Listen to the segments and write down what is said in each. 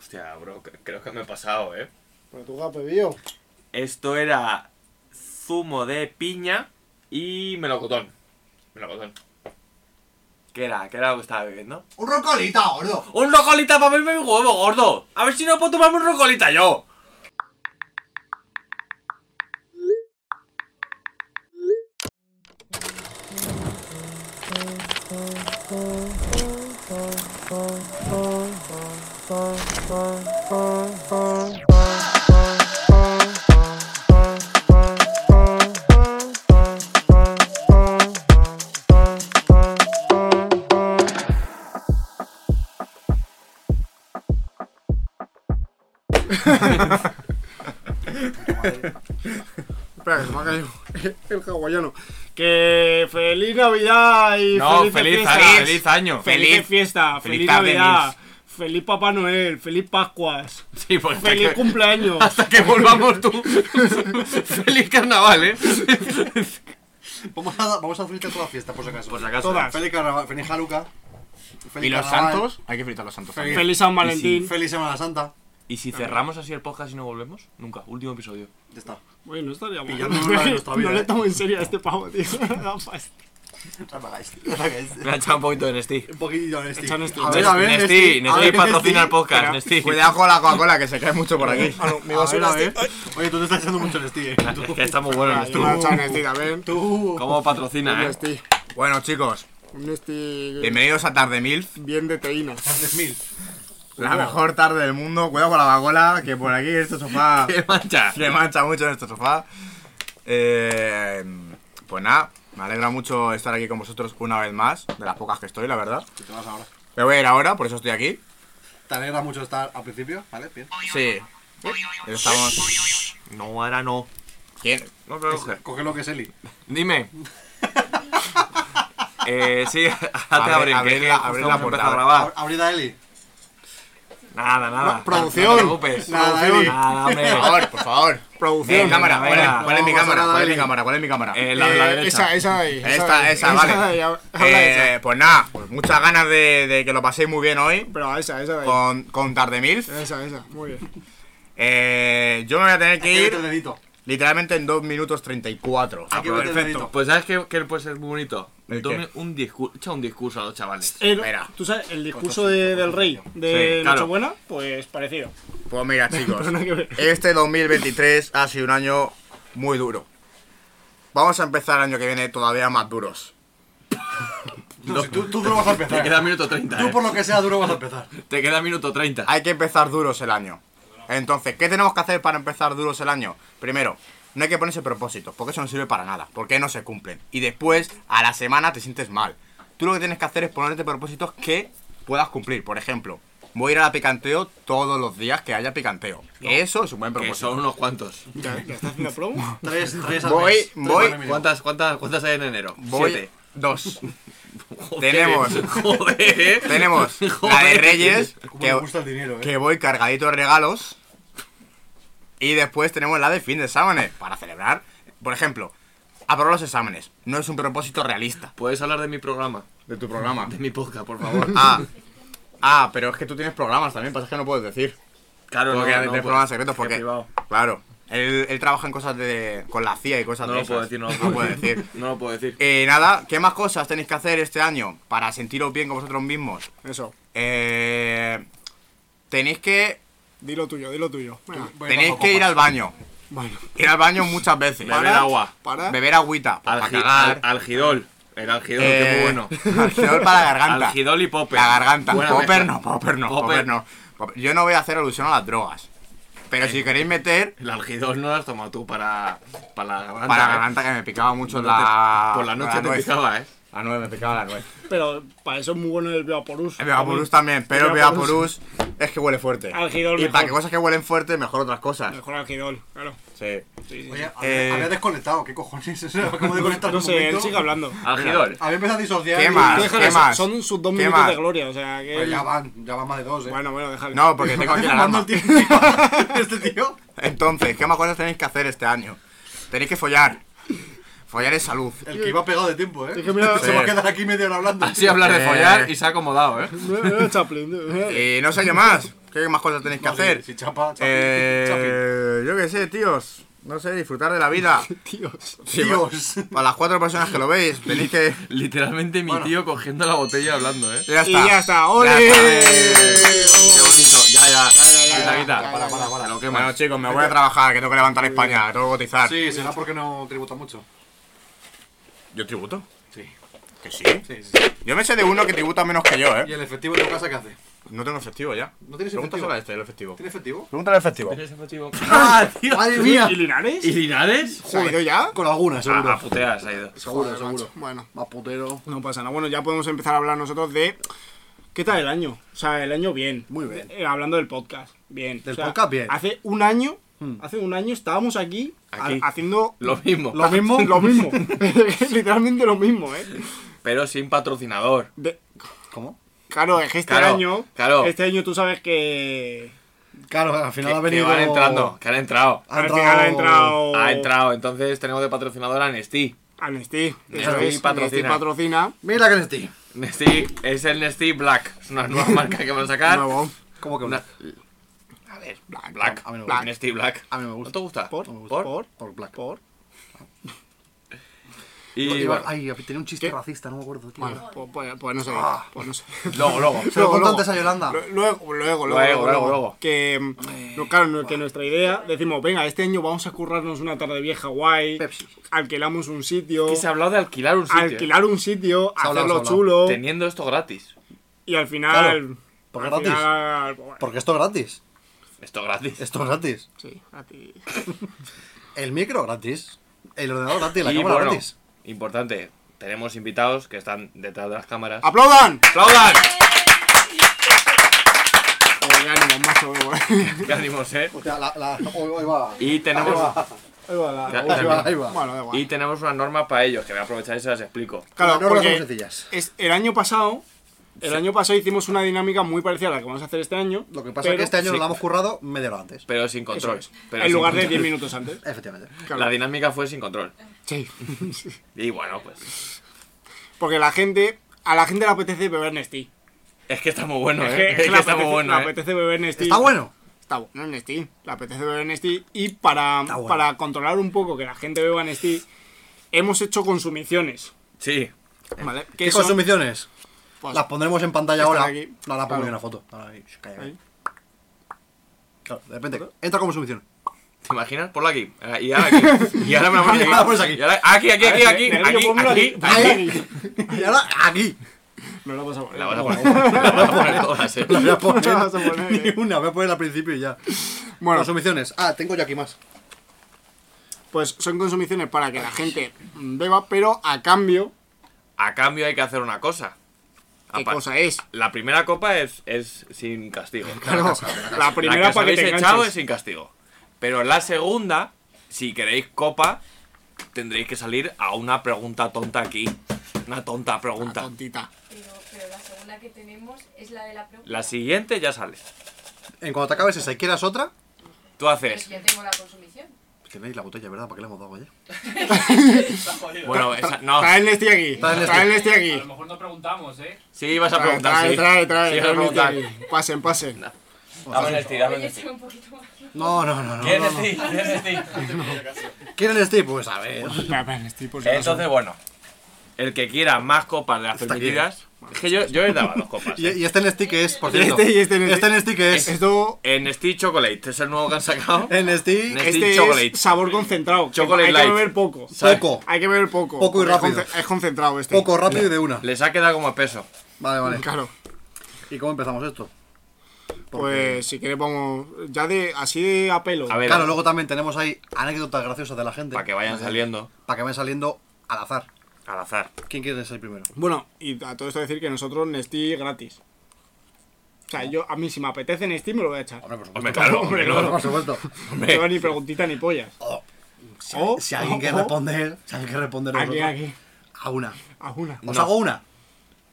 Hostia, bro, cre- creo que me he pasado, ¿eh? Pero tú has bebido. Esto era zumo de piña y melocotón. Melocotón. ¿Qué era? ¿Qué era lo que estaba bebiendo? Un rocolita, gordo. ¡Un rocolita para verme mi huevo, gordo! A ver si no puedo tomarme un rocolita yo. Espera, que se me ha caído el hawaiano. Que feliz Navidad y No, felices feliz, fiestas. feliz, feliz año. Feliz fiesta, Feliz feliz, tarde, Navidad, Liz. feliz Papá Noel, feliz Pascuas, Sí, pues hasta feliz que- cumpleaños. Hasta que volvamos tú. Feliz carnaval, ¿eh? Vamos a, vamos a fritar toda la fiesta, por si acaso. Por si acaso. Todas. Feliz carnaval, feliz Hanukkah. ¿Y Feliz los carnaval, santos? Hay que fritar los santos Feliz- también. Feliz San Valentín. Feliz Semana Santa. ¿Y si cerramos así el podcast y no volvemos? Nunca. Último episodio. Ya está. Oye, no estaría mal. Pillando una de nuestra vida, No le eh. tomo en serio a este pavo, tío. Me da pasta. No os hagáis, no os hagáis. Me ha echado un poquito de Nesti. Un poquitito de Nesti. Echa Nesti. A ver, a ver, Nesti, Nesti. Nesti A ver, patrocina el Nesti. podcast, Nesti. Cuidado con la Coca-Cola, que se cae mucho por aquí. Ah, no, mi basura, a ver. Oye, tú te estás echando mucho Nesti, eh. Tú- Que está muy bueno el Tú. Nesti. también. Tú. ¿Cómo patrocina, eh? Nesti. Bueno, chicos, Un Nesti bienvenidos a Tarde Milf, este, bien de teína. Haces mil. la mejor tarde del mundo. Cuidado con la Coca-Cola, que por aquí este sofá ¡Qué mancha! se mancha mucho en este sofá. Eh, pues nada, me alegra mucho estar aquí con vosotros una vez más, de las pocas que estoy, la verdad. Que te vas ahora. Me voy a ir ahora, por eso estoy aquí. Te alegra mucho estar al principio, ¿vale? Bien. Sí. Estamos... No, ahora no. ¿Quién? No te lo Coge lo que es Eli. Dime. eh, sí, ahora te Abre- abren. abrid que la- justo abrid la hemos empezado portada. a grabar. Abrida Eli. Nada, nada. producción. No te preocupes. Nada, Eli. Nada, Por hombre. favor, por favor. Producción. Eh, cámara, venga, ¿cuál es- venga. ¿cuál es mi No pasa cámara? nada, ¿Cuál es mi Eli. cámara? ¿Cuál es mi cámara? Eh, la, la derecha. esa, esa de ahí. Esta, de ahí, esa, vale. de ahí, habla de esa. Eh, pues nada, pues muchas ganas de, de que lo paséis muy bien hoy Pero esa, esa de ahí. con, con Tarde Milf. Esa, esa. Muy bien. Eh, yo me voy a tener que Aquí vete el ir dedito. literalmente en 2 minutos 34. Aquí vete el dedito. Pues ¿sabes qué, qué puede ser muy bonito? ¿El Tome un discurso, echa un discurso a los chavales. El- Espera. Eh, ¿Tú sabes? El discurso de- del rey de Sí, claro. Nochebuena, pues parecido. Pues mira, chicos, Pero nada que ver. este 2023 ha sido un año muy duro. Vamos a empezar el año que viene todavía más duros. No, si tú, tú duro vas a Te queda empezar. minuto 30. Tú eh. por lo que sea duro vas a empezar. Te queda minuto 30. Hay que empezar duros el año. Entonces, ¿qué tenemos que hacer para empezar duros el año? Primero, no hay que ponerse propósitos, porque eso no sirve para nada, porque no se cumplen. Y después, a la semana te sientes mal. Tú lo que tienes que hacer es ponerte propósitos que puedas cumplir. Por ejemplo, voy a ir a la picanteo todos los días que haya picanteo. Eso es un buen Que propósito. son unos cuantos. ¿Ya, ya está haciendo promo? Tres, tres al Voy- mes, tres voy- al mes mínimo. ¿Cuántas, cuántas, cuántas hay en enero? Voy Siete. dos. Joder, Tenemos- Joder. eh. Tenemos la de Joder. Reyes, Cómo que, me gusta el dinero, eh. que voy cargadito de regalos. Y después tenemos la de fin de exámenes, para celebrar. Por ejemplo, aprobar los exámenes. No es un propósito realista ¿Puedes hablar de mi programa? de tu programa. De mi podcast, por favor. Ah, ah, pero es que tú tienes programas también, pasa que no puedes decir. Claro, Porque no, tienes no, pues, programas secretos, que porque... privado. Claro, él, él trabaja en cosas de... con la CIA y cosas No de lo puedo esas. decir, no lo puedo puede decir. decir. No lo puedo decir. Eh, nada, ¿qué más cosas tenéis que hacer este año para sentiros bien con vosotros mismos? Eso. Eh, tenéis que Dilo tuyo, dilo tuyo. Venga. Voy tenéis bajo que ir copas. al baño. Bueno. Ir al baño muchas veces. Beber agua. Para. Beber agüita. pues, Al, para gi- cagar. al- algidol. El algidol, Eh, qué muy bueno. Algidol para la garganta. Algidol y popper. La garganta. Buena Popper mezcla. no, popper no, Popper. popper no. Popper- Yo no voy a hacer alusión a las drogas. Pero si queréis meter Eh, El algidol no lo has tomado tú para, para la garganta. para la ¿eh? garganta que me picaba mucho No te- la. Por la noche te nuez. picaba, ¿eh? La nuez, me picaba la nuez. Pero para eso es muy bueno el Beaporus. El Bevaporus también, pero el Bevaporus Beaporus- es que huele fuerte. Algidol Y para mejor. que cosas que huelen fuerte, mejor otras cosas. Mejor Algidol, claro. Sí. Sí, sí, Oye, sí. Eh, había desconectado, ¿qué cojones? O sea, Acabo de conectar No un sé, él momento. sigue hablando. Algidol. Había empezado a disociar. ¿Qué y- más? Déjalo, ¿qué son- más? son sus dos ¿Qué minutos más? de gloria, o sea que... Pues ya van, ya van más de dos, eh. Bueno, bueno, déjale. No, porque tengo aquí la Fumando alarma. el tío. este tío. Entonces, ¿qué más cosas tenéis que hacer este año? Tenéis que follar. Follar es salud. El que iba pegado de tiempo, ¿eh? Es que mira- Se va a quedar aquí media hora hablando. Así hablar Eh, de follar y se ha acomodado, ¿eh? Mira Chaplin. eh. Y no sé qué más. ¿Qué más cosas tenéis que Vale, hacer? Si chapa, chapi, Eh, yo qué sé, tíos. No sé, disfrutar de la vida. Tíos. Sí, Tíos. pa- Para las cuatro personas que lo veis, tenéis que. Literalmente mi tío cogiendo la botella hablando, ¿eh? Ya está. Y ya está. ¡Ole! Ya está. Eh, Qué bonito. Ya, ya. ya, Quita, ya, quita. ya, ya, ya. Te lo quemas. Bueno, chicos, me voy a trabajar, que tengo que levantar España, que tengo que cotizar. Sí, será porque no tributa mucho. ¿Yo tributo? Sí. Que sí. Sí, sí. Yo me sé de uno que tributa menos que yo, ¿Y ¿eh? el efectivo en tu casa qué hace? No tengo efectivo ya. ¿No tienes Pregúntaselo efectivo? a este, el efectivo. ¿Tiene efectivo? Pregúntale al efectivo. ¿Tienes efectivo? ¡Ah, tío! ¡Madre mía! ¿Y Linares? ¿Y Linares? ¿Se ha ido ya? Con alguna, seguro. Ah, putea, se ha ido. seguro, Joder, seguro. macho. Bueno, Más putero. no pasa nada. Bueno, ya podemos empezar a hablar nosotros de. ¿Qué tal el año? O sea, el año bien. Muy bien. Eh, hablando del podcast. Bien. Del O sea, podcast, bien. Hmm. Hace un año. Hace un año estábamos aquí, ha- Aquí. haciendo Lo mismo. lo mismo. lo mismo. Literalmente lo mismo, ¿eh? Pero sin patrocinador. De- ¿Cómo? claro, es que este Claro, año. claro. Este año tú sabes que. Claro, al final Que, ha que venido. van entrando, que han entrado. Ha al final ha entrado. Ha entrado, entonces tenemos de patrocinador a Nestí. Amnesty. Eso Amnesty es, patrocina. Amnesty patrocina. Mira que Nesti. Nestí es el Nestí Black. Es una nueva marca que van a sacar. Nuevo. ¿Cómo que Una- Black? A ver, Black. Black. A mí no me Black. gusta. Nestí Black. A mí me gusta. ¿No te gusta? Por, No me gusta. por, Por, por, Black. Y Iba- bueno, Ay, tenía un chiste ¿Qué? racista, no me acuerdo, tío. Bueno, pues, pues- pues no sé. Ah. Pues no sé. Ah. luego, luego. Se lo luego, conté luego. antes a Yolanda. Lo- Luego, luego, luego, Luego, luego, luego. Que, Eh, mm, no, claro, no, que nuestra idea, decimos, venga, este año vamos a currarnos una tarde vieja guay, Pepsi. alquilamos un sitio, Aquí se ha hablado de alquilar un sitio. ¿eh? alquilar un sitio, ha hablado, hacerlo se ha hablado. chulo, Teniendo esto gratis. y al Claro, final... porque al gratis. final, pues bueno, Porque esto es gratis. Esto gratis. Esto es gratis. sí, gratis. El micro gratis. El ordenador gratis. Oh, La Y cámara bueno, gratis. importante, tenemos invitados que están detrás de las cámaras. ¡Aplaudan! ¡Aplaudan! Joder, ánimo, macho, eh, ¡Qué ánimos, eh! O sea, la, la, hoy, hoy va. Y tenemos, Ahí va la- Ya, Bueno, Ahí va, ahí va. da igual. y tenemos una norma para ellos, que voy a aprovechar y se las explico. Claro, no, porque- sencillas. Es, el año pasado, el año pasado hicimos una dinámica muy parecida a la que vamos a hacer este año. Lo que pasa es pero- que este año sí. nos la hemos currado media hora antes. Pero sin control. Eso es. Pero en sin lugar de control. 10 minutos antes. Efectivamente. La dinámica fue sin control. Sí. Y bueno, pues. Porque la gente, a la gente le apetece beber Nestí. Es que está muy bueno, Es ¿eh? que- Es es que le que está apetece- muy bueno, le ¿eh? apetece beber Nestí. Está bueno. Está bueno Nestí. Le apetece beber Nestí. Y para, Está bueno. para controlar un poco que la gente beba Nestí, hemos hecho consumiciones. Sí. ¿Vale? ¿Qué Que son- consumiciones? pues, Las pondremos en pantalla Están ahora. aquí. No, la pongo Claro. yo en la foto. Ahora, ahí, sh, calla, ahí. calla. Claro, de repente. Entra como consumición. ¿Te imaginas? Ponlo aquí. Ah, Y ahora aquí. Y ahora me la pones Y ahora aquí. pones aquí. Y ahora- Aquí, aquí, aquí, aquí. Nervio, Aquí, ponlo aquí, aquí. aquí. Y ahora aquí. No lo vas a poner. La vas a poner. ¿eh? La vas a poner todas, ¿eh? La voy a La vas a poner. poner, Ni eh. una, voy a poner al principio y ya. Bueno, Consumiciones. Ah, tengo yo aquí más. pues son consumiciones para que la gente beba, pero a cambio, A cambio hay que hacer una cosa. ¿qué Apa- cosa es? La primera copa es, es sin castigo. Claro, la La primera que os para que habéis te echado es enganches. sin castigo. Pero la segunda, si queréis copa, tendréis que salir a una pregunta tonta aquí. Una tonta pregunta. Tontita. Pero, pero la segunda que tenemos es la de la pregunta. La siguiente ya sale. En cuanto te acabes esa y quieras otra. Tú Pues haces. ya tengo la consumición. Tenéis Pues la botella, ¿verdad? ¿Para qué la hemos dado ayer? Bueno, esa- no. Trae el Nestí aquí. Trae el Nestí. Trae el Nestí A aquí. lo mejor no preguntamos, ¿eh? Sí, vas a Trae, preguntar. trae, Sí, trae, trae, trae el Sí, vas a Nestí preguntar. aquí. Pasen, pasen. Dame el estilo, dame el Oye, estilo. échame un poquito más. No, no, no, no. ¿Quién no, es no. ti? ¿Quién es ti? ¿Quién es Steve? Pues a ver. pues, Espera, espera, Nestí, por si acaso. Entonces, bueno. El que quiera más copas de las Está aquí. permitidas. Es que yo, yo les daba dos copas. Y, ¿eh? y este Nesti que es, por Y cierto. este, y este, y este. este Nesti que es. Esto, En Steve Chocolate, es el nuevo que han sacado. Nesti. Nesti este Chocolate. es sabor concentrado. que Chocolate hay light. que beber poco. ¿sabes? Poco. Hay que beber poco. Poco y porque es rápido. conce- Es concentrado este. Poco, rápido y de una. Les ha quedado como espeso. Vale, vale. Claro. ¿Y cómo empezamos esto? Pues si quieres vamos ya de así de apelo. A ver, Claro, luego también tenemos ahí anécdotas graciosas de la gente. para que vayan saliendo Para que vayan saliendo al azar. al azar. ¿Quién quiere ser primero? Bueno, y a todo esto decir que nosotros Nestí gratis. O sea, yo a mí si me apetece Nestí me lo voy a echar. Hombre, por supuesto. Hombre, claro, hombre, claro. claro. Por supuesto. Hombre. No ni preguntita ni pollas. Si, Oh, si alguien quiere oh, oh. responder, si alguien quiere responder Aquí, vosotros, aquí. a una. A una. Os No. hago una.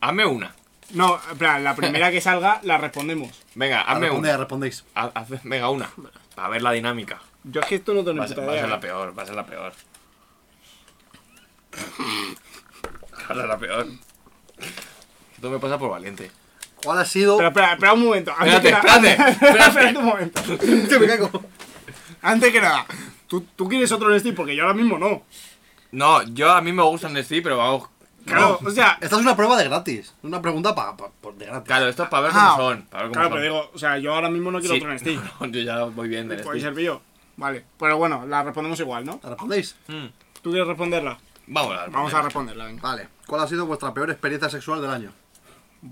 Hazme una. No, en plan, la primera que salga la respondemos. Venga, A hazme responder, una. respondéis. Haz- haz- venga, una. Para ver la dinámica. Yo es que esto no tengo Va a ni ser, puta va a ser idea. la peor, va a ser la peor. Ahora la peor. Esto me pasa por valiente. ¿Cuál ha sido? Pero espera, espera un momento. Antes Espérate, que nada- espérate, espera, espérate. espérate un momento. Que me caigo. Antes que nada, ¿tú, tú quieres otro Nesty porque yo ahora mismo no. No, yo a mí me gusta Nesty, pero vamos. Claro, o sea, Esta es una prueba de gratis. Una pregunta pa, pa- por de gratis. Claro, esto es para ver Ah, cómo son. Para ver cómo claro, pero son. digo, o sea, yo ahora mismo no quiero Sí. otro Nesty. Yo ya voy bien de Puede Nesty. ser yo. Vale, pero bueno, la respondemos igual, ¿no? ¿La respondéis? ¿Tú quieres responderla? Hmm. Vamos a ver. Vamos a responderla, venga. Vale. ¿Cuál ha sido vuestra peor experiencia sexual del año?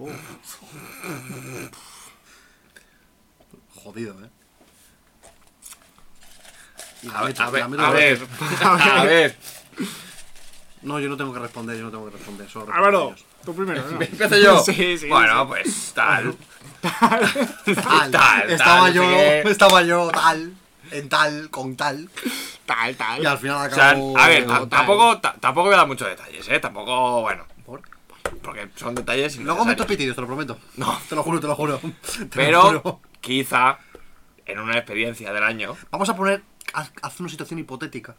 Jodido, eh. Y la A ver, meto, a y ver, la meto a otra vez. ver, a ver. No, yo no tengo que responder, yo no tengo que responder. Solo responden Álvaro, ellos. tú primero. ¿no? ¿Empiezo yo? Sí, sí, Bueno, pues tal. Tal, tal, estaba tal, yo, no sé qué. estaba yo tal, en tal, con tal. Tal, tal. Y al final O sea, acabo. a ver, ta- tal. tampoco, ta- tampoco voy a dar muchos detalles, ¿eh? Tampoco, bueno, Por- porque son detalles Luego meto innecesarios. pitidos, te lo prometo. No. Te lo juro, te lo juro. Te lo Pero juro. quizá en una experiencia del año, Vamos a poner. Haz, haz una situación hipotética.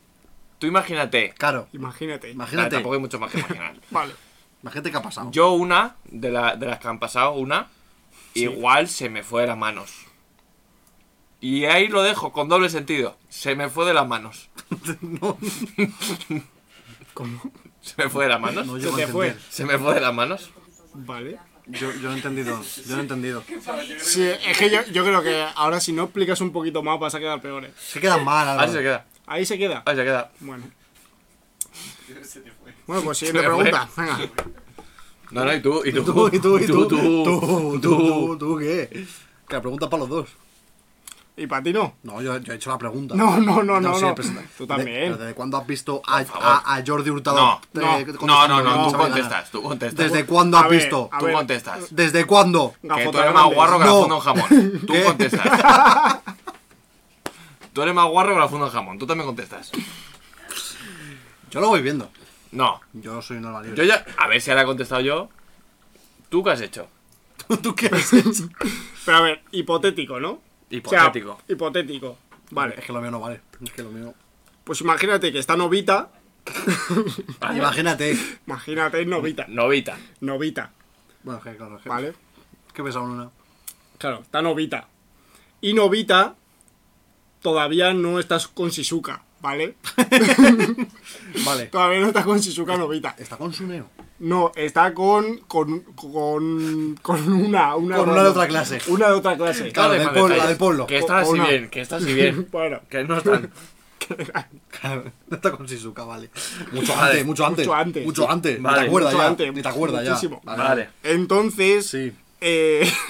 tú imagínate, Claro. Imagínate. Vale, Imagínate. tampoco hay mucho más que imaginar. Vale. Imagínate qué ha pasado. Yo una, de, la- de las que han pasado, una, igual se me fue de las manos. Y ahí lo dejo, con doble sentido. Se me fue de las manos. ¿Se me fue de las manos? No llego Se a te fue. entender. ¿Se me fue de las manos? Vale. Yo, yo no he entendido. Yo no he entendido. Sí, es que yo, yo creo que ahora si no explicas un poquito más vas a quedar peor. ¿eh? Se queda mal, Ahí se Álvaro. queda, Ahí se queda. ahí se Ah, queda. Bueno. Bueno, pues siguiente Se me fue. pregunta. Venga. No, no, y tú, y tú, Tú, y tú, y tú. tú, tú, tú, tú, ¿qué? Que la pregunta es para los dos. ¿Y para ti no? No, yo, yo he hecho la pregunta. No, no, no, no, sí, no. presenta- Tú de- también. pero ¿Desde cuándo has visto a, a, a Jordi Hurtado? No, eh, no, contestando con No, no, no, tú Chabelana? contestas, tú contestas. ¿Desde cuándo A has ver, visto? a Tú ver. contestas. ¿Desde cuándo? Que tú Gafota eres más grande. guarro que la No. funda de un jamón. Tú ¿Qué? contestas. Tú eres más guarro que la funda de un jamón. Tú también contestas. Yo lo voy viendo. No. Yo soy un alma libre. Yo ya. A ver si ahora he contestado yo. ¿Tú qué has hecho? ¿Tú qué haces? Pero a ver, hipotético, ¿no? O sea, Hipotético. hipotético. Es Vale. que lo mío no vale. Es que lo mío. Pues imagínate que está novita. Vale. Imagínate. Imagínate novita. Novita. Novita. Bueno, es que claro, es que. ¿Vale? Es que pesado en una. Claro, está novita. Y novita todavía no estás con Shizuka, ¿vale? Vale. Todavía no está con Shizuka novita. Está con su neo. No, está con. con. con. con una. una Con una de otra clase. Una de otra clase. Claro, Dale del más pueblo, detalles. la del pueblo. Que está O- o así no. bien, que está así bien. Bueno, Que no están. Claro, no está con Shizuka, vale. Mucho antes, mucho antes. Mucho antes. Mucho antes. Vale. Ni te acuerdas Mucho ya. antes, Ni te acuerdas ya. muchísimo. Vale. entonces. Sí. eh,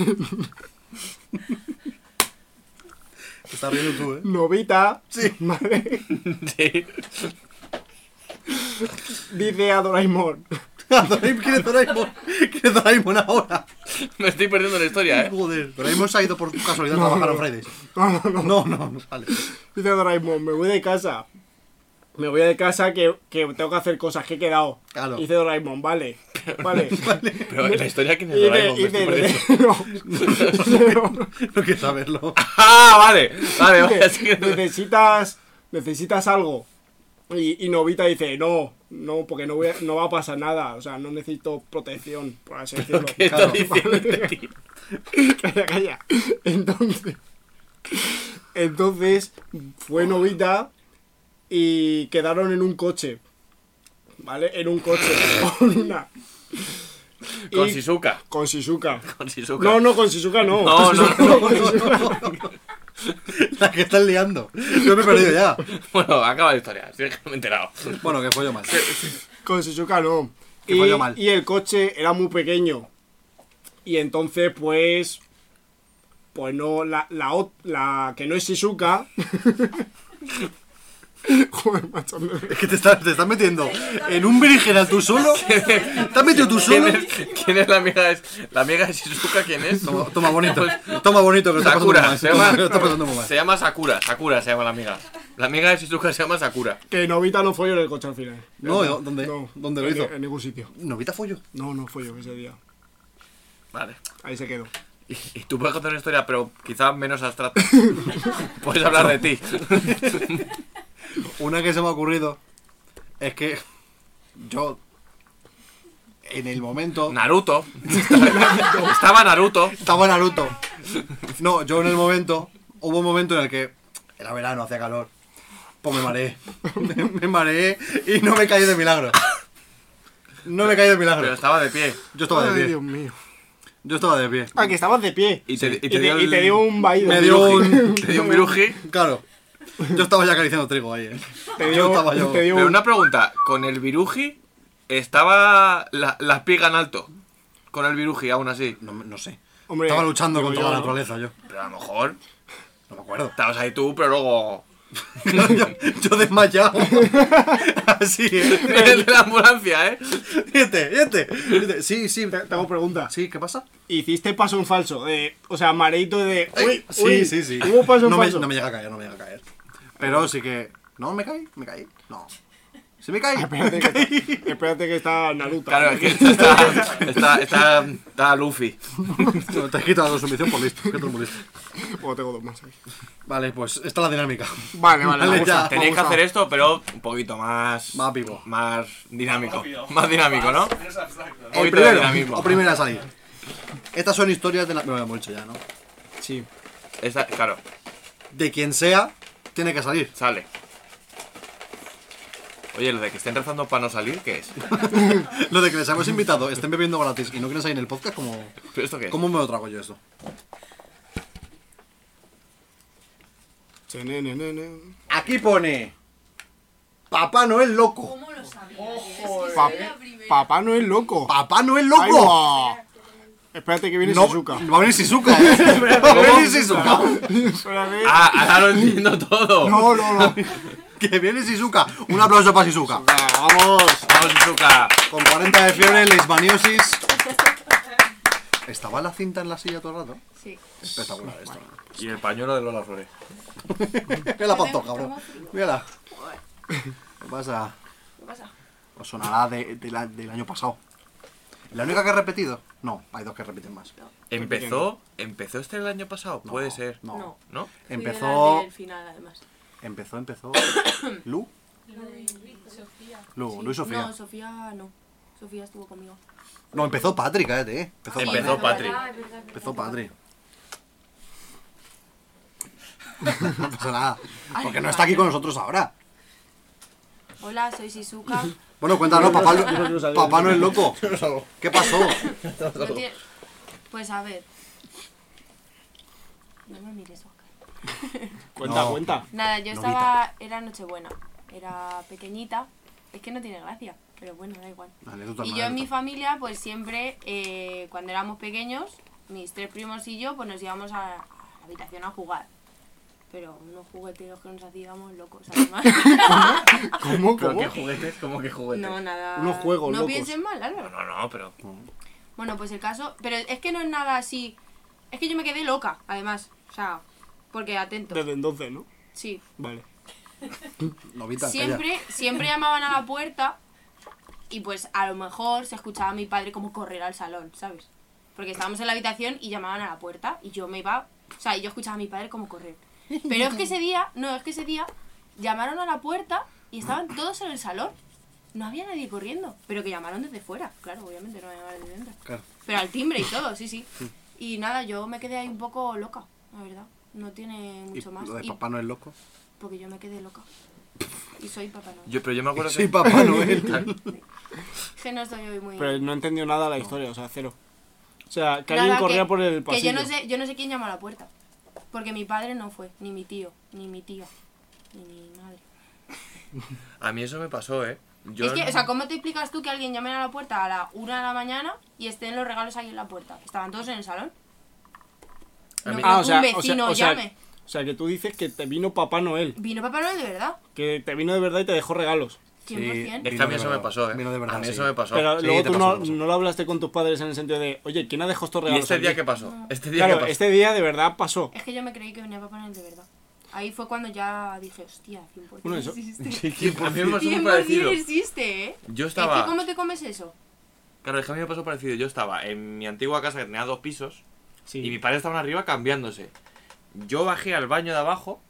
Te estás riendo tú, eh. novita. ¿vale? Sí. Dice a Doraemon. Doraemon, ¿Quién es Doraemon? ¿Quién es Doraemon ahora? Me estoy perdiendo la historia, eh. Joder. Doraemon se ha ido por casualidad a trabajar a Fridays. No, no, no. No, no, no sale. Dice Doraemon, me voy de casa. Me voy de casa que, que tengo que hacer cosas, que he quedado. Claro. Dice Doraemon, vale. Vale. Pero la historia que es Y Doraemon, me dice, estoy dice- perdiendo. no. No quiero saberlo. ¡Ah! Vale. Vale, vale. así Dice, que- necesitas, necesitas algo. Y, y Novita dice, no, no, porque no, voy a- no va a pasar nada. O sea, no necesito protección, por así decirlo. ¿Qué está Claro. diciendo este tío? Calla, calla. Entonces, entonces fue Novita y quedaron en un coche. ¿Vale? En un coche. Con una. Y- Con Shizuka. con Shizuka. Con Shizuka. No, no, con Shizuka no. No, no, no. Con Shizuka. La que estás liando. Yo me he perdido ya. Bueno, acaba la historia. Sí, que me he enterado. Bueno, que follo mal. Con Shizuka no. Que Y, falló mal. y el coche era muy pequeño. Y entonces, pues. Pues no, la, la, ot- la que no es Shizuka. Joder, macho, me- Es que te estás, te estás metiendo en un berenjenal tú solo. ¿Te has metido tú ¿Quién solo? es, quién es la amiga de, la amiga de Shizuka? ¿Quién es? Pues, Toma, toma bonito. Toma bonito que lo está pasando muy Sakura, mal. se llama, Lo está pasando muy mal. se llama Sakura, Sakura se llama la amiga. La amiga de Shizuka se llama Sakura. Que Novita no folló en el coche al final. No, ¿dó- dónde? ¿Dónde lo en, hizo? En ningún sitio. Novita follo. No, no folló ese día. Vale. Ahí se quedó. Y, y tú puedes contar una historia, pero quizás menos abstracta. puedes hablar de ti. Una que se me ha ocurrido es que Yo, en el momento... Naruto. Estaba Naruto. Estaba Naruto. No, yo en el momento, hubo un momento en el que era verano, hacía calor. Pues me mareé. Me, me mareé y no me caí de milagro. No me caí de Pero milagro. estaba de pie. Yo estaba de Ay, pie. Dios mío. Yo estaba de pie. Ah, que estabas de pie. Y te, y te Y te, dio, y el- te dio un vaído. Me dio un. te dio un viruji. Claro. Yo estaba ya acariciando trigo ahí. eh. Te Yo dio, estaba yo. te dio Pero un- una pregunta, ¿con el viruji estaba la, la piga en alto? Con el viruji, aún así. No, no sé. Hombre, estaba luchando digo con toda yo, la ¿no? naturaleza yo. Pero a lo mejor No me acuerdo. estabas ahí tú, pero luego... yo, yo desmayado. Así. eh. El de la ambulancia, ¿eh? Y este, y este, y este. Sí, sí. Te, te hago preguntas. Sí, ¿qué pasa? Hiciste paso en falso. De, o sea, mareito de. Uy, Eh, sí, uy, sí, sí. Hubo paso en no, me, falso. no me llega a caer, no me llega a caer. Pero sí que. No, me caí, me caí. No. ¿Se me caí? Ah, Espérate, que, espérate que está Naruto. Claro, es que está, está, está- está Luffy. No, te has quitado la sumisión por listo. que tú eres muy listo. O tengo dos más ahí. Vale, pues esta es la dinámica. Vale, vale. Vale, me gusta, ya. me Tenéis que gusta. hacer esto, pero un poquito más... Más vivo. Más dinámico. Más dinámico, ¿no? Un El poquito de primero, dinamismo. o primera salir. Estas son historias de la. Me lo hemos dicho ya, ¿no? Sí. Esta- claro, De quien sea, tiene que salir. sale. Oye, lo de que estén rezando para no salir, ¿qué es? Lo de que les hemos invitado, estén bebiendo gratis y no quieren salir en el podcast, como. ¿Pero esto qué es? ¿Cómo me lo trago yo esto? Chenenenenen. Aquí pone. Papá Noel loco. ¿Cómo lo sabía? Es eh. que Pa- soy la primera. Papá no es loco. ¡Papá Noel Ahí loco! va. Espérate que viene No, Shizuka. ¿eh? va a venir Shizuka. Va a venir Shizuka. Espérate. Ah, ahora lo entiendo todo. No, no, no. Que viene Shizuka. Un aplauso para Shizuka. Ah, Vamos. Vamos, Shizuka. Con 40 de fiebre, leishmaniosis. ¿Estaba la cinta en la silla todo el rato? Sí. Espectacular ¿eh? esto. Y el pañuelo de Lola Flores. Mira la pantoja, cabrón. Mírala. ¿Qué pasa? ¿Qué pasa? Os sonará de- de la- del año pasado. ¿La única que he repetido? No, hay dos que repiten más. ¿Empezó? ¿Empezó este el año pasado? No, Puede ser. No. No. ¿No? Empezó, El final, además. empezó, empezó. Lu, Lu, Lu y Sofía. No, Sofía no. Sofía estuvo conmigo. No, empezó Patrick, cállate, eh. Empezó Patrick. Empezó Patri. Empezó Patri. No pasa nada. Porque no está aquí con nosotros ahora. Hola, soy Shizuka. Bueno, cuéntanos, papá, yo no quiero saber. papá no es loco. ¿Qué pasó? No tie- Pues a ver. No me mires, Waka. Cuenta, No. cuenta. Nada, yo Novita. estaba. Era Nochebuena. Era pequeñita. Es que no tiene gracia, pero bueno, da igual. Anécdota, Y no, yo en anécdota. mi familia, pues siempre, eh, cuando éramos pequeños, mis tres primos y yo, pues nos íbamos a, a la habitación a jugar. Pero unos jugueteos que nos hacíamos locos, además. ¿Cómo, cómo? juguetes? ¿Cómo que juguetes? no, nada. Unos juegos No locos. piensen mal, Álvaro. No, no, no, pero. Bueno, pues el caso. Pero es que no es nada así. Es que yo me quedé loca, además. O sea, porque atento. Desde entonces, ¿no? Sí. Vale. Novita, calla. siempre, siempre llamaban a la puerta y pues a lo mejor se escuchaba a mi padre como correr al salón, ¿sabes? Porque estábamos en la habitación y llamaban a la puerta y yo me iba, o sea, yo escuchaba a mi padre como correr. Pero es que ese día, no, es que ese día llamaron a la puerta y estaban todos en el salón. No había nadie corriendo, pero que llamaron desde fuera, claro, obviamente no llamaron desde dentro. Claro. Pero al timbre y todo, sí, sí. Y nada, yo me quedé ahí un poco loca, la verdad. No tiene Y mucho más. Lo de Y- papá no es loco. porque yo me quedé loca. Y soy papá Noel. Yo, pero yo me acuerdo Sí, que. papá Noel. Es que no estoy hoy muy... Pero no entendió nada la historia, o sea, cero. O sea, que Nada, alguien corría que- por el Que pasillo. yo no, sé, yo no sé quién llamó a la puerta. Porque mi padre no fue, ni mi tío, ni mi tía, ni mi madre. A mí eso me pasó, ¿eh? Yo es que, no- o sea, ¿cómo te explicas tú que alguien llame a la puerta a la una de la mañana y estén los regalos ahí en la puerta? Estaban todos en el salón. A No mí- creo que un vecino Ah, o sea, llame. o sea, que tú dices que te vino Papá Noel, Vino Papá Noel de verdad, que te vino de verdad y te dejó regalos. 100%. Es que a Vino mí de eso me verdad, pasó, ¿eh? vino de verdad, a mí sí. eso me pasó. Pero sí, luego te tú pasó, no, te pasó. no lo hablaste con tus padres en el sentido de, oye, ¿quién ha dejado estos ¿Y regalos? este día aquí?". qué pasó? Este día Claro, qué pasó. este día de verdad pasó. Es que yo me creí que venía Papá Noel de verdad. Ahí fue cuando ya dije, hostia, 100% Bueno, eso- existe. A mí me pasó muy 100% parecido. existe, ¿eh? Yo Es que estaba. ¿cómo te comes eso? Claro, es que a mí me pasó parecido. Yo estaba en mi antigua casa que tenía dos pisos. Sí. Y mis padres estaban arriba cambiándose. Yo bajé al baño de abajo,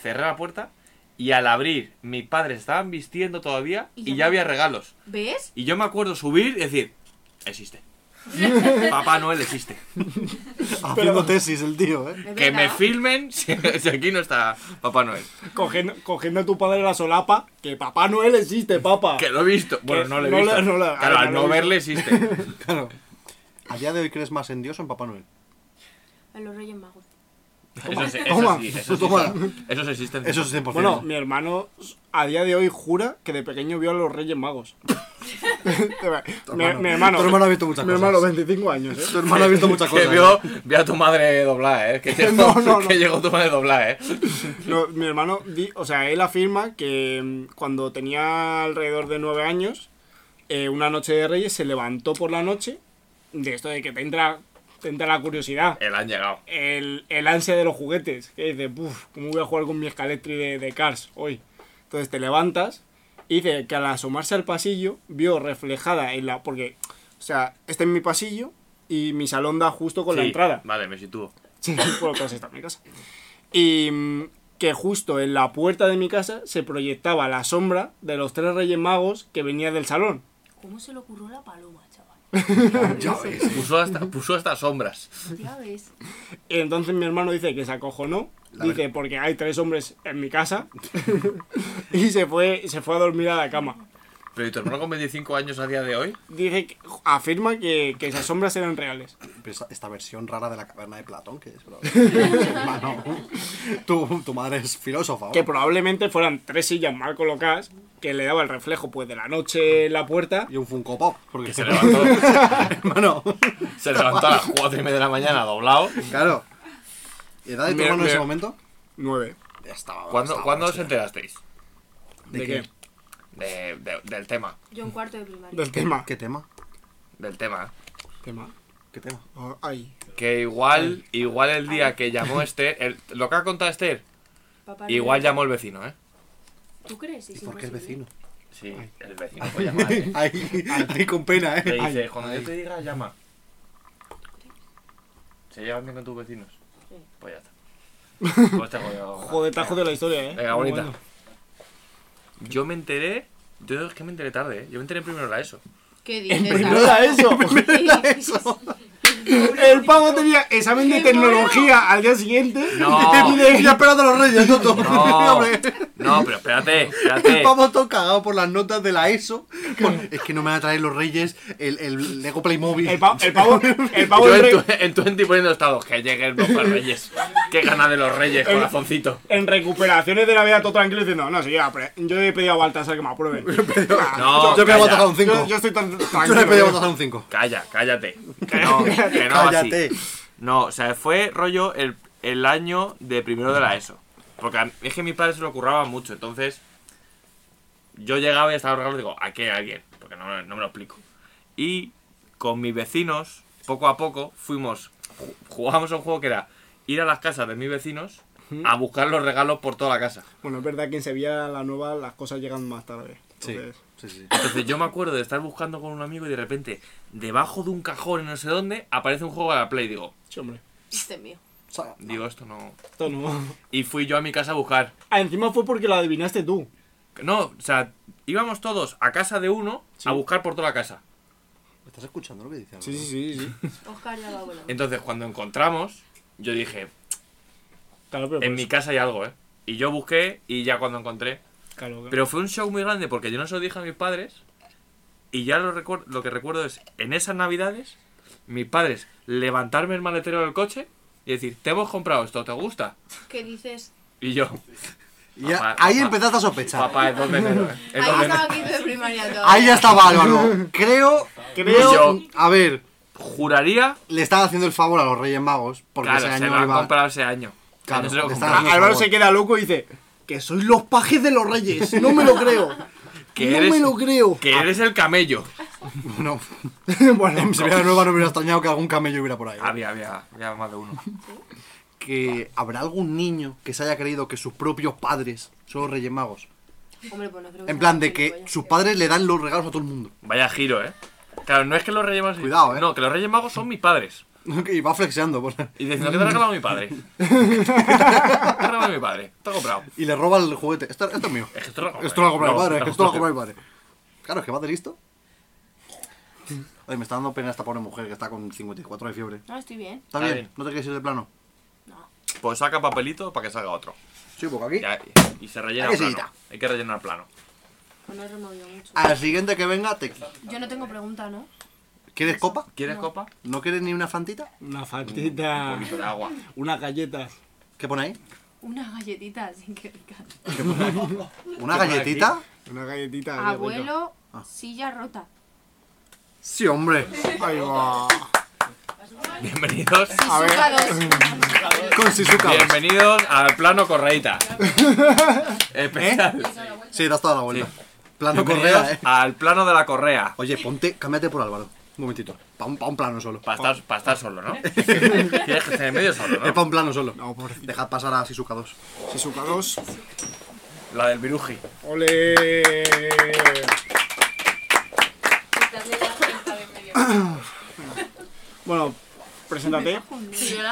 cerré la puerta Y al abrir, mis padres estaban vistiendo todavía Y y ya ya no. había regalos. ¿Ves? Y yo me acuerdo subir y decir, existe. Papá Noel existe. Haciendo tesis el tío, ¿eh? ¿Es Que me verdad? filmen si, si aquí no está Papá Noel. Cogiendo, cogiendo a tu padre la solapa, que Papá Noel existe, papá. Que lo he visto. Bueno, Que no lo he no visto. la- no la- claro, ah, al no no lo he verle existe. Claro. ¿A día de hoy crees más en Dios o en Papá Noel? En los Reyes Magos. Eso sí, Toma, eso sí, eso sí. toma. Esos existen. Eso es 100%. Bueno, mi hermano a día de hoy jura que de pequeño vio a los Reyes Magos. mi, mi hermano. eh, Tu hermano ha visto muchas Mi cosas. hermano, 25 años, ¿eh? Tu hermano ha visto muchas Que cosas. vio, vio a tu madre doblada, ¿eh? Que llegó, no, no. que llegó tu madre doblada, ¿eh? No, mi hermano, di- o sea, él afirma que mm, cuando tenía alrededor de nueve años, eh, una noche de Reyes se levantó por la noche, de esto de que te entra, te entra la curiosidad, Él han llegado. el, el ansia de los juguetes, que dices, uff, ¿cómo voy a jugar con mi escaletri de, de Cars hoy? Entonces te levantas y dice que al asomarse al pasillo vio reflejada en la... Porque, o sea, este es mi pasillo y mi salón da justo con la Sí, entrada. Vale, me sitúo. Sí, bueno, casi está mi casa. Y mm, que justo en la puerta de mi casa se proyectaba la sombra de los tres reyes magos que venía del salón. ¿Cómo se le ocurrió la paloma, chaval? Puso hasta, puso hasta sombras. Ya ves. Y entonces mi hermano dice que se acojonó. dice, porque hay tres hombres en mi casa. y se fue, se fue a dormir a la cama. Pero ¿y tu hermano con 25 años a día de hoy? Dice, que- afirma que, que esas sombras eran reales. Pero esa- esta versión rara de la caverna de Platón, que es, bro? Hermano, tu, tu madre es filósofa. ¿o? Que probablemente fueran tres sillas mal colocadas que le daba el reflejo pues de la noche en la puerta. Y un Funko Pop. Porque Que se levantó, hermano, se levantó a las 4 y media de la mañana doblado. claro. ¿Y edad de tu Mira, hermano en ese mira. momento? Nueve. Ya estaba. ¿Cuándo, estaba, ¿cuándo os hostia. enterasteis ¿De, ¿De qué? qué? de- de- del tema? Yo en cuarto de primaria. Del tema. ¿Qué tema? Del tema. tema? ¿Qué tema? Oh, ay. Que igual, igual el día que llamó Esther, el- lo que ha contado Esther, Papá Noel. igual llamó el vecino, ¿eh? ¿Tú crees? ¿Y Es por qué el imposible. vecino? Sí, el vecino fue llamar. Ahí, ahí con pena, Te ¿eh? dice, cuando yo te diga, llama. ¿Se llevan bien con tus vecinos? Sí. Pues ya está. Pues te jodido. Joder, tajo de la historia, eh. Venga, bonita. Bueno. Yo me enteré. Yo es que me enteré tarde, ¿eh? Yo me enteré primero en la ESO. ¿Qué dices? Primero era eso. El pavo tenía examen de tecnología al día siguiente. No. Y de- Ya esperando a los reyes, Toto. No, Hombre. no pero espérate, El espérate. pavo todo cagado por las notas de la ESO. Por- Es que no me van a traer los reyes el, el Lego Playmobil. El pavo, el pavo, el pavo Yo en, en, re- tu, en Twenty poniendo estados, que llegue el bloque de Reyes. Que gana de los Reyes, corazoncito. en recuperaciones de la vida todo tranquilo diciendo, no, sí, ya, pero yo he pedido a Baltasar que me aprueben. No, Yo me voy a calla, tocar un 5. Yo, yo estoy tan Yo tranquilo. le he pedido votar un 5. calla, cállate. Que no, que no, así. Cállate. No, o sea, fue rollo el, el año de primero de la ESO. Porque a- es que mis padres se lo curraban mucho, entonces yo llegaba y estaba regalos y digo, aquí hay alguien, porque no, me- no me lo explico. Y con mis vecinos, poco a poco, fuimos, ju- jugábamos a un juego que era ir a las casas de mis vecinos a buscar los regalos por toda la casa. Bueno, es verdad que en Sevilla la nueva las cosas llegan más tarde. Sí, Entonces, sí, sí. Entonces yo me acuerdo de estar buscando con un amigo y de repente, debajo de un cajón en no sé dónde, aparece un juego de la Play. Digo, sí, hombre. Este mío. digo, esto no... Esto no. Y fui yo a mi casa a buscar. Ah, encima fue porque lo adivinaste tú. No, o sea, íbamos todos a casa de uno a buscar por toda la casa. ¿Estás escuchando lo que dice? Sí, sí, sí, sí. Oscar ya va volando. Entonces, cuando encontramos, yo dije, Claro, pero, en mi casa hay algo, ¿eh? Y yo busqué y ya cuando encontré. claro, claro. Pero fue un show muy grande porque yo no se lo dije a mis padres. Y ya lo, recuer- lo que recuerdo es, en esas navidades, mis padres levantarme el maletero del coche y decir, te hemos comprado esto, ¿te gusta? ¿Qué dices? Y yo, Y ya- Papá, ahí papá. empezaste a sospechar. papá, es donde enero, ¿eh? Es Ahí donde enero". estaba quinto de primaria todavía. Ahí ya estaba Álvaro. Creo, creo. yo- A ver, Juraría, le están haciendo el favor a los Reyes Magos porque claro, ese se año lo han iba- comprado ese año. Claro, No se lo le compraron. están haciendo el Álvaro favor. se queda loco y dice, que sois los pajes de los reyes. No me lo creo. Que no eres- me lo creo. Que eres el camello. Bueno, en Sevilla Nueva no me hubiera extrañado que algún camello hubiera por ahí. ¿eh? Había, había, había más de uno. Que habrá algún niño que se haya creído que sus propios padres son los Reyes Magos. Hombre, pues no creo que En sea plan de tan que gilipollas. sus padres le dan los regalos a todo el mundo. Vaya giro, ¿eh? Claro, no es que los Reyes Magos... Cuidado, ¿eh? No, que los Reyes Magos son mis padres. Y va flexeando. por la- Y diciendo, ¿qué te ha regalado mi padre? ¿Qué te ha regalado mi padre? Te ha comprado. Y le roba el juguete. Esto, esto es mío. Es que esto lo ha comprado. Esto lo ha comprado mi No, padre. no, Esto lo ha no. comprado mi padre. Claro, es que va de listo. Ay, me está dando pena esta pobre mujer que está con 54 de fiebre. No, estoy bien. ¿Está Está bien? bien. ¿No te quieres ir de plano? Pues saca papelito para que salga otro. Sí, porque aquí. Ya, y se Hay rellena que el plano. seguirla. Hay que rellenar plano. Pues no he removido mucho. Al siguiente Ah, que venga, te... Yo no tengo pregunta, ¿no? ¿quieres copa? ¿Quieres copa? ¿No quieres ni una fantita? Una fantita. Un poquito de agua. Unas galletas. ¿Qué pone ahí? Una galletita, así que rica. ¿Una ¿Qué pone galletita? Una galletita. qué rico. Abuelo, Ah. silla rota. Sí, hombre. Ahí va. Bienvenidos. A Con Shizuka. Bienvenidos al plano correita. Especial. ¿Eh? Sí, das toda la vuelta. Plano Bienvenidos correa, eh. Al plano de la correa. Oye, ponte, cámbiate por Álvaro. Un momentito. Para un, pa un plano solo. Para estar, pa' estar solo, ¿no? Tienes que estar en medio solo, Es ¿no? para un plano solo. No, pobrecito. Dejad pasar a Shizuka 2. Shizuka 2. La del viruji. Ole. Bueno, preséntate.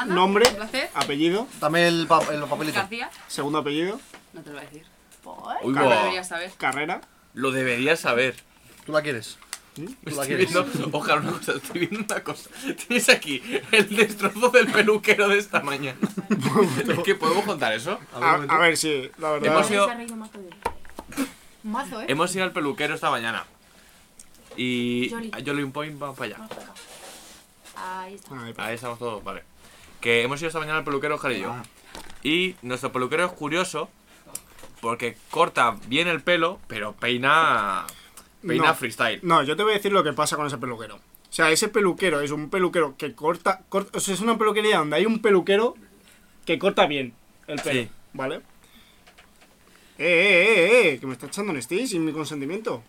Nombre, Un placer. apellido, Dame el, pa- el papelito. García, segundo apellido, no te lo voy a decir. Pues, Uy, No lo buah. deberías saber. carrera. Lo deberías saber. ¿Tú la quieres? ¿Tú la Pues Estoy quieres? viendo, ojalá una cosa, estoy viendo una cosa. Tienes aquí el destrozo del peluquero de esta mañana. es que podemos contar eso. A ver, A, un a momento. ver si, la verdad. Hemos ido, Mazo, ¿eh? hemos ido al peluquero esta mañana. Y Yoli. a Jolly Point va para allá. Ahí está. Ay, Ahí estamos todos, vale. Que hemos ido esta mañana al peluquero Oscar y yo. Ah. Y nuestro peluquero es curioso porque corta bien el pelo, pero peina. Peina No. freestyle. No, yo te voy a decir lo que pasa con ese peluquero. O sea, ese peluquero es un peluquero que corta, corta- o sea, es una peluquería donde hay un peluquero que corta bien el pelo, Sí. ¿vale? Eh, eh, eh, eh, que me está echando un stitch sin mi consentimiento.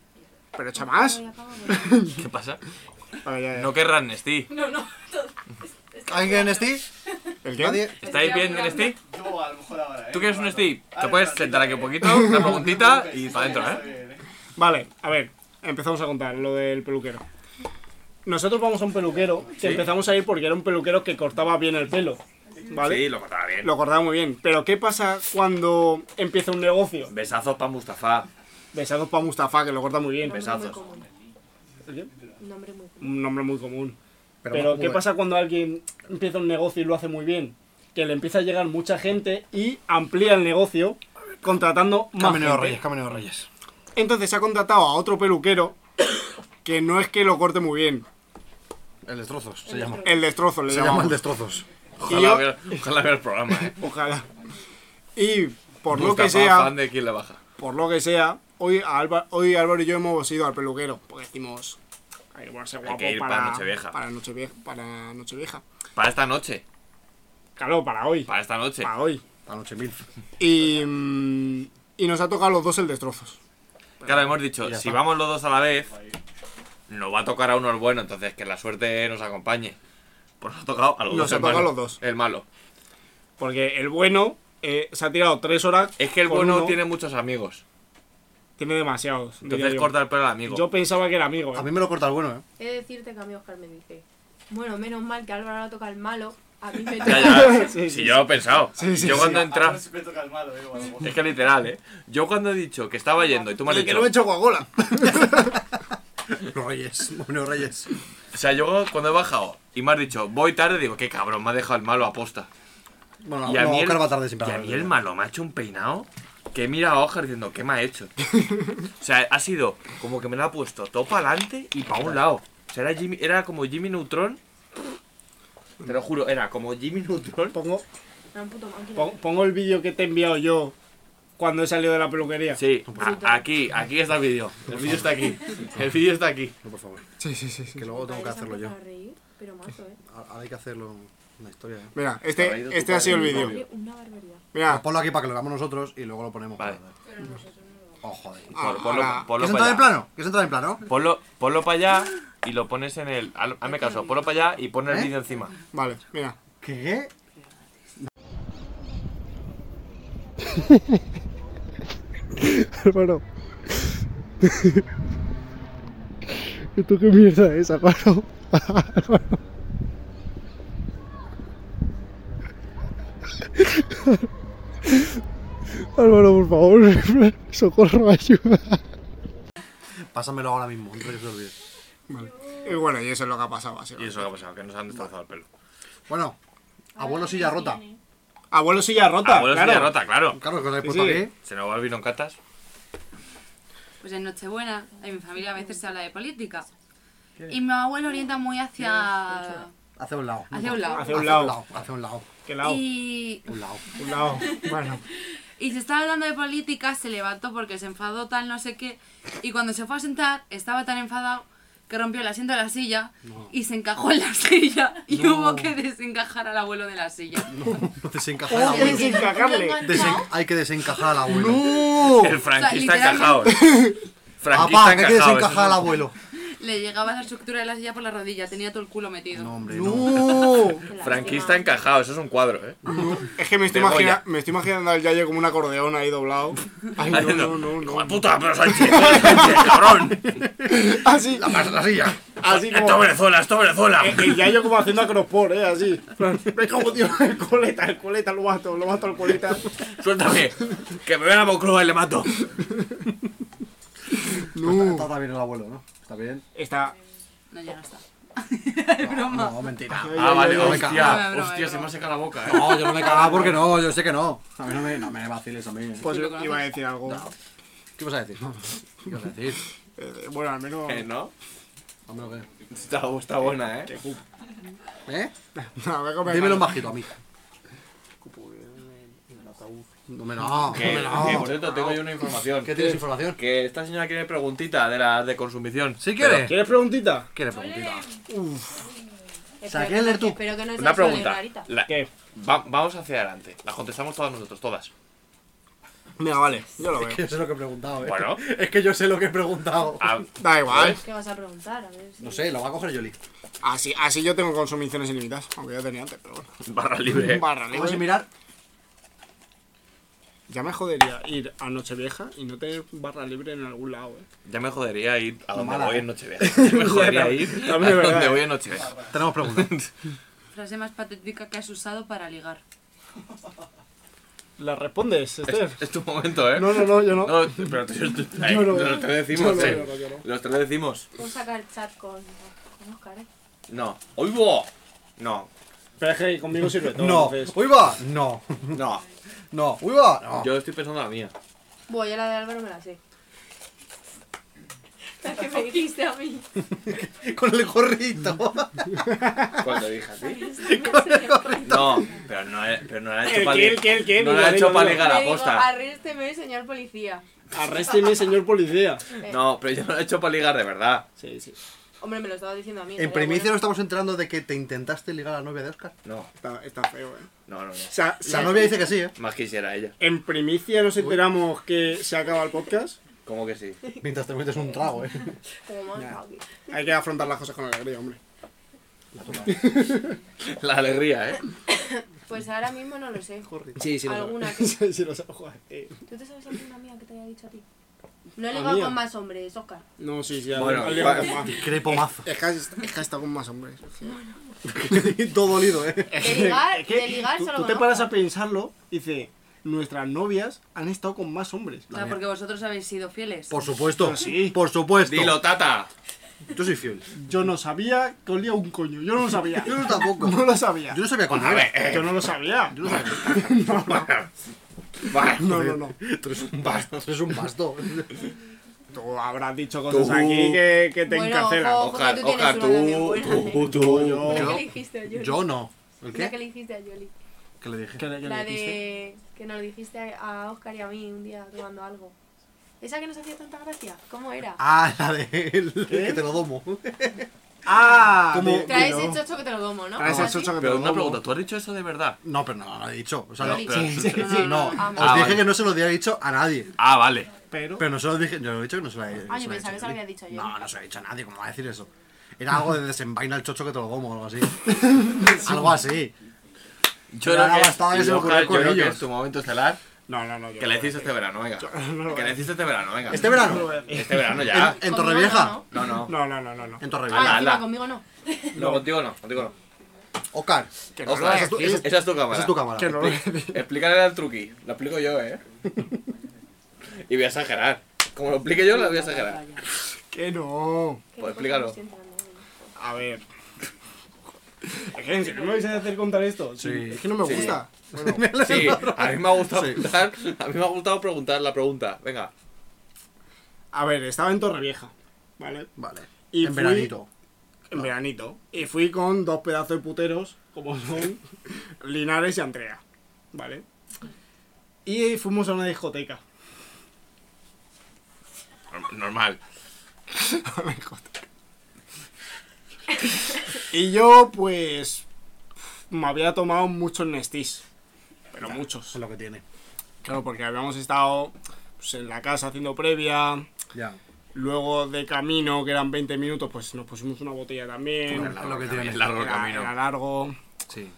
Pero echa más. ¿Qué pasa? Vale, ya, ya. No querrás Nesti. ¿Alguien en Steve? ¿El qué? ¿Nadie? ¿Estáis bien, este? Nesti? Yo a lo mejor ahora, ¿eh? ¿Tú quieres un Steve? Te Ahora, puedes ahora, sentar aquí un poquito, una preguntita y para adentro, ¿eh? Vale, a ver, empezamos a contar lo del peluquero. Nosotros vamos a un peluquero que empezamos a ir porque era un peluquero que cortaba bien el pelo, ¿vale? Sí, lo cortaba bien. Lo cortaba muy bien. Pero ¿qué pasa cuando empieza un negocio? Besazos para Mustafa. Besados para Mustafa, que lo corta muy bien. Besazos. Un nombre muy común. Un nombre muy común. Pero, vamos, pues. ¿qué bueno. pasa cuando alguien empieza un negocio y lo hace muy bien? Que le empieza a llegar mucha gente y amplía el negocio contratando más Camino de gente. Reyes, Camino de Reyes. Entonces se ha contratado a otro peluquero que no es que lo corte muy bien. El destrozos, se llama. El destrozo le Se llama llamamos. el destrozos. Y Ojalá yo- vea ojalá vea el programa, ¿eh? Ojalá. Y por lo Mustafa, que sea... fan de quién le baja. por lo que sea, hoy, a Alba- hoy Álvaro y yo hemos ido al peluquero, porque decimos, hay que ponerse guapo que ir para, para Nochevieja". Para Nochevieja, para Nochevieja. Para esta noche. Claro, para hoy, Para esta noche. para hoy. La noche mil. Y, mm, y nos ha tocado a los dos el destrozos. Claro, hemos dicho, si vamos los dos a la vez, nos va a tocar a uno el bueno, entonces que la suerte nos acompañe. Pues nos ha tocado a los Nos dos. ha el tocado a malo. los dos. El malo. Porque el bueno eh, se ha tirado tres horas. Es que el con bueno uno. tiene muchos amigos. tiene demasiados. diría Entonces yo. corta el pelo al amigo. Yo pensaba que era amigo. A eh. mí me lo corta el bueno, ¿eh? He de decirte que a mí Oscar me dice, bueno, menos mal que a Álvaro le toca el malo, a mí me Ya, toca... ya, Sí, sí, si yo lo he pensado. sí, yo sí. cuando Ahora entras. sí me toca el malo, eh, vamos. Es que literal, ¿eh? Yo cuando he dicho que estaba yendo y tú me has El que dicho. no me he hecho Coca-Cola. Los Reyes, Camino de Reyes. O sea, yo cuando he bajado y me has dicho, voy tarde, digo, qué cabrón, me ha dejado el malo aposta. Bueno, Y a no, mí el, Oscar va tarde sin y a parar. mí el malo me ha hecho un peinado que he mirado a Oscar diciendo, ¿qué me ha hecho? o sea, ha sido como que me lo ha puesto todo para adelante y para un lado. O sea, era, Jimmy- era como Jimmy Neutron. Te lo juro, era como Jimmy Neutron. Pongo, Era un puto máquina. pon- pongo el vídeo que te he enviado yo cuando he salido de la peluquería. Sí, a- aquí, aquí está el vídeo. El vídeo está aquí. El vídeo está aquí. No, por favor. Sí, sí, sí. Que luego tengo que Padres hacerlo han yo. empezado a reír, pero mazo, ¿eh? Ahora hay que hacerlo una historia, ¿eh? Mira, Ha ido tu este, este ha padre sido el y tu vídeo. novio. Una barbaridad. Mira, Pues Ponlo aquí para que lo hagamos nosotros y luego lo ponemos. Vale. Oh, joder. ¿Quieres Por- ponlo ahora- ponlo para entrar allá. en plano? ¿Quieres entrar en plano? Ponlo, ponlo para allá y lo pones en el. haz- Hazme caso, ponlo para allá y pon el ¿Eh? vídeo encima. vale, mira. ¿Qué? Álvaro. ¿Esto qué mierda es, Álvaro? Álvaro. Álvaro, por favor, socorro, ayuda. Pásamelo ahora mismo, antes de que se olvide. Y bueno, y eso es lo que ha pasado, Y básicamente. eso que ha pasado, que nos han destrozado el pelo. Bueno, abuelo silla rota. Abuelo silla rota, Abuelo claro. se derrota, claro. Claro, que os habéis Sí, puesto sí. aquí. Se nos va el vino en catas. Pues en Nochebuena, en mi familia a veces se habla de política. Y mi abuelo orienta muy hacia, Hace un lado. hacia un lado. Hacia un lado. Hace un lado. Que lado, Y, Un lado. un lado. Bueno, y se estaba hablando de política, se levantó porque se enfadó tal, no sé qué. Y cuando se fue a sentar, estaba tan enfadado que rompió el asiento de la silla y se encajó en la silla. Y hubo que desencajar al abuelo de la silla. Desencajar al abuelo. desencajarle. Desen- Hay que desencajar al abuelo. El franquista literalmente. encajado. Papá, Franquista que hay que encajado. desencajar al abuelo. Le llegaba la estructura de la silla por la rodilla, tenía todo el culo metido. No, hombre, no. No. Franquista encajado, eso es un cuadro, ¿eh? Es que me estoy, De Goya. imagina- me estoy imaginando al Yayo como un acordeón ahí doblado. Ay, no, no, no, Hijo de no. puta, pero Sánchez, Sánchez, cabrón. Así, Pasa la silla. así Esto es como. Venezuela, esto es Venezuela. El el Yayo como haciendo acropor, ¿eh? Así. Me como, tío, el coleta, el coleta, lo mato, lo mato al coleta. Suéltame, que me ven a Moncloa y le mato. Está, está bien el abuelo, ¿no? Está bien. Está. No llega hasta. No, mentira. Ah, vale, ay, ay, broma, hostia. broma, Hostia, se me broma. ha secado la boca, eh. No, yo no me cagaba porque no, yo sé que no. A mí no me, no me vaciles a mí. Pues Sí, lo iba a decir algo. ¿Qué vas a decir? ¿Qué vas a decir? Eh, bueno, al menos. Eh, ¿No? Hombre, ¿o qué? Está, está buena, ¿eh? ¿Eh? No, me he comido Dímelo nada. bajito a mí. No me no, Que, no que, me por no. cierto, tengo yo una información. ¿Qué tienes información? Que esta señora quiere preguntita de la de consumición. ¿Sí quiere? ¿Quieres preguntita? Quiere preguntita. Espero sea, que ¿quieres no- leer tú? Espero que no sea Una solo pregunta. rarita. La- ¿Qué? va- vamos hacia adelante. La contestamos todas nosotros, todas. Mira, vale, yo lo veo. Que sé lo que he preguntado, eh. Bueno. Es que yo sé lo que he preguntado. Ah, Da igual. ¿Qué vas a preguntar? A ver. si- No sé, lo va a coger Yoli. Así, así yo tengo consumiciones ilimitadas, aunque ya tenía antes, pero bueno. barra libre. Barra Vamos a libre. mirar. Ya me jodería ir a Nochevieja y no tener barra libre en algún lado, eh. Ya me jodería ir a donde Mala. voy en Nochevieja. Ya me jodería ir a también es verdad, donde eh. voy en Nochevieja. Tenemos preguntas. Frase más patética que has usado para ligar. ¿La respondes, Esther? Es tu momento, ¿eh? Este No, no, no, yo no. No, pero tú- tú- tú- ahí, Yo no. los tres Yo decimos, no, eh. yo no, yo no. Los tres decimos. Vamos a sacar chat con, con Oscar, ¿eh? No. ¡Uy, bo! No. Pero es que conmigo sirve todo. No. entonces- Uy va. No. No. No. Uy va. No. Yo estoy pensando en la mía. Voy, yo la de Álvaro me la sé. La que me dijiste a mí. Con el gorrito. Cuando dije así. Con el No, pero no, he- pero no la he hecho El para que, el que, el que, No la igual, he hecho igual, para ligar Le a digo, posta. Arrésteme, señor policía. Arrésteme, señor policía. No, pero yo no la he hecho para ligar de verdad. Sí, sí. Hombre, me lo estaba diciendo a mí. En estaría primicia nos bueno. estamos enterando de que te intentaste ligar a la novia de Oscar. No, Está, está feo, eh. no, no, no. O sea, La si- novia dice que sí, ¿eh? Más quisiera ella. en primicia nos enteramos que se acaba el podcast. ¿Cómo que sí? Mientras te metes un trago, ¿eh? Como más guapi. Hay que afrontar las cosas con alegría, hombre. La alegría, ¿eh? Pues ahora mismo no lo sé. Sí, sí, Alguna que... Sí, sí, lo sabes. joder, eh. ¿Tú te sabes alguna mía que te haya dicho a ti? No ¿La he ligado mía? con más hombres, Oscar. No, sí, sí. Bueno, al- al- va- al- Crepo mazo. Es que has- es que ha estado con más hombres. Todo dolido, ¿eh? De ligar, Es que de ligar tú, solo tú con te paras a Oscar. pensarlo y dices, nuestras novias han estado con más hombres. O sea, porque vosotros habéis sido fieles. Por supuesto. Sí. Por supuesto. Dilo, tata. Yo soy fiel. Yo no sabía que olía un coño. Yo no lo sabía. Yo no tampoco. No lo sabía. Yo no sabía con A nada. ver, eh, Yo no lo sabía. Yo no sabía. No, no, no. Tú eres un basto. Tú eres un basto. Tú habrás dicho cosas Tú. aquí que, que te Bueno, encarcelan. ojo. Oscar, tú tienes Oscar, una también tú, buena, ¿eh? tú, tú, yo. Mira Yo- que le dijiste a Yoli. Yo no. ¿El Mira que qué? le dijiste a Yoli. ¿Qué le dije? ¿Qué le- qué le La dijiste? de... Que nos dijiste a Oscar y a mí un día tomando algo. ¿Esa que nos hacía tanta gracia? ¿Cómo era? Ah, la de él. Que te lo domo. Ah, Como- di- Traes di- el chocho que te lo domo, ¿no? Traes ¿Algo el así? chocho que te Pero lo una como. pregunta, ¿tú has dicho eso de verdad? No, pero no, no lo he dicho. O sea, no, Yoli. pero- no. Ah, Os dije que no se lo había dicho a nadie. Ah, vale. Pero, Pero no se lo dije. Yo lo he dicho que no se lo había dicho. Ah, yo pensaba que se lo había dicho yo. No, no se lo he dicho a nadie. ¿Cómo va a decir eso? Era algo de desenvaina el chocho que te lo domo o algo así. algo así. Yo Pero creo ahora que, bastaba que se yo, me ocurrió yo creo que colillos. es tu momento estelar no, no, no. yo que no le lo hiciste este verano, venga. no lo Que le hiciste este verano, venga. Este verano. voy a decir. Este verano ya. En Conmigo Torrevieja. no, No, no. No, no, no, no. no. En Ah, Torrevieja. Ala, encima ala. conmigo no. No, contigo no, contigo no. Ocar. no lo esa, es tu, decís. esa es- Esa es tu cámara. Esa es tu cámara. Que no lo Expli- Explícale al truqui. Lo explico yo, ¿eh? y voy a exagerar. Como lo explique yo, lo voy a exagerar. Que no. Pues explícalo. A ver. Es que en serio me vais a hacer contar esto. Sí, Sí. Es que no me Sí. gusta. Sí, a mí me ha gustado preguntar- a mí me ha gustado preguntar la pregunta. Venga. A ver, estaba en Torrevieja. ¿Vale? Vale. Y en fui- veranito. Ah. En veranito. Y fui con dos pedazos de puteros, como son Linares y Andrea. ¿Vale? Y fuimos a una discoteca. Normal. Y yo, pues. Me había tomado muchos Nestís. Pero muchos. Eso es lo que tiene. Claro, porque habíamos estado pues, en la casa haciendo previa. Ya. Luego de camino, que eran 20 minutos, pues nos pusimos una botella también. Es lo que tiene. Es largo el Era- camino. era largo. Sí.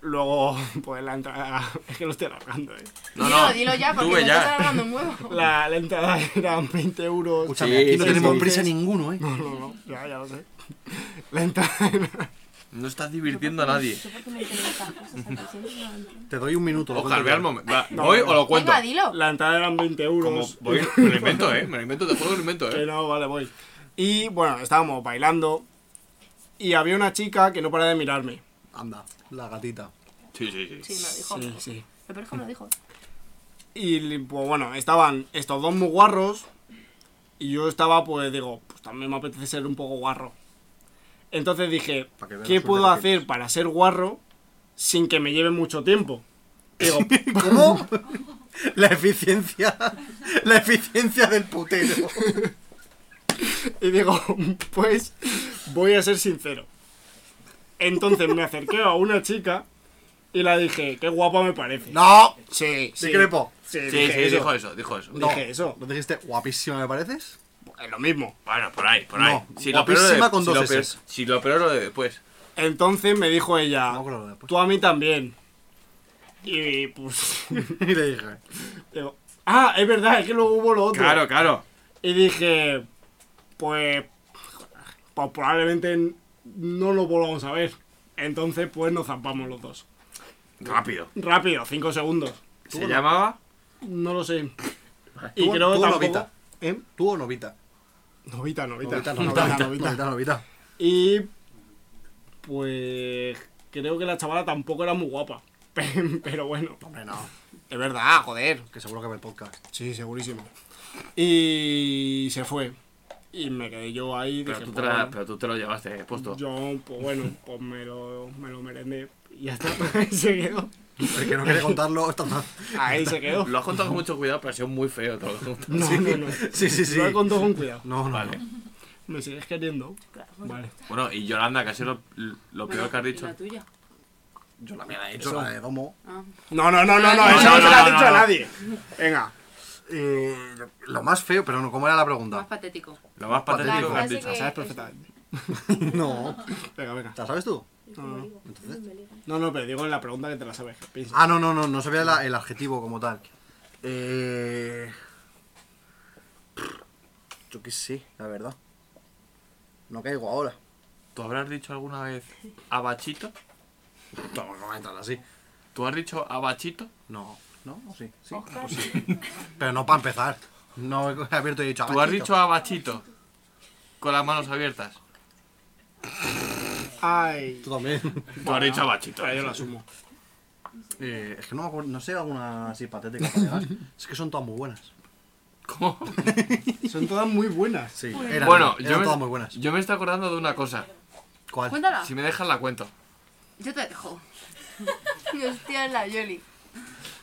Luego, pues la entrada. Es que lo estoy alargando, eh. No, dilo, no. dilo ya, porque Tuve me ya. estás alargando un huevo. La, la entrada eran 20 euros. Escúchame, Sí, aquí no sí, tenemos sí. prisa ninguno, ¿eh? No, no, no, ya, ya lo sé. La entrada era- No estás divirtiendo a nadie. Yo porque me pues, entero de estas cosas, hasta que siempre me lo entero. Te doy un minuto. lo Ojalá, cuento ve al yo. momento. Va, ¿Voy o lo cuento? Venga, dilo. La entrada eran 20 Como euros. voy, me lo invento, eh. Me lo invento, te juro que lo invento, Que eh. no, vale, voy. Y bueno, estábamos bailando. Y había una chica que no paraba de mirarme. Anda, la gatita. Sí, sí, sí. Sí, me lo dijo. Sí, sí. Lo peor es que me lo dijo. Y pues bueno, estaban estos dos muy guarros. Y yo estaba, pues digo, pues también me apetece ser un poco guarro. Entonces dije, Pa' que veas ¿qué la puedo suerte que hacer para ser guarro sin que me lleve mucho tiempo? Digo, ¿Cómo? La eficiencia. La eficiencia del putero. y digo, pues voy a ser sincero. Entonces me acerqué a una chica y la dije, qué guapa me parece. ¡No! sí, Sí, crepo. Sí, Sí, dije sí, eso. Eh, dijo eso, dijo eso. Dije eso. ¿No dijiste guapísima, me pareces? Es lo mismo. Bueno, por ahí, por ahí. No, si lo peor es guapísima de, con si dos lo peor- Ss. si lo peor es lo de después. Entonces me dijo ella, No, pero después. tú a mí también. Y pues Y le dije. Digo, ah, es verdad, es que luego hubo lo otro. Claro, claro. Y dije, pues, pues probablemente no lo volvamos a ver. Entonces, pues nos zampamos los dos. Rápido. Rápido, 5 segundos. Se llamaba. No lo sé. Y Tú- creo tú, tampoco... Novita. ¿Eh? ¿Tú o Novita? Novita, novita. Novita, Novita, Novita, novita. Novita, Novita. Y pues creo que la chavala tampoco era muy guapa. Pero bueno. Hombre, no. Es verdad, joder. Que seguro que ve el podcast. Sí, segurísimo. Y se fue. Y me quedé yo ahí. Pero dije, tú, te pues, la- bueno, pero tú te lo llevaste eh, puesto. yo, pues bueno, pues me lo, me lo merendé. Y ya está. Ahí se quedó. El que no quiere contarlo está mal. Ahí se quedó. Lo has contado con mucho cuidado, pero ha sido muy feo todo. lo que has contado. No, no, no. Sí, sí, sí. Lo he contado con cuidado. No, no. Vale. ¿Me sigues queriendo? Vale. Bueno, y Yolanda, que ha sido lo, lo peor que has dicho. La tuya. Yo la mía la he hecho la de Domo. Ah. No, no, no, no, no. No, Eso no, no se lo no, ha no, dicho a no. nadie. Venga. Eh, lo más feo, pero no, ¿cómo era la Más pregunta? patético. Lo más patético que frase has dicho. que- La sabes perfectamente. No. Venga, venga. Ah. ¿Te la sabes tú? No, no, pero digo en la pregunta que te la sabes. que piensas. Ah, no, no, no, no sabía la- el adjetivo como tal. Eh... Yo qué sé, la verdad. No caigo ahora. ¿Tú habrás dicho alguna vez abachito? No, no va a entrar así. ¿Tú has dicho abachito? No, no, sí, sí. pues sí. Pero no para empezar. No he abierto y he dicho ¿Tú has abachito. dicho abachito? Con las manos abiertas. Ay. Tú también. Tú has dicho abachito. Yo la asumo. Eh, es que no me acuerdo, no sé alguna así patética para llegar. Es que son todas muy buenas. ¿Cómo? Son todas muy buenas. Sí, eran, Bueno, eran yo me, todas muy buenas. yo me estoy acordando de una cosa. ¿Cuál? Cuéntala. Si me dejas la cuento. Yo te dejo. Hostia, la Yoli.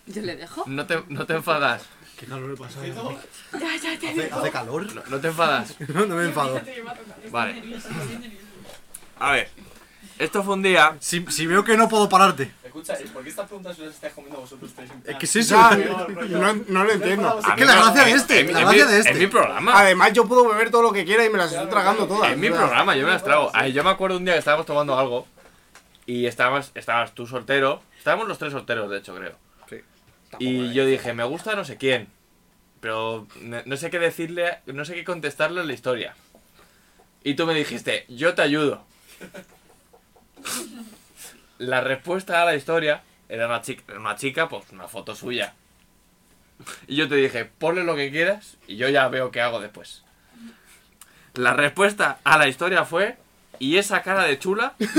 Yo le dejo. No te, no te enfadas. Qué calor eh. he pasado. Ya, ya, ya. ¿Hace, hace calor? No te enfadas. No, me enfado. Vale. A ver. Esto fue un día. Si, si veo que no puedo pararte. Escucha, ¿y por qué estas preguntas se las estáis comiendo vosotros tres? Es que sí, sí. Ya, Es no, no lo entiendo. A que mí la no- gracia de en- este, en- la en gracia mi- de este. En mi programa. Además, yo puedo beber todo lo que quiera y me las estoy tragando todas. En mi programa, yo me las trago. Ay, yo me acuerdo un día que estábamos tomando algo y estabas, estabas tú soltero. Estábamos los tres solteros, de hecho, creo. Y yo dije, me gusta no sé quién. Pero ne- no sé qué decirle, no sé qué contestarle en la historia. Y tú me dijiste, yo te ayudo. la respuesta a la historia era una chica, era una chica, pues una foto suya. Y yo te dije, ponle lo que quieras y yo ya veo qué hago después. La respuesta a la historia fue, ¿y esa cara de chula? ¡Es ¡Es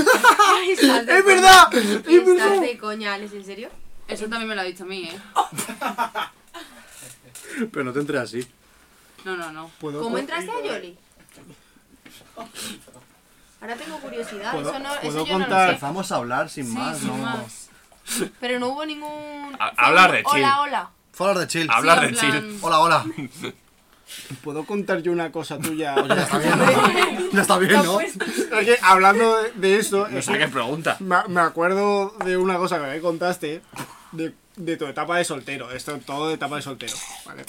verdad! ¡Es ¿Estás verdad! de coña, Alex? ¿En serio? Eso también me lo ha dicho a mí, ¿eh? Pero no te entres así. No, no, no. ¿Puedo? ¿Cómo entraste a Yoli? Ahora tengo curiosidad. Eso, no, eso ¿Puedo yo contar? no Empezamos a hablar sin más, ¿no? lo sé. Pero no hubo ningún. A- hablar de chill. Hola, hola. Fue hablar de chill. Hablar Sí, en de plan- chill. Hola, hola. ¿Puedo contar yo una cosa tuya? Ya está bien, ¿no? Ya está bien, ¿no? Es que hablando de, de eso, No es sé que qué pregunta. me, me acuerdo de una cosa que me contaste de, de tu etapa de soltero. Esto todo de etapa de soltero, ¿vale?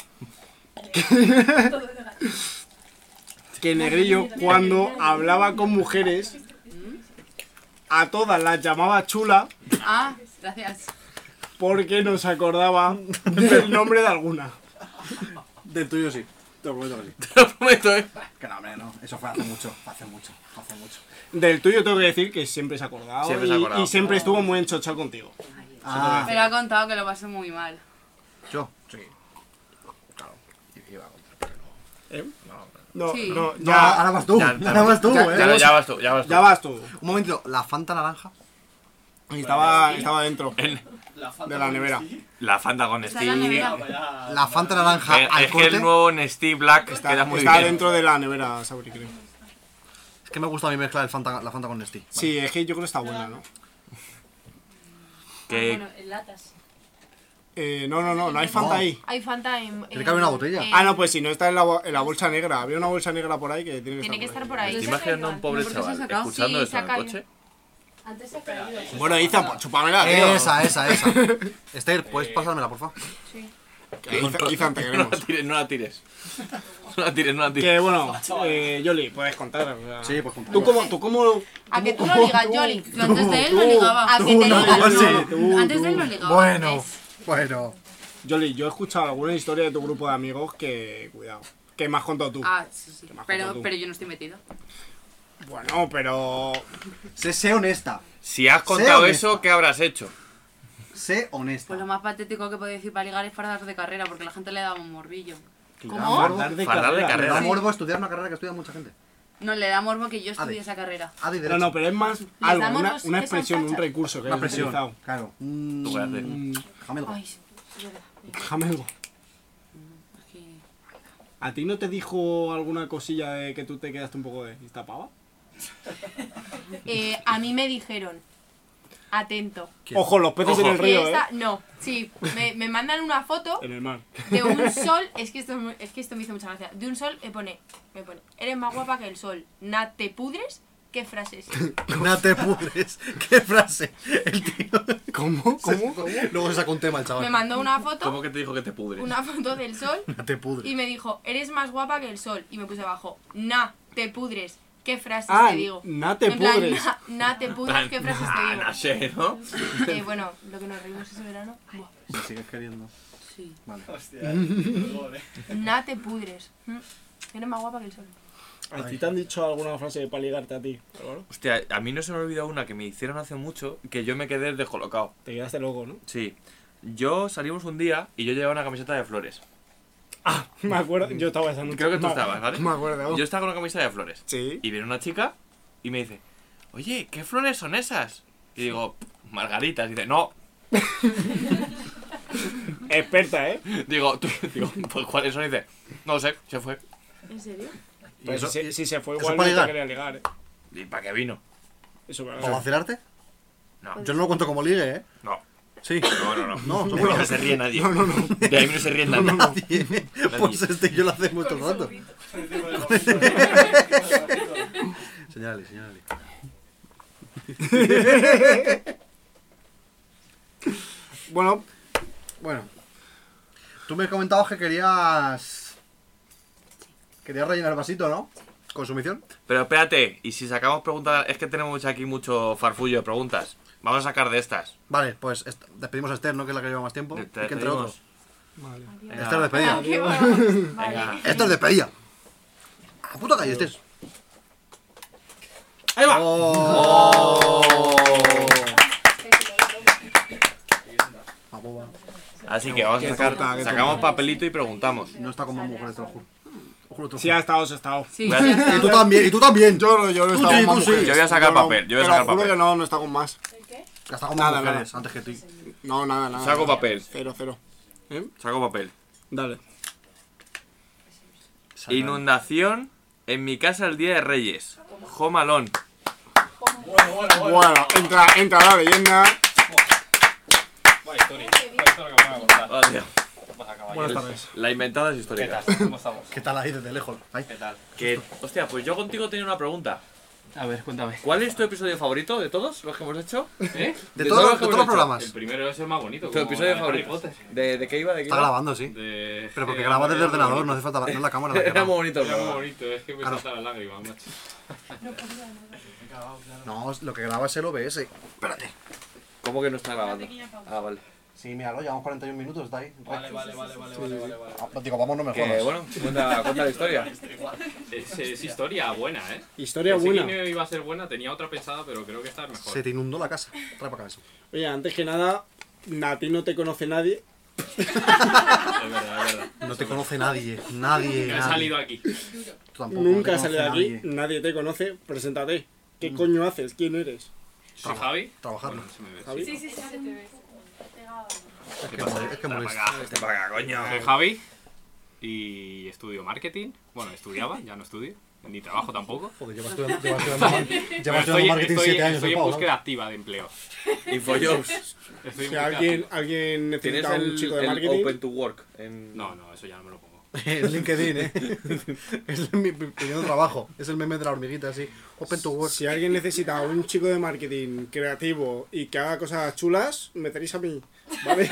que Negrillo cuando hablaba con mujeres a todas las llamaba chula Ah, gracias. porque no se acordaba del nombre de alguna. Del tuyo sí. Te lo prometo que sí. Te lo prometo, ¿eh? Que no, hombre, no. Eso fue hace mucho. fue Hace mucho. fue Hace mucho. Del tuyo tengo que decir que siempre se ha acordado, Siempre se ha y, acordado. y siempre estuvo muy enchochado contigo. Ah, Pero ha contado que lo pasé muy mal. yo. ¿Eh? No, Sí. no, No, ya, ahora vas tú. Ya, ahora vas tú, ya, eh. Ya, ya vas tú, ya vas tú. ya vas tú. Un momentito. La Fanta naranja. Y estaba, estaba dentro En La falta de la nevera. la Fanta con Está en la Steve. nevera. Vaya. La Fanta naranja Eh, al Es que corte. el nuevo Nestí Black queda Está, muy está bien. dentro de la nevera, Sabri, creo. Es que me gusta a mí mezclar el Fanta, la Fanta con Nestí. Vale. Sí, es que yo creo que está buena, ¿no? Que- en latas. Eh, no, no, no, no hay Fanta No. ahí. Hay Fanta en. Creo que había una botella. eh. Ah, no, pues si no está en la, bo- en la bolsa negra. Había una bolsa negra por ahí que tiene que Tiene que estar estar por ahí. por ahí. ¿Te imaginas a un pobre No, porque se ha chaval sacado. escuchando Sí, eso en el saca- coche? Antes se ha caído. Bueno, Izan, pues chúpamela, tío. Esa, esa, esa. Esther, ¿puedes pasármela, por favor? Que Izan- Izan, te Eh. No la queremos. tires, no la tires. No la tires, no la tires. Que bueno, eh, Yoli, puedes contar. o sea, Sí, pues contar. ¿Tú cómo, tú cómo A que tú lo digas, Yoli. Yo antes de él lo ligaba. A que Ah, te pues digas. sí. Antes de él lo ligaba. Bueno, bueno. Yoli, yo he escuchado alguna historia de tu grupo de amigos que. Cuidado. Que me has contado tú. Ah, sí, sí. Que me has Pero, contado tú. pero yo no estoy metido. Bueno, pero. Sé, sé honesta. Si has contado Sé eso, ¿qué habrás hecho? Sé Pues lo honesta. más patético que puedo decir para ligar es para dar de carrera, porque la gente le daba un morbillo. ¿Cómo? Fardar de Fardar de Me da carrera. morbo estudiar una carrera que estudia mucha gente. No, le da morbo que yo A ver. estudie esa carrera. Ah, de No, derecho. no, pero es más algo, damos una, los una que son expresión, un fachas. recurso que Una has presión. utilizado. Mm. Claro. Tú voy a hacer. Déjame algo. Ay, sí, es verdad. Déjame algo. Mm, Aquí. ¿A ti no te dijo alguna cosilla de que tú te quedaste un poco de esta pava? Eh, a mí me dijeron. Atento. Ojo, los peces en el Y río, ¿eh? esta- No, sí. Me, me mandan una foto En el mar. de un sol. Es que, esto, es muy- es que esto me hizo mucha gracia. De un sol me pone, me pone. Eres más guapa que el sol. Na te pudres. ¿Qué frase es? No te pudres. Qué frase. El tío. ¿Cómo? ¿Cómo? Luego se sacó un tema el Me chaval. mandó una ¿Cómo foto. que te dijo que te pudres? Una foto del sol. No te Y pudres. me dijo, eres más guapa que el sol. Y me puse abajo, na, te pudres. ¿Qué frases Ah, te digo? na te En plan, pudres. na, na te pudres, ¿qué frases te Ah, digo? no sé, ¿no? Eh, bueno, lo que nos reímos ese verano. buah. Si sigues queriendo. Sí. Vale. Hostia, qué dolor, eh. Na te pudres. Mm, Eres más guapa que el sol. ¿A ti te han dicho alguna frase para ligarte a ti? Álvaro? Hostia, a mí no se me ha olvidado una que me hicieron hace mucho que yo me quedé descolocado. Te quedaste loco, ¿no? Sí. Yo salimos un día y yo llevaba una camiseta de flores. Me acuerdo, yo estaba esa noche. Creo que tú Me- estabas, ¿vale? Me acuerdo. Yo estaba con una camiseta de flores. Sí. Y viene una chica y me dice, oye, ¿qué flores son esas? Y digo, margaritas. Y dice, no. Experta, ¿eh? Digo, tú- digo pues cuáles son. Y dice, no sé, se fue. ¿En serio? Pero Pues eso- Pues si, se- si se fue eso igual no para te ligar? quería ligar, ¿eh? ¿Y para qué vino? Eso es ¿Para verdad. vacilarte? No. Yo no lo cuento como ligue, ¿eh? No. Sí. No, no, no. No, De seguro. ahí no se ríe nadie. De ahí no se ríe nadie. Nadie. Pues este yo lo hace mucho rato. Señálale, señálale. Bueno, Bueno, tú me comentabas que querías. Querías rellenar el vasito, ¿no? Consumición. Pero espérate, y si sacamos preguntas, es que tenemos aquí mucho farfullo de preguntas. Vamos a sacar de estas. Vale, pues est- despedimos a Esther, ¿no? Que es la que lleva más tiempo. Te- Y te que entre pedimos. otros. vale. Venga, Esther despedida. Qué guapa. venga. Esther despedida. A puta calle, Esther. Ahí va. Oh. Cuba. Así que vamos a sacar, sacamos papelito y preguntamos. No está como mujeres, te lo juro. Te lo juro, te lo Sí, ha estado, se ha estado. juro. Y tú también, y tú también. Yo no, yo no estaba con más mujeres. Yo voy a sacar Yo no- papel, yo voy te a lo sacar juro papel. que no, no está con más. Ya está con Nada, más mujeres nada. antes que ti. No, nada, nada. Saco nada. papel. Cero, cero. ¿Eh? Saco papel. Dale. Inundación en mi casa el día de Reyes. Jomalón. Bueno, entra, entra la leyenda. Vaya historia. Vaya historia que me van a contar. Buenas tardes. La inventada es histórica. ¿Qué tal? ¿Cómo estamos? ¿Qué tal ahí desde lejos? Ay. ¿Qué tal? Que, hostia, pues yo contigo tenía una pregunta. A ver, cuéntame. ¿Cuál es tu episodio favorito de todos los que hemos hecho? ¿Eh? De, todos, de todos todos hemos los hecho. programas. primero es el más bonito. ¿Tu como la episodio de Harry favorito? Potter. ¿De, de qué iba? ¿De qué Está iba? grabando, sí. De- Pero porque eh, grabas desde el era muy ordenador, no bonito. hace falta la- no es la cámara. la que Era graba. muy bonito. el Era muy programa. bonito, es que me Claro. salta la lágrima, macho. No, lo que graba es el OBS. Espérate. ¿Cómo que no está grabando? Ah, vale. Sí, míralo, llevamos 41 minutos, está ahí. Vale, vale, vale, vale, vale, vale, vale. Ah, Digo, vamos, no me Que jodas. bueno, cuenta, cuenta la historia. Es, es historia buena, ¿eh? Historia Pensé que buena. no iba a ser buena, tenía otra pensada, pero creo que esta es mejor. Se te inundó la casa. Trae para acá eso. Oye, antes que nada, a ti no te conoce nadie. Es verdad, es verdad. No te conoce nadie. Nadie. Que ha nadie. salido aquí. Tú tampoco, no te Nunca has conoce salido de aquí, nadie. Mm. nadie te conoce. Preséntate. ¿Qué coño haces? ¿Quién eres? ¿Soy Javi? Trabajar no. Bueno, se me ve. ¿Javi? Sí, sí, sí, se te ve. Es que, mole- es que molesta. Este para acá, coño. Soy Javi y estudio marketing. Bueno, estudiaba, ya no estudio, ni trabajo tampoco. Joder, llevas estudiando, llevas estudiando, mar- llevas Pero estoy, estudiando marketing estoy- 7 años. estoy el en pavo, búsqueda activa de empleo. Infojobs. Estoy en Si búsqueda alguien, activa. alguien ¿Tienes necesita un el, chico de el marketing. Open to Work? En... No, no, eso ya no me lo pongo. ¿no? Es LinkedIn, ¿eh? Es mi mi primer trabajo. Es el meme de la hormiguita, así. Open to work. Si alguien necesita un chico de marketing creativo y que haga cosas chulas, me tenéis a mí. ¿Vale?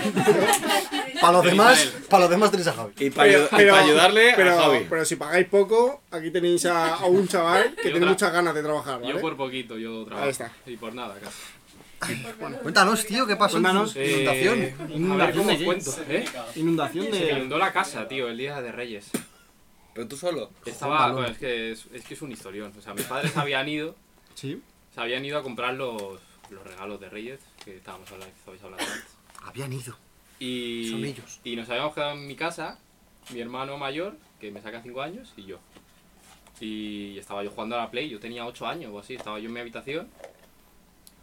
Para los demás, para los demás tenéis a Javi. Y para, ayu- y para ayudarle pero, a Javi. Pero si pagáis poco, aquí tenéis a, a un chaval que Y tiene otra. muchas ganas de trabajar. Yo ¿vale? por poquito, yo trabajo. Ahí está. Y por nada, casi. Cuéntanos, tío, ¿qué pasó? Cuéntanos. en tu Inundación. Eh, a ver cómo os cuento, ¿eh? Inundación Se inundó la casa, tío, el día de Reyes. Pero tú solo. Estaba, bueno, es que es, es que es un historión. O sea, mis padres habían ido, Sí. se habían ido a comprar los, los regalos de Reyes, que estábamos hablando, que estabais hablando antes. Habían ido. Y, Son ellos. y nos habíamos quedado en mi casa, mi hermano mayor, que me saca 5 años, y yo. Y estaba yo jugando a la Play, yo tenía 8 años o así, estaba yo en mi habitación,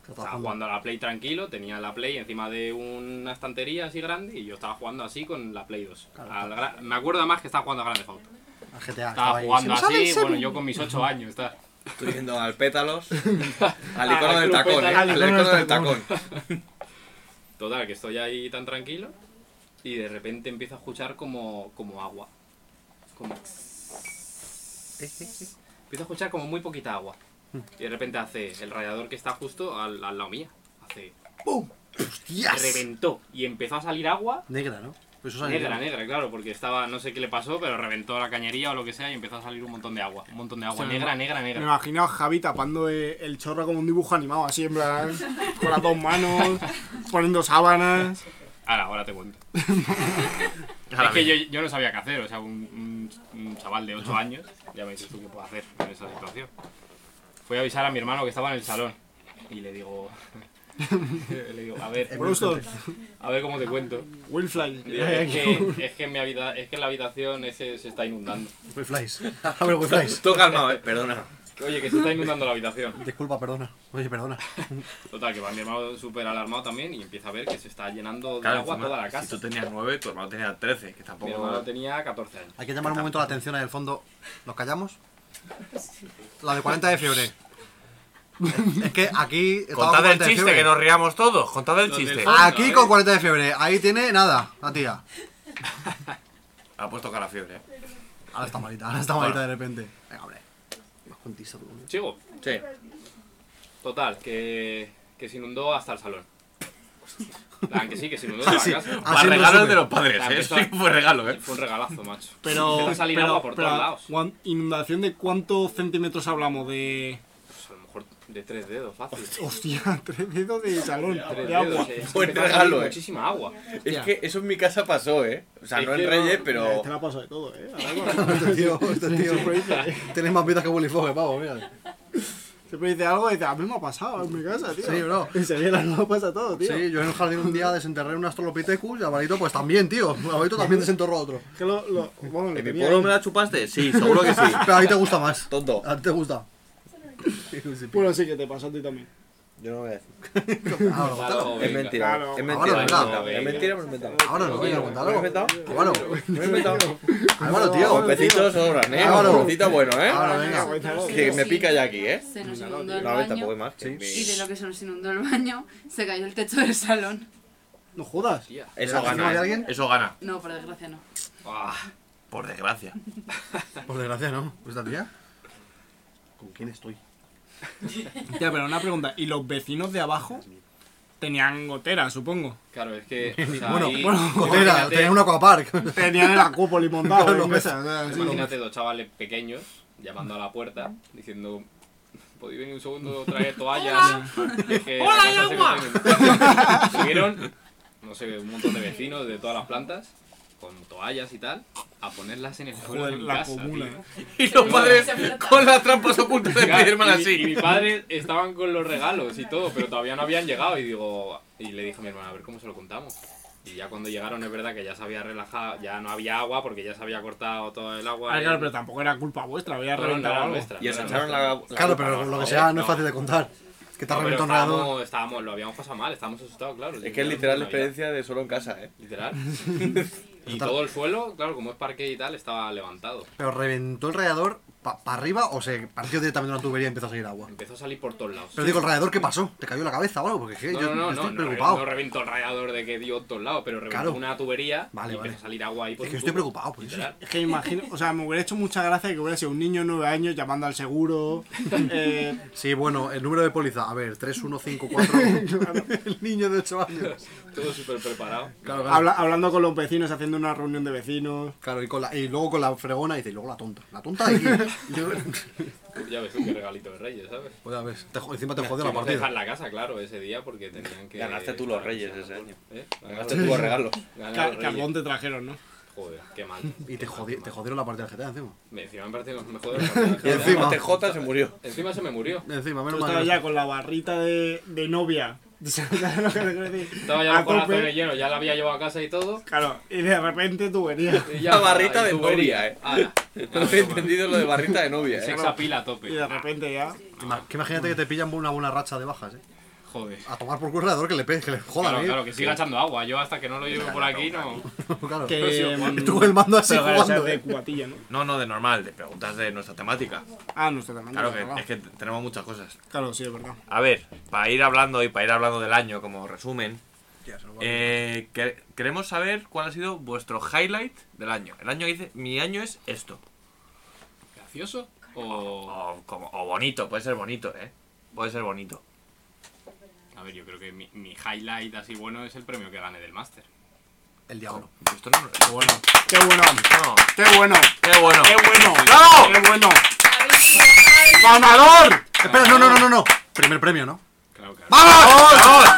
Ah, estaba jugando a la Play tranquilo, tenía la Play encima de una estantería así grande, y yo estaba jugando así con la Play 2. Al gra- me acuerdo además que estaba jugando a Grand Theft Auto. A GTA. Estaba ahí. jugando Si eh, me sale así, ese- bueno, yo con mis 8 años, está. Estoy yendo al pétalos. Al Al icono del club tacón, eh. pétalos. Al icono del tacón. Total, que estoy ahí tan tranquilo y de repente empiezo a escuchar como, como agua. Como... Empiezo a escuchar como muy poquita agua. Mm. Y de repente hace el radiador que está justo al, al lado mía. Hace... Hostias. Reventó y empezó a salir agua. Negra, ¿no? Pues eso es Negra, negra, claro, porque estaba, no sé qué le pasó, pero reventó la cañería o lo que sea y empezó a salir un montón de agua. Un montón de agua. Hostia, Negra, negra, Me negra. imagino a Javi tapando eh, el chorro como un dibujo animado, así en plan, con las dos manos, poniendo sábanas. Ahora, ahora te cuento. es que yo, yo no sabía qué hacer, o sea, un, un- un chaval de 8 años, ya me dices tú qué puedo hacer en esa situación. Fui a avisar a mi hermano que estaba en el salón y le digo, le digo, a ver, Brewster, a ver cómo te cuento. Wilfly. Le digo, Es que, es que en mi habita- es que en la habitación ese se está inundando. Wi flies. A ver, Wi flies. Todo calmado, eh. Perdona. Oye, que se está inundando la habitación. Disculpa, perdona. Oye, perdona. Total, que va mi hermano súper alarmado también y empieza a ver que se está llenando de Claro, agua encima, toda la Si tú casa. tenías 9, tu hermano tenía 13, que Mi hermano tampoco. tenía 14 años. Hay que llamar un momento la atención ahí del fondo. ¿Nos callamos? La de 40 de fiebre. Es que aquí. estaba con Contad 40 el de chiste, fiebre. que nos riamos todos. Contad el Los del chiste. fondo. Aquí con 40 de fiebre. Ahí tiene nada, la tía. Ha puesto cara a fiebre, eh. Ahora está malita, ahora está malita de repente. Venga, hombre. Más contigo, tú. Sigo. Sí. Total, que, que se inundó hasta el salón. Plan, que sí, que se inundó toda Así- la casa. Para Así Ah, no regalos sube. de los padres, Claro, eh. eso- Sí, fue regalo, eh. Fue un regalazo, macho. Pero, Empezó a salir pero- agua por pero, todos lados. Juan, ¿inundación de cuántos centímetros hablamos? De. Pues a lo mejor de tres dedos, fácil. Hostia, tres dedos de salón, Tres de agua. dedos, eh. Ah, Buen Empezó a salir regalo, eh. Muchísima agua. Es que eso en mi casa pasó, eh. O sea, Es no este que en no- Reyes, Eh, pero. Te la paso de todo, eh. Ahora, Este tío, este tío. Tienes más vidas que Willy Fogg, pavo, mira. Siempre dice algo y dice, a mí me ha pasado en mi casa, tío. Sí, bro. Enseguida no pasa todo, tío. Sí, yo en el jardín un día desenterré un Astrolopithecus y Alvarito pues también, tío. Alvarito también desenterró a otro. Que lo, lo, bueno, ¿En mi tenía pueblo ahí. me la chupaste? Sí, seguro que sí. Pero a ti te gusta más. Tonto. A ti te gusta. Bueno, sí, que te pasó a ti también. Yo no voy a decir. Ahora, cuéntalo. Es mentira. Claro, ahora, Es mentira. claro. Es mentira, pero inventado. Ahora no, coño, ¿Me he cuéntalo. inventado? Álvaro, ¿Me he inventado? Álvaro, tío. Golpecitos sobran, ¿eh? Álvaro. Golpecito bueno, ¿eh? Ahora, venga. Que me pica ya aquí, ¿eh? Se nos inundó el No, a ver, tampoco hay baño. más. que me- Y de lo que se nos inundó el baño, se cayó el techo del salón. No jodas. Eso ¿Hay gana. alguien? ¿eh? Eso gana. No, por desgracia no. Por desgracia. Por desgracia, ¿no? ¿Esta tía? ¿Con quién estoy? Ya, pero una pregunta. ¿Y los vecinos de abajo tenían gotera, supongo? Claro, es que. o sea, Bueno, ahí- bueno, imagínate- cotera, tenía un aquapark. Tenían el acúpoli montado Claro, en ves. casa, o sea, sí. Ah, Imagínate dos chavales pequeños llamando a la puerta diciendo. ¿Podéis venir un segundo traer toallas? ¡Hola, hay agua! Subieron, no sé, un montón de vecinos de todas las plantas con toallas y tal a ponerlas en el suelo Joder, de mi la casa, comuna. tío. Y los padres con las trampas ocultas de Claro, Spiderman y mi- Y así. mis padres estaban con los regalos y todo, pero todavía no habían llegado. Y digo, y le dije a mi hermana, a ver cómo se lo contamos. Y ya cuando llegaron es verdad que ya se había relajado, ya no había agua porque ya se había cortado todo el agua. Ah, y- claro, pero tampoco era culpa vuestra, había No, no, no reventado era algo. nuestra, Y os no era echaron nuestra. la. la Claro, culpa, pero ¿no? lo que joder, sea no es no. fácil de contar. Es que te ha No, pero reventado un regalo. estábamos, estábamos- lo habíamos pasado mal, estábamos asustados, claro. Es que es literal la experiencia de solo en casa, ¿eh? Literal. Y todo el suelo, claro, como es parque y tal, estaba levantado. Pero reventó el radiador para arriba o se partió directamente una tubería y empezó a salir agua. Empezó a salir por todos lados. Pero digo, ¿el radiador qué pasó? ¿Te cayó en la cabeza o algo? Porque je, No, yo no, no, estoy no, no, preocupado. no reventó el radiador de que dio a todos lados, pero reventó Claro. una tubería Vale, y vale. empezó a salir agua ahí por es que yo un estoy tubo, preocupado, pues. literal. Es que imagino, o sea, me hubiera hecho mucha gracia que hubiera sido un niño de 9 años llamando al seguro. eh, Sí, bueno, el número de póliza, a ver, 3154. el niño de 8 años. Todo súper preparado. Claro, claro. habla- hablando con los vecinos, haciendo una reunión de vecinos. Claro, y, con la- y luego con la fregona dice, y luego la tonta. La tonta de aquí. Yo- Ya ves tú qué regalito de Reyes, ¿sabes? Pues ya ves, te jo- encima te jodió la Tuvimos que dejar partida. la casa, claro, ese día porque tenían que... Ganaste tú los Reyes ese año. ¿Eh? Ganaste tú los regalos. Ganar Ca- los Carbón Reyes. te trajeron, ¿no? Joder, qué mal. Y te, jodi- te jodieron la partida del GTA encima. Me, encima me parece los mejores. Y encima- TJ se murió. Encima se me murió. Encima, Tú menos mal. estabas que- ya con la barrita de, de novia. ¿Sabes lo que te quiero decir? Estaba A ya con tope. corazones llenos, ya la había llevado a casa y todo. Claro, y de repente tubería. y ya- La barrita y de tú, novia, ¿eh? ala, No he entendido lo de barrita de novia, ¿eh? Sexa pila a tope. Y de repente ya. Ima- Que imagínate que te pillan una buena racha de bajas, eh. Joder. A tomar por culo el radiador que le pegues, que le jodan, Claro, eh. claro, que siga echando agua. Yo hasta que no lo llevo por aquí no... Claro. Que, Y tú con el mando así Pero claro, o sea, jugando. de eh. cubatilla, ¿no? No, no, de normal, de preguntas de nuestra temática. Ah, no está tan Claro que es que tenemos muchas cosas. Claro, sí, es verdad. A ver, para ir hablando y para ir hablando del año como resumen, eh, que- queremos saber cuál ha sido vuestro highlight del año. El año dice, mi año es esto. ¿Gracioso? O... O, como, o bonito, puede ser bonito, ¿eh? Puede ser bonito. A ver, yo creo que mi, mi highlight así bueno es el premio que gané del máster. El diablo. Esto no, qué bueno. ¡Qué bueno! No, ¡Qué bueno! qué bueno. ¡Qué bueno! ¡Bravo! ¡Qué bueno! ¡Ganador! Espera, no, no, no, no, no. Primer premio, ¿no? Claro, claro. ¡Vamos!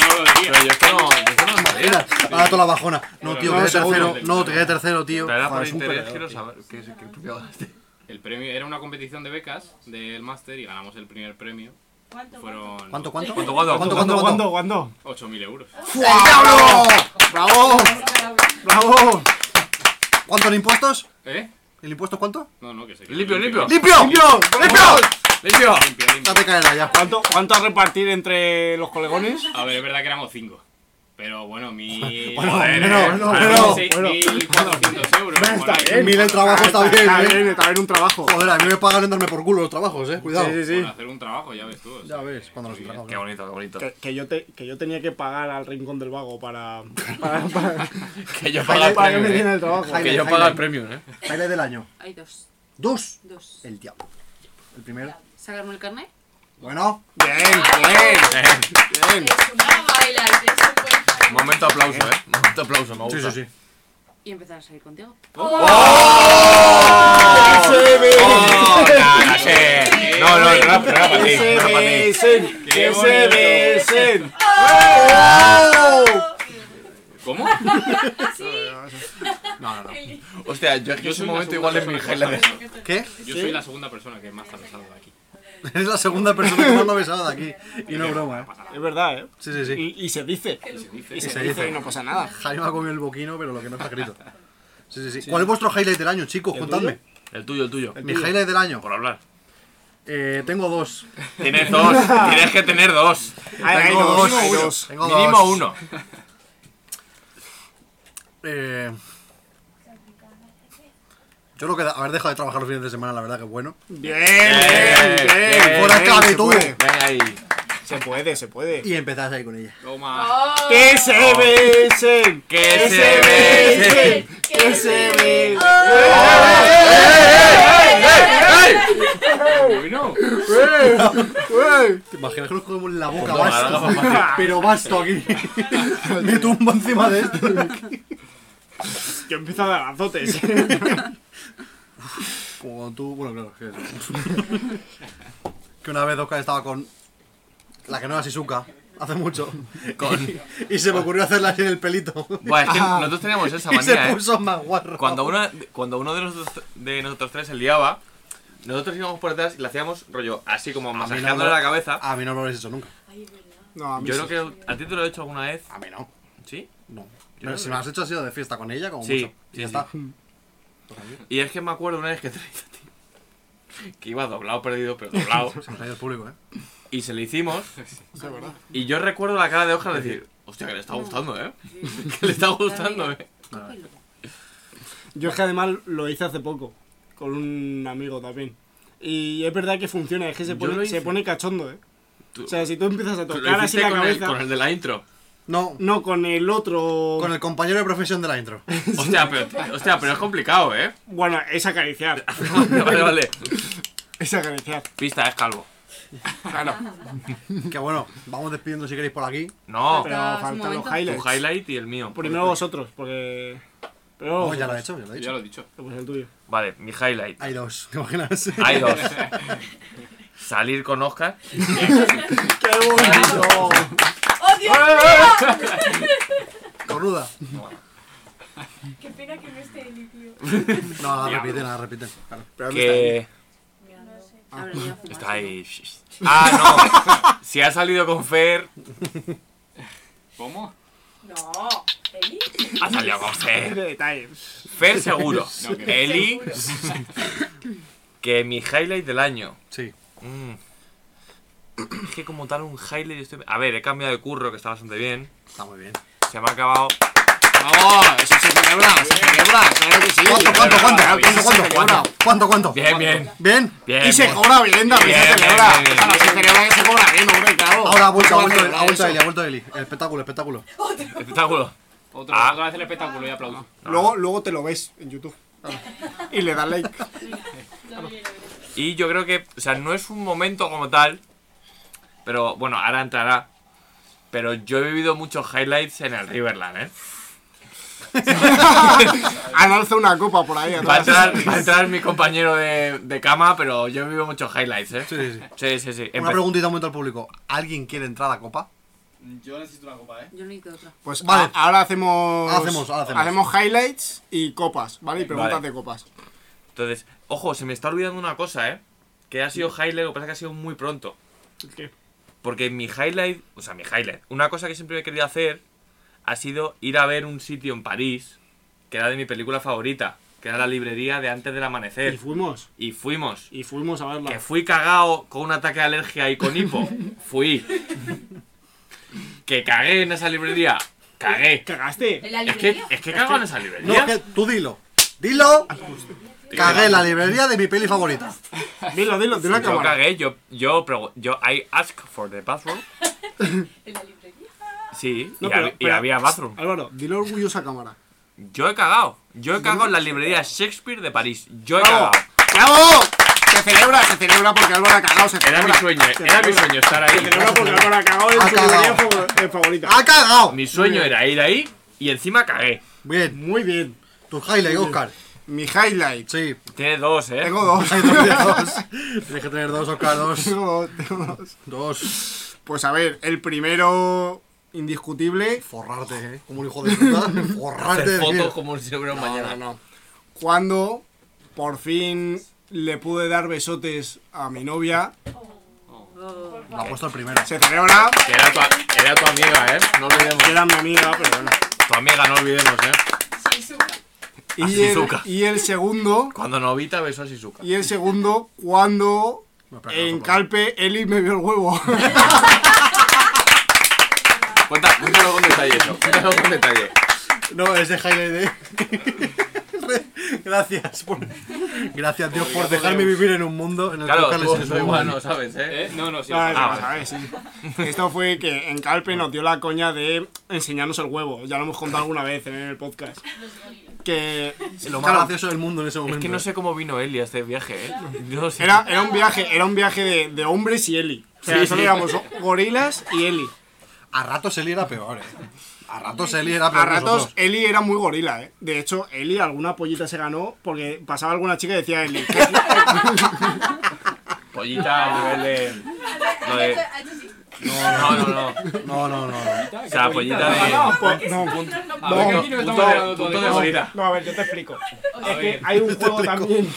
No lo diría. Pero yo esto no, yo esto no lo sabía. Mira, ahora toda la bajona. No, Pero tío, no, quedé segundo. tercero. No, te quedé tercero, tío. Pero era Joder, por es un interés, perdedor, quiero tío. saber qué es qué premio ganaste. El premio era una competición de becas del máster y ganamos el primer premio. ¿Cuánto? Fueron ¿Cuánto, cuánto? ¿Cuánto, cuánto, ¿Cuánto, ¿Cuándo, cuánto, cuánto? cuándo, cuándo? 8.000 euros. ¡El diablo! ¡Bravo! ¡Bravo! ¿Cuánto en impuestos? ¿Eh? ¿El impuesto cuánto? No, no, que sé. que Limpio, limpio. ¡Limpio! ¡Limpio! ¡Limpio! Limpio, limpio. Date caerá ya. ¿Cuánto, ¿Cuánto a repartir entre los colegones? A ver, es verdad que éramos 5. Pero bueno, mi. Bueno, Joder, bueno, eh, bueno, fueron bueno, seis- bueno. 1.400 euros. por ahí. Mil el trabajo está bien, Está ¿eh? bien, está bien un trabajo. Joder, a mí me pagan en darme por culo los trabajos, eh. Cuidado. Sí, sí, sí. Por hacer un trabajo, ya ves tú. o sea, Ya ves, cuando nos entregamos. Qué bonito, qué bonito. Que, que yo te, que yo tenía que pagar al rincón del vago para. para, para, Que yo pago para, el que me premio. dieran ¿eh? el trabajo. Que yo pago el premio, ¿eh? Highlight del año. Hay dos. Dos. Dos. El diablo. El primero. ¿Sacarme el carnet? Bueno. Es una baila, es un buen Momento aplauso, ¿eh? Momento aplauso, me gusta. sí. Y empezar a salir contigo. Oh, nada, sí. No, no, no era no era para ti, no era para ti. besen! ¡Que se besen! ¿Cómo? No, no, no. Hostia, yo es que Yo ese soy la momento segunda igual es mi persona highlight. que- ¿Qué? Yo soy la segunda persona que más ha besado aquí. Eres la segunda persona que más lo ha besado de aquí. Y no es broma, ¿eh? Es verdad, ¿eh? Sí, sí, sí. Y, y se dice. Y se dice y no pasa nada. Jaime ha comido el boquino, pero lo que no está escrito. Sí, sí, sí. ¿Cuál es vuestro highlight del año, chicos? Contadme. El tuyo, el tuyo. Mi highlight del año. Por hablar. Eh, tengo dos. Tienes dos. Tienes que tener dos. Hay Tengo dos, dos, hay tengo dos. Tengo Mínimo dos. uno. Eh, yo lo que da- haber dejado de trabajar los fines de semana, la verdad que es bueno. Bien, bien, bien. bien, ¡Fuera bien, esclavitud! se puede. Ven ahí. Se puede, se puede. Y empezás ahí con ella. Toma. ¡Que se besen! Que se se besen! besen. ¡Que se besen! Bueno. ¿Te imaginas que nos comemos la boca toma, basto? toma, toma. Pero basto aquí. Me tumbo encima de esto. Yo empiezo a dar azotes. Como cuando tú, bueno, claro, que Que una vez Oscar estaba con la que no era Shizuka, hace mucho. Y, se me ocurrió hacerla así en el pelito. Buah, es que nosotros teníamos esa Y se manía, ¿eh? puso más guarro. Cuando uno, cuando uno de, nosotros, de nosotros tres se liaba, nosotros íbamos por detrás y le hacíamos rollo así como A mí no masajeándole me- la cabeza. A mí no me lo habéis hecho nunca. No, a mí Yo sí. creo que a ti te lo he hecho alguna vez. A mí no. ¿Sí? No. no Pero si lo me has hecho ha sido de fiesta con ella, como Sí, mucho. Y sí, ya sí. está. Y es que me acuerdo una vez que te lo hice a ti. Que iba doblado, perdido, pero doblado. Se nos ha ido el público, ¿eh? Y se le hicimos. Y yo recuerdo la cara de Oscar decir, hostia, que le está gustando, ¿eh? Que le está gustando, ¿eh? Yo es que además lo hice hace poco, con un amigo también. Y es verdad que funciona, es que se Yo pone, lo hice. se pone cachondo, ¿eh? Tú- O sea, si tú empiezas a Lo tocar así hiciste la con el, cabeza... con el de la intro. No, No, con el otro... con el compañero de profesión de la intro. Hostia, pero, hostia, pero es complicado, ¿eh? Bueno, es acariciar, Vale, vale. es acariciar. Pista, es calvo. que bueno, vamos despidiendo si queréis por aquí. No, Pero Tras un faltan los momento. tu highlights. highlight y el mío. Primero vosotros, pues porque... Primero No, Oh, ya lo he hecho, ya vosotros. lo he Ya hecho. lo he dicho. Pues el tuyo. Vale, mi highlight. Hay dos, ¿te imaginas? Hay dos. Salir con Oscar. ¡Qué bonito! ¡Oh, Dios mío! Cornuda. Qué pena que no esté el núcleo. No, nada, repiten, nada, repiten. Claro. Que Habrá ido a fumar. está ahí. Ah, no. Si ha salido con Fer. ¿Cómo? No. ¿Eli? Ha salido Ah, con Qué Fer. detalle. Fer seguro. No, que no. Eli. Que mi highlight del año. Sí. Mm. Es que como tal un highlight yo estoy... A ver, he cambiado de curro, que está bastante bien. Está muy bien. Se me ha acabado... ¡Vamos! ¡Eso se celebra! ¡Se celebra! ¡Claro que sí! ¿Cuánto, cuánto, cuánto? ¿Cuánto, cuánto? ¿Cuánto, cuánto? Bien, bien. ¿Bien? Bien. Y se bien. cobra bien, también Bien, se bien, celebra. bien, bien. Claro, se celebra que se cobra bien, hombre, claro. Ahora ha vuelto, ha ¿Cómo vuelto, se Eli, ha vuelto Eli, ha vuelto celebra Eli. Espectáculo, espectáculo. Espectáculo. Otra, Ah. otra vez el espectáculo y aplauso. eso? Luego, luego te lo ves en YouTube. Y le das like. Y yo creo que, o sea, no es un momento como tal, pero bueno, ahora entrará. Pero yo he vivido muchos highlights en el Riverland, ¿eh? Han alzado Ah, una copa por ahí Va a atrás. entrar, va a entrar mi compañero de, de cama, pero yo he vivido muchos highlights, ¿eh? Sí, sí, sí. Sí, sí, sí. Una Empe- preguntita un momento al público. ¿Alguien quiere entrar a copa? Yo necesito una copa, ¿eh? Yo necesito otra. Pues Vale. a- ahora hacemos, Ahora hacemos, ahora hacemos. highlights y copas, ¿vale? Y preguntas Vale. de copas. Entonces, ojo, se me está olvidando una cosa, ¿eh? Que ha sido highlight, lo que pasa es que ha sido muy pronto. ¿Qué? Porque mi highlight, o sea, mi highlight, una cosa que siempre he querido hacer ha sido ir a ver un sitio en París, que era de mi película favorita, que era la librería de Antes del Y Amanecer. fuimos. Y fuimos. Y fuimos a verla. Que fui cagao con un ataque de alergia y con hipo. Fui. Que cagué en esa librería. Cagué. ¿Cagaste? ¿En la Es que, librería? es que cago en esa No, librería. es que tú dilo. ¡Dilo! Cagué en la librería de mi peli favorita. Dilo, dilo, dilo a Yo cámara. cagué, yo, yo, prego- yo, I ask for the bathroom. ¿En la librería? Sí, No, y, pero- hab- y pero- había bathroom. Álvaro, dilo orgullosa a cámara. Yo he cagado. Yo he cagado en la librería Shakespeare de París. Yo he ¡Bravo! cagado. ¡Bravo! Se celebra, se celebra porque Álvaro ha cagado, se Era celebra. mi sueño, Se era mi celebra. sueño estar Se celebra porque ahí. Álvaro ha cagado en Ha su cagado. librería fav- eh, favorita. ¡Ha cagado! Mi sueño era ir ahí y encima cagué. Bien. Muy bien. Tu highlight, Oscar. Mi highlight. Sí. Tiene dos, eh. Tengo dos. Hay dos de dos. Tienes que tener dos, Oscar, dos. Tengo dos, tengo dos. Dos. Pues a ver, el primero indiscutible. Forrarte, ¿eh? Como un hijo de puta. Forrarte Hacer de fotos miedo. como si hubiera un mañana. Cuando por fin le pude dar besotes a mi novia puesto. Lo ha puesto el primero. Se celebra. Que era tu, era tu amiga, ¿eh? No olvidemos. Era mi amiga, pero bueno. Tu amiga, no olvidemos, ¿eh? A Y el, Shizuka. y el segundo, Cuando Novita besó a Shizuka. y el segundo, cuando en Calpe Eli me vio el huevo. Cuenta, cuéntalo con detalle eso. Cuéntalo con detalle. No, es de Jaime de. Gracias por. Gracias, Dios, por dejarme vivir en un mundo en el Claro, que tú Carles es soy muy humano, ¿sabes? ¿Eh? ¿Eh? No, no, sí. Ah, Ah, sí, ¿sabes? Sí. Esto fue que en Calpe nos dio la coña de enseñarnos el huevo. Ya lo hemos contado alguna vez en el podcast. Que Lo más claro, gracioso del mundo en ese momento. Es que no sé cómo vino Eli a este viaje, ¿eh? Yo no sé. era, era un viaje, era un viaje de, de hombres y Eli. O sea, Sí, solo sí. éramos gorilas y Eli. A ratos Eli era peor, eh. A ratos Eli era peor. A que ratos nosotros. Eli era muy gorila, ¿eh? De hecho, Eli alguna pollita se ganó porque pasaba alguna chica y decía Eli. ¿qué es la- Pollita a nivel de. Lo de- No, no, no. No, no, no. no. O sea, pollita de. No, po- no, a ver, que aquí no estamos punto hablando todo de de cosas. gorila. no, a ver, yo te explico. Es A que ver. hay un juego también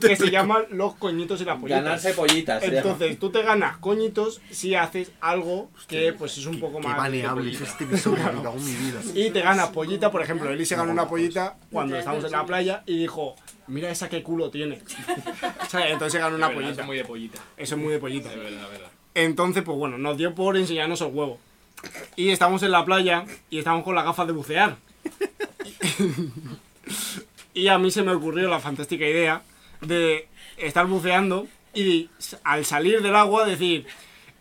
que se llama Los coñitos y la pollita. pollitas. Entonces, tú te ganas coñitos si haces algo que pues es un poco Qué más. maniable es este episodio, me cago en mi vida. Y te ganas pollita, por ejemplo, Eli se ganó una pollita cuando estábamos en la playa y dijo, mira esa qué culo tiene. O sea, entonces se ganó una Verdad, pollita. es muy de pollita. Eso es muy de pollita. De verdad, de verdad. Entonces, pues bueno, nos dio por enseñarnos el huevo. Y estamos en la playa y estamos con las gafas de bucear. y a mí se me ocurrió la fantástica idea de estar buceando y al salir del agua decir,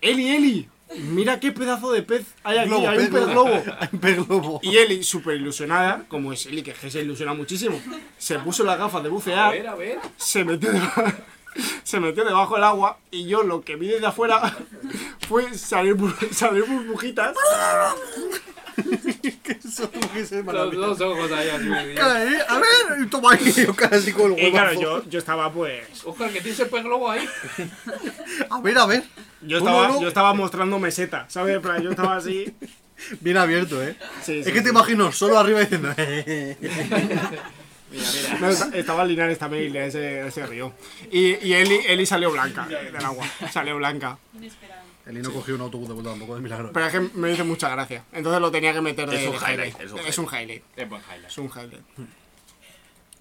Eli, Eli, mira qué pedazo de pez hay aquí, Globo, hay pez un pez globo". globo. Ay, pez globo. Y Eli, súper ilusionada, como es Eli, que se ilusiona muchísimo, se puso las gafas de A bucear ver, a ver. se metió debajo, se metió debajo del agua y yo lo que vi desde afuera fue salir, bur- salir burbujitas Eso tuvo que ser Los maravilloso. dos ojos ahí así. Cae, Eh, A ver, y toma aquí, yo casi con el huevo. y claro yo, yo estaba pues Oscar, que tienes el pez globo ahí. A ver, a ver. yo Uno, estaba, uno. yo estaba mostrando meseta ¿sabes? En plan, yo estaba así Bien abierto, eh. sí, Es sí, que te sí. imagino solo arriba diciendo. "Eh". No, esta- estaba Linares también y Linares se, se rió y, y Eli, Eli salió blanca del agua salió blanca Eli no cogió un autobús de vuelta tampoco, de milagro. pero es que me hizo mucha gracia entonces lo tenía que meter de Es un de highlight, es un es un highlight Es buen highlight. es un highlight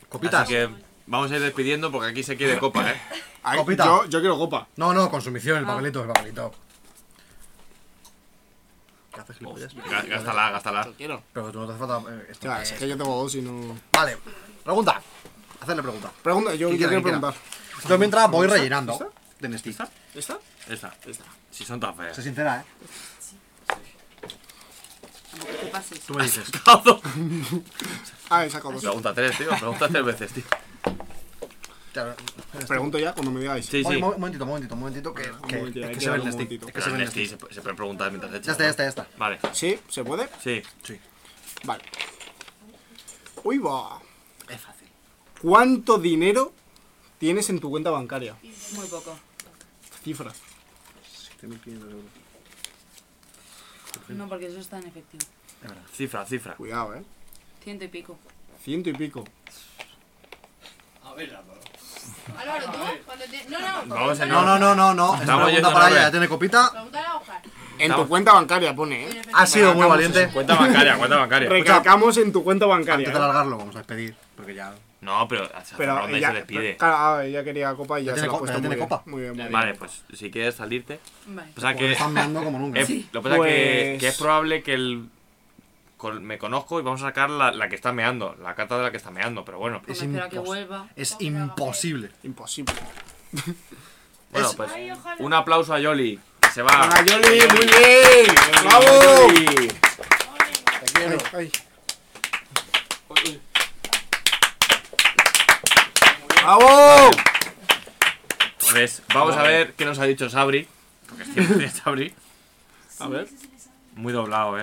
Copitas. Así que vamos a ir despidiendo porque aquí se quiere copa, ¿eh? Ay, Copita. yo, yo quiero copa No, no, consumición, Ah. el papelito, el papelito. ¿Qué haces, gilipollas? Gá- Gástala, gástala. Pero tú no te hace falta. eh, esto, Claro, eh, es que yo tengo dos y no Vale, pregunta. Hacerle pregunta. pregunta yo, ¿Quién yo quiere, quién quiero quiere? preguntar Yo mientras voy rellenando. Tienes ti. ¿Esta? Esta. Si son tan feas. Sé sincera, eh. ¿Qué pases? Tú me dices. Ah, he sacado dos. Pregunta tres, tío. Pregunta tres veces, tío. Claro, Pregunto ya cuando me digáis. Sí, Oye, sí. mo- momentito, momentito, momentito, que, que- momentito, es hay que que se ve darle el un stick. Es momentito. que Pero se ve en el este stick. se, pu- se puede preguntar mientras echas. Ya está, ya está, ya está. Vale, ¿Sí? ¿Se puede? sí. Vale. Uy, va. Es fácil. ¿Cuánto dinero tienes en tu cuenta bancaria? Muy poco. Cifra. No, porque eso está en efectivo. Cifra, cifra. Cuidado, eh. Ciento y pico. Ciento y pico. Álvaro, ¿tú? Cuando te- No, no. Vamos a No, no, no, no, no. Es una Estamos pregunta yendo para a la ella, red. ya tiene copita. Pregúntale a Oscar. En tu cuenta bancaria pone, eh. Ha sido muy valiente. Cuenta bancaria, cuenta bancaria. Recalcamos en tu cuenta Antes bancaria. de ¿eh? alargarlo, vamos a despedir. Porque ya. No, pero se hace Pero ronda y ella, se despide. claro, ah, ella quería copa y ya, Ya se tiene la ha co- puesto ya muy tiene bien. copa. Muy bien, muy bien. Vale, pues si quieres salirte. Vale. O sea Porque que. están meando como nunca. eh, Lo que pasa es que, Pues- que es probable que el. con- me conozco y vamos a sacar la, la que está meando, la carta de la que está meando, pero bueno. Pues espera que impos- vuelva. Es imposible. Imposible. Bueno, Es- pues Ay, ojalá. un aplauso a Yoli, que se va. ¡Venga, Yoli! ¡Muy bien! ¡Bravo! Yoli. Ay, ay. ¡Bravo! Pues vamos a ver qué nos ha dicho Sabri. Porque siempre es Sabri. A ver. Muy doblado, eh.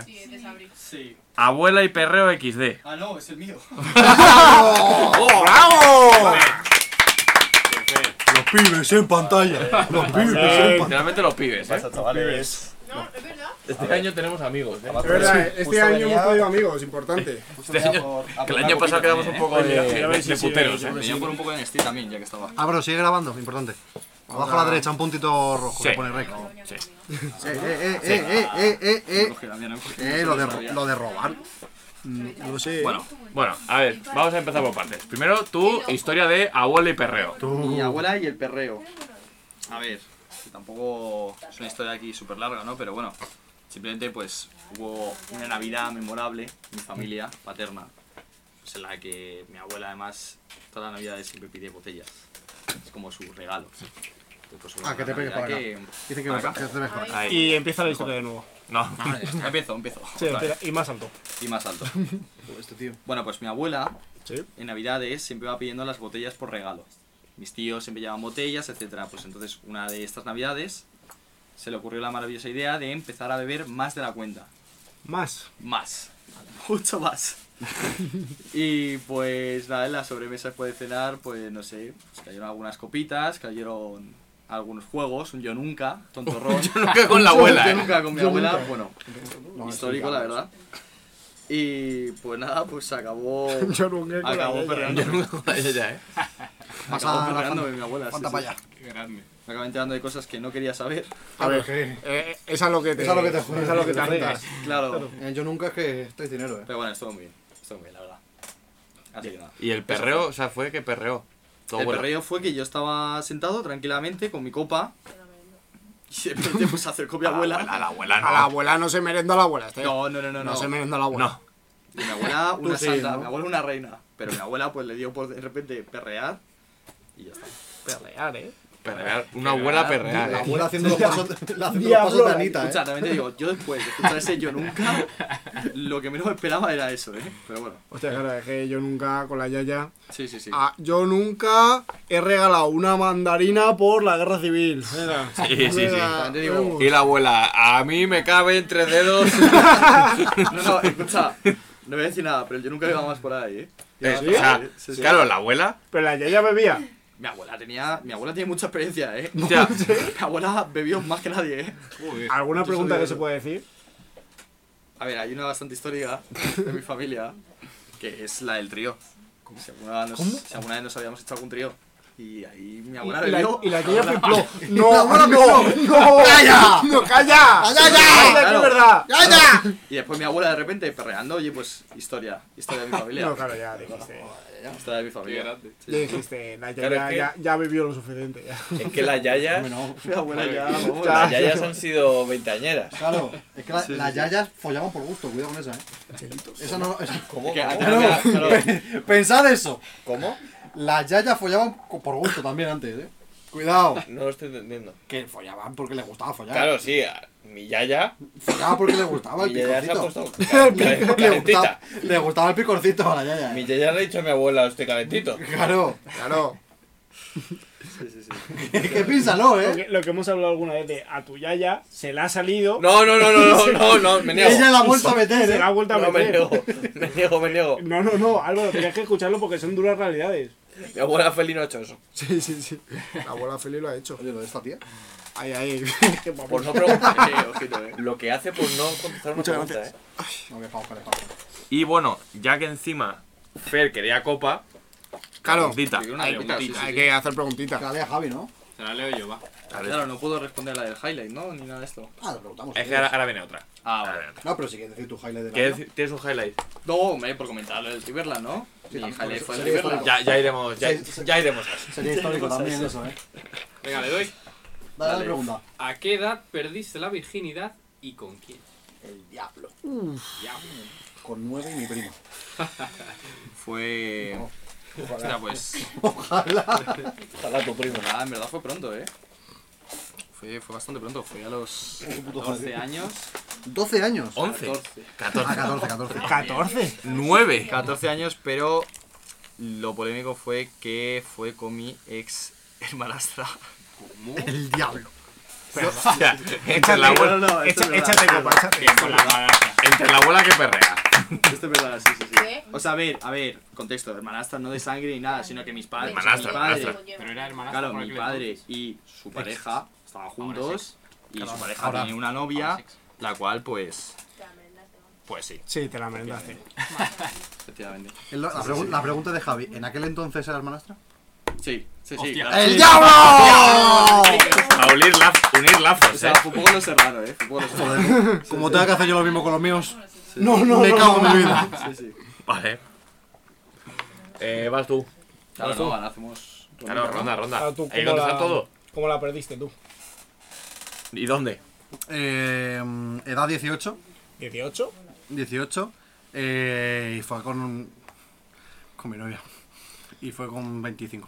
Sí. Abuela y perreo XD. Ah, no, es el mío. ¡Bravo! Los pibes en pantalla. Los pibes en pantalla. Literalmente los pibes, eh. chavales? No, es verdad. Este año tenemos amigos, eh. Es verdad, este año hemos podido amigos, importante. Este año, que el año pasado Pues quedamos un poco de, de puteros, eh. Venía por un poco de Nestí también, ya que estaba. Ah, bro, sigue grabando, importante. Abajo a la derecha, un puntito rojo Sí. que pone rec. Sí. Eh, eh, eh, eh, eh, eh, eh, eh. Eh, lo de, ro- lo de robar. No lo sé. Bueno, bueno, a ver, vamos a empezar por partes. Primero, tu historia de abuela y perreo. Oh. Mi abuela y el perreo. A ver, que tampoco es una historia aquí súper larga, ¿no? Pero bueno, simplemente pues hubo una Navidad memorable en mi familia paterna, pues en la que mi abuela además todas las Navidades siempre pide botellas. Es como su regalo. Entonces, pues, Ah, que te una pegues por acá. Navidad Dicen que, Acá. que te pegues por acá. Ahí. Y empieza la historia de nuevo. No. Ah, ya está, empiezo, empiezo. Sí, Otra espera, vez. y más alto. Y más alto. este Bueno, pues mi abuela en Navidades siempre va pidiendo las botellas por regalo. Mis tíos siempre llevan botellas, etcétera. Pues entonces, una de estas Navidades se le ocurrió la maravillosa idea de empezar a beber más de la cuenta. Más. Más. Mucho más. y pues nada, en la sobremesa después de cenar, pues no sé, pues, cayeron algunas copitas, cayeron algunos juegos, un yo nunca, tontorrón. Yo nunca con la abuela, Yo eh. nunca con mi Yo abuela, nunca. bueno, No, histórico eso la ya verdad. Y pues nada, pues acabó. Yo nunca con la acabó yaya. perreando. Yo nunca con la yaya, eh. Acabó Pasa la perreándome fanta- mi abuela. fanta pa' allá. Qué grande. Me acabé enterando de cosas que no quería saber. A ver, eh, esa es lo que te, Esa es lo que te esa juegas, es lo que te te arriesgas. juegas. Claro. Eh, Yo nunca es que estoy dinero, eh. Pero bueno, estuvo muy bien. Estuvo muy bien, la verdad. Así que nada. Y el perreo, o sea, fue que perreó. Tu el abuela. perreo fue que yo estaba sentado tranquilamente con mi copa. Y de repente pues acercó mi abuela. A la abuela A la abuela no se merendó a la abuela. este. No, no, no, no, No no. se merendó a la abuela. No. Y mi abuela, Tú una sí, santa, ¿no? mi abuela una reina. Pero mi abuela pues le dio por de repente perrear. Y ya está. Perrear, eh. Perrear, una abuela perrear. La eh. abuela haciendo los pasos- haciendo los pasos de Anita, eh. Escucha, también te digo, yo después de escuchar ese yo nunca, lo que menos esperaba era eso, ¿eh? Pero bueno. Hostia, claro, es que yo nunca con la yaya. Sí, sí, sí. Ah, yo nunca he regalado una mandarina por la guerra civil. Mira. Sí, sí, sí. Mira, vemos. Y la abuela, a mí me cabe entre dedos. No, no, escucha, no voy a decir nada, pero yo nunca iba más por ahí, ¿eh? Eh, Iba- o sea, sí, sí. claro, la abuela. Pero la yaya bebía. Mi abuela tenía, mi abuela tiene mucha experiencia, ¿eh? Ya. Mi abuela bebió más que nadie, ¿eh? ¿Alguna Yo pregunta sabía que eso. se puede decir? A ver, hay una bastante histórica de mi familia, que es la del trío. Si alguna, nos- si alguna vez nos habíamos hecho algún trío. Y ahí mi abuela Y la- bebió. y la tía abuela- flipó. ¡No, no, no! ¡Calla! ¡No, calla! ¡Calla, Claro. que es verdad! Y después mi abuela de repente perreando, oye, pues historia, historia de mi familia. No, claro, ya dijiste. Historia de mi familia. Sí, Ya sí. dijiste, la yaya Claro, es que- ya, ya bebió lo suficiente. Ya. Es que las yayas. Mi abuela ya, vamos, Las ya. yayas han sido veinteañeras. Claro, es que la- Sí, sí, las sí. yayas follaban por gusto, cuidado con esa, eh. Esa no. Esa, ¿Cómo? Que antes Claro, había- claro. pe- Pensad eso. ¿Cómo? Las yayas follaban co- por gusto también antes, eh. Cuidado. No lo estoy entendiendo. Que follaban porque les gustaba follar. Claro, sí, a- mi yaya. Follaban Ah, porque les gustaba el Mi yaya se ha picorcito. puesto cal- cal- Le gustaba, calentita. le gustaba el picorcito a la yaya. ¿eh? Mi yaya le ha dicho a mi abuela, estoy calentito. Claro. Claro. Sí, sí, sí. que piénsalo, ¿eh? Lo que, lo que hemos hablado alguna vez de a tu yaya se la ha salido. No, no, no, no, no, no, no, me niego. Ella la ha vuelto a meter, Se eh. la ha vuelto a No, me meter. niego, me niego, me niego. No, no, no, Álvaro, tenías que escucharlo porque son duras realidades. Mi abuela feliz no ha hecho eso. Sí, sí, sí. La abuela Feli lo ha hecho. Oye, lo de esta tía. Ay, ay. Qué papón. Por no preguntar. eh. Lo que hace por no contestar una pregunta, eh. No, que vamos, que vamos. Y bueno, ya que encima Fer quería copa. Claro, preguntita. Una hay, preguntita, sí, sí, hay sí. que hacer preguntitas. Que la lea Javi, ¿no? Se la leo yo, va. Claro, no puedo responder la del highlight, ¿no? Ni nada de esto. Ah, lo preguntamos. Es que ahora, ahora viene otra. Ah, Ahora vale. viene otra. No, pero si quieres decir tu highlight de la ¿Quieres vida. decir- ¿Tienes un highlight? No, hombre, por comentarlo del Tiberla, ¿no? Sí, Mi también, highlight por fue el eso- Tiberla. Ya, ya iremos, ya, Sí, sí. ya iremos a eso. Sería histórico también eso, eh. Venga, le doy. Dale, Dale. la pregunta. ¿A qué edad perdiste la virginidad y con quién? El diablo. Con nueve y mi primo. Fue. Hostia, pues. Ojalá. Ojalá tu primo. Ah, en verdad fue pronto, ¿eh? Fue, fue bastante pronto, fue a los puto 12 fácil. años. 12 años. 11, 14. Ah, 14, 14, 14. 14. 9. 14 años, pero lo polémico fue que fue con mi ex hermanastra. El diablo. Entre la abuela, no, esto es verdad. copa, échate. Con la madrastra. entre la abuela que perrea. Esto es verdad, sí, sí, sí. ¿Qué? O sea, a ver, a ver, contexto, hermanastra no de sangre ni nada, sino que mis padres, Hermanastra, mi padre, hermanastra. Pero era hermana. claro, mi padre y su pareja estaban juntos y su pareja tenía una novia, la cual pues, pues sí, Sí, te la merendaste. efectivamente. El- La, pregun- la pregunta de Javi. ¿En aquel entonces era hermanastra? Sí, sí, sí. Hostia. claro. ¡El diablo! A unir, laz- unir lazos, O sea, eh. fútbol no es raro, eh. Fútbol es raro. Joder, Sí, como sí. tenga que hacer yo lo mismo con los míos. Sí. No, no, Me no, cago no, en mi no. vida. Sí, sí. Vale. Eh, vas tú. Claro, Vas tú. no, ahora hacemos. Claro, ronda, ronda. Ah, tú, ¿cómo Ahí donde la- está todo. ¿Cómo la perdiste tú? ¿Y dónde? Eh, edad 18. 18. 18. eh, y fue con. con mi novia. Y fue con 25.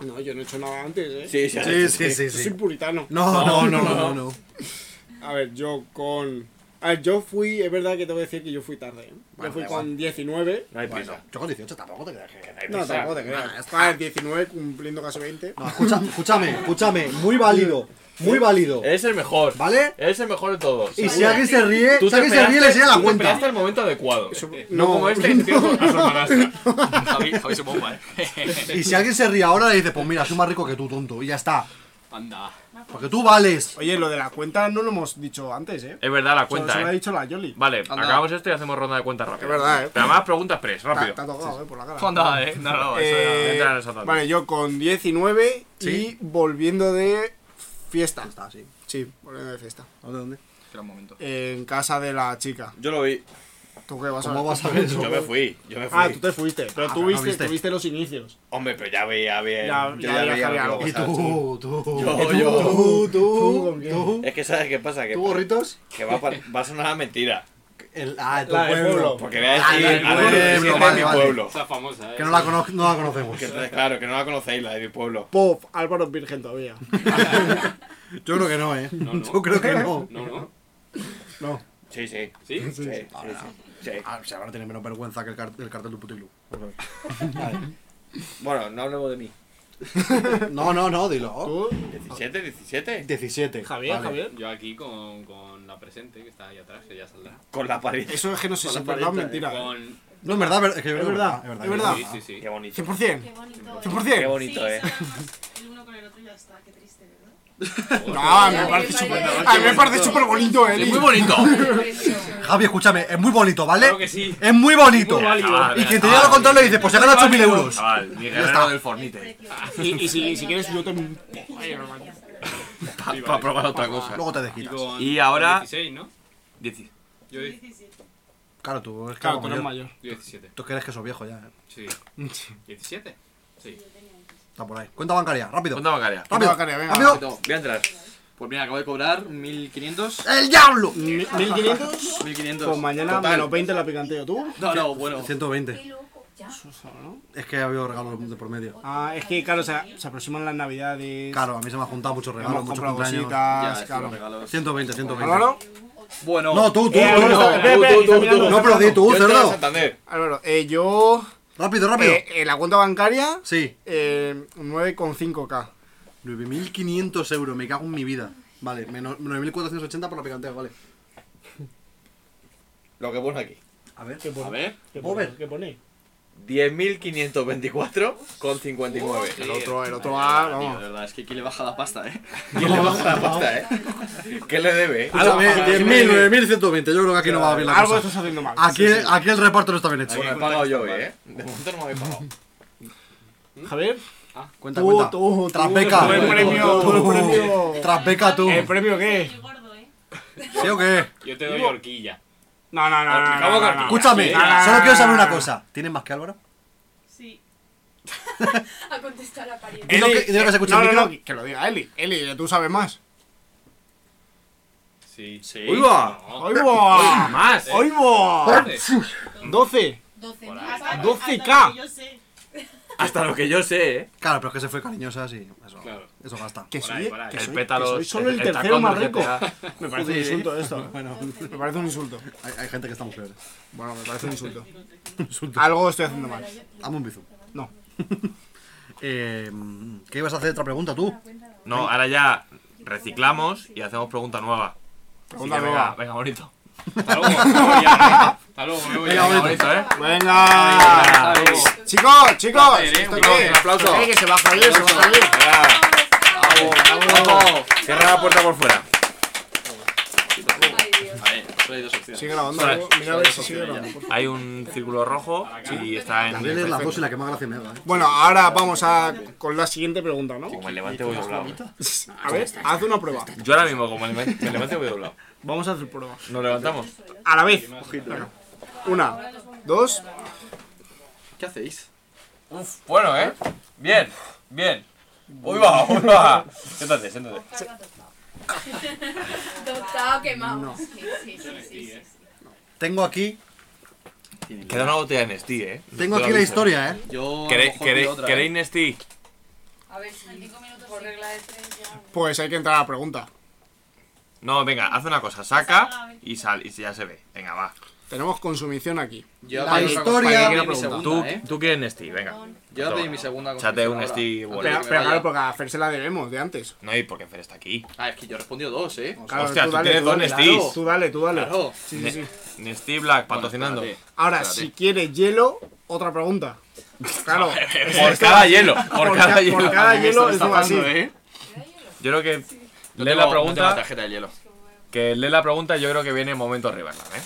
No, yo no he hecho nada antes, ¿eh? Sí, sí, Sí, sí, sí, Yo sí. soy puritano. No, no, no, no, no. A ver, yo con... A ver, yo fui... Es verdad que te voy a decir que yo fui tarde. ¿eh? Bueno, yo fui da con 19. No hay Bueno, prisa. yo con 18 tampoco te creas que. No, tampoco te creas. Ah, 19 cumpliendo casi 20. No, escucha- escúchame, escúchame. Muy válido. Muy válido. Eres el mejor. ¿Vale? Eres el mejor de todos. Y si alguien se ríe, Tú si te alguien se ríe, le esperaste, enseña la tú te cuenta. esperaste el momento adecuado. No. No como este que tiene a su hermanastra. Javi, Javi se bomba, eh. Y si alguien se ríe ahora, le dice, pues mira, soy más rico que tú, tonto. Y ya está. Anda. Porque tú vales. Oye, lo de la cuenta no lo hemos dicho antes, ¿eh? Es verdad Solo la se lo cuenta, ha eh. dicho la Yoli. Vale, acabamos esto y hacemos ronda de cuentas rápido. Es verdad, eh. Pero más preguntas pres, rápido. Te ha tocado, ¿eh? Por la cara. Anda, eh. No, no, eso era- Eh, entra en esa tabla. vale, yo con 19 Sí. y volviendo de fiesta. Está así. Sí, volviendo de fiesta. ¿De dónde? Espera un momento. En casa de la chica. Yo lo vi. ¿Tú qué vas a ¿Cómo ver? vas a ver eso? Yo me fui, yo me fui. Ah, tú te fuiste. Pero Ah, pero tú no viste, viste. tú viste los inicios. Hombre, pero ya veía bien. Ya- yo ya veía veía que había lo algo. que Y pasaba, tú, tú, Yo, y yo. tú, tú, tú, ¿con quién? tú, Es que sabes qué pasa, que, tú, gorritos. que va, pa- va a sonar a mentira. El, ah, tu La del pueblo. pueblo. Porque voy a decir Ah, del algo que pueblo, siente de vale, mi vale. pueblo. Esa famosa, eh. Que no la, cono- no la conocemos. Que entonces, claro, que no la conocéis, la de mi pueblo. Pop, Álvaro es Virgen todavía. Yo creo que no, ¿eh? no. Yo creo que no. No, no. No. Sí, sí. ¿Sí? Sí, sí, sí. sí. Ah, se van a tener menos vergüenza que el, car- el cartel de Putilú. Bueno, no hablemos de mí. No, no, no, dilo. ¿Tú? ¿17, 17? 17. Javier, vale. Javier. Yo aquí con, con la presente que está ahí atrás, que ya saldrá. eh. Con la pared. Eso es que no sé si es verdad o paleta, mentira. eh. Con. No, en verdad, es que yo creo Es que verdad, es verdad. Sí, sí, sí. Qué bonito. 100%. Qué bonito. ¿eh? 100%. Qué bonito, eh. El uno con el otro ya está, qué triste, ¿verdad? No, a mí me Sí, parece sí, súper sí. a mí me parece súper bonito, Eli. Muy bonito. Javi, escúchame, es muy bonito, ¿vale? Claro que sí. Es muy bonito. Muy válido. Chaval, y quien te diga lo contrario le dice, pues se gana 8.000 euros. Chaval, mi guerrero está. del Fornite. Y, y si, y si quieres, yo te. Ay, no, macho. Para probar otra cosa. Luego te Y, desquitas. con, Y ahora- con 16, ¿no? Dieci- Yo di- Claro, tú es que Claro, como tú eres yo- mayor. yo 17. Tú crees que sos viejo ya, ¿eh? Sí. ¿17? Sí. Está por ahí. Cuenta bancaria, rápido. Cuenta bancaria. Rápido, Cuenta bancaria, venga. rápido. Voy a entrar. Pues mira, acabo de cobrar 1500. ¡El diablo! Mi- 1500. 1500. Pues mañana Total. menos 20 la picanteo tú. No, no, bueno. 120. Es que ha habido regalos de por medio. Ah, es que, claro, se, se aproximan las navidades. Claro, a mí se me han juntado muchos regalos, hemos muchos comprado cumpleaños. Ya, cositas. es que claro. los regalos. 120, 120. Álvaro, Bueno, No, tú, tú, Eh, tú, Álvaro, no. espera, espera, Tú, que está tú, mirando, tú. está No, pero di mirando. tú, Yo entro en cerdo. Santander. Álvaro, eh, yo. Rápido, rápido. eh, en la cuenta bancaria, Sí. eh, 9,5k. 9.500 euros, me cago en mi vida. Vale, menos 9.480 por la picantea, vale. Lo que pone aquí. A ver. A ver. ¿Qué Over. ¿Qué pone? 10.524 con 59. El otro, el otro A, tío, vamos. de verdad, es que aquí le baja la pasta, eh. ¿Quién le baja la pasta, eh? ¿Qué le debe? eh? Ah, Escúchame, 10.000, 9.120. Yo creo que aquí no va a abrir la Algo cosa. estás haciendo mal. Aquí, aquí el reparto no está bien hecho. Bueno, he pagado yo hoy, eh. De momento no me habéis pagado. Ah, Javier, Cuenta, Tú, cuenta. tú, tú. Eh, Tras beca. Buen premio, Tú. buen premio. Tras beca tú. ¿el premio qué? Soy gordo, ¿eh? ¿Sí o qué? Yo te doy horquilla. No, no, no. no, no, no, no. Escúchame, No, no, no, solo no, quiero saber no, una no. cosa. ¿Tienes más que Álvaro? Sí. ha contestado la pariente. Dilo que- dilo que se escuche no, el no, micro. no, que lo diga Eli. Eli, tú sabes más. Sí. Sí. ¡Uy, va! No. ¡Hoy va! ¡Más! ¡Hoy va! 12. 12. Hasta- 12K. Yo sé. Hasta lo que yo sé, eh. Claro, pero es que se fue cariñosa, sí. Eso, Claro. eso gasta. Que Por soy, ahí, por ahí. que El soy- pétalo- que soy solo el, el- el tercero tacón más del rico. GTA. Me parece un eh. insulto esto. Bueno, Me parece un insulto. hay, hay gente que estamos peores. Bueno, me parece un insulto. Algo estoy haciendo mal. Hazme un bizu. No. Eh, ¿Qué ibas a hacer otra pregunta tú? Ah, No, ahora ya reciclamos y hacemos pregunta nueva. Pregunta Así que nueva. Venga, venga, bonito. Hasta luego, me voy ya, ¿eh? Hasta luego, me voy Venga, ya. bonito, ¿eh? Venga. Chicos, chicos. placer, ¿eh? ¿esto Un qué aplauso, es? un aplauso. Eh, que se va a salir, se va a salir. Cierra la puerta por fuera. A ver, solo hay dos opciones. Sigue grabando, Solo hay- ¿no? Mira a solo hay ver dos si sigue opciones ya. grabando. Hay un círculo rojo y está en. La Lele es la dos y la que más gracia me haga. ¿eh? Bueno, ahora vamos a con la siguiente pregunta, ¿no? Como el levante voy doblado. eh. A ver, haz una prueba. Yo ahora mismo, como el levante- me levante voy doblado. Vamos a hacer pruebas. Nos levantamos. eh. A la vez. Venga. Una, dos. ¿Qué hacéis? Uf, bueno, ¿eh? Bien, bien. Uy, va, uy, va. Siéntate, siéntate. Doctado quemado. Sí, sí, sí, sí, sí. Tengo aquí, Queda una botella de Nestí, ¿eh? tengo Te lo aquí la aviso. historia, ¿eh? Yo. a lo ¿Queréis, mejor queréis, pido otra, queréis ¿eh? Nestí? A ver si por regla de tres ya. Pues hay que entrar a la pregunta. No, venga, haz una cosa. Saca y sal y ya se ve. Venga, va. Tenemos consumición aquí. Yo La voy a pedir historia- Yo otra cosa, mi segunda, Tú, ¿eh? tú quieres Nestí, Yo venga. voy a pedir Toma. mi segunda Échate un ahora. Steve Antes Pero, Waller. de que pero vaya. claro, porque a Fer se la debemos de antes. No, y porque Fer está aquí. Ah, es que yo he respondido dos, ¿eh? Claro, Hostia, tú dale, tienes tú dos dale, Nestís. Tú dale, tú dale. Claro. Sí, sí, sí. Nestí Black patrocinando. Espérate. Ahora, si quieres hielo, otra pregunta. Claro. por cada hielo, por, Por, cada ca- hielo. por cada hielo es un así. ¿eh? Yo creo que No tengo- no lee la tengo la pregunta, tarjeta del hielo. que lee la pregunta, yo creo que viene momento arriba, ¿eh?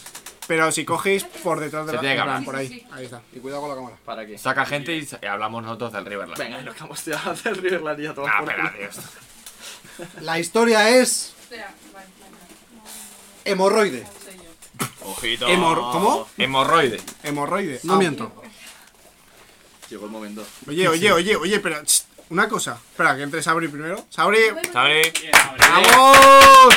Pero si cogéis por detrás de Se la tiene que en plan, hablar. por ahí. Ahí está. Y cuidado con la cámara. ¿Para qué? Saca gente y sa- y hablamos nosotros del Riverland. Venga, nos quedamos de hacer Riverland y ya tomamos Ah, por culo. espera, Dios. La historia es Espera, vale, vale, vale. hemorroide. Ojito. Hemor- ¿Cómo? Hemorroide. Hemorroides. No Ah. miento. Llegó el momento. Oye, oye, oye, oye, pero. tss, una cosa. Espera, que entre Sabri primero. Sabri. ¿Sabes? ¡Vamos!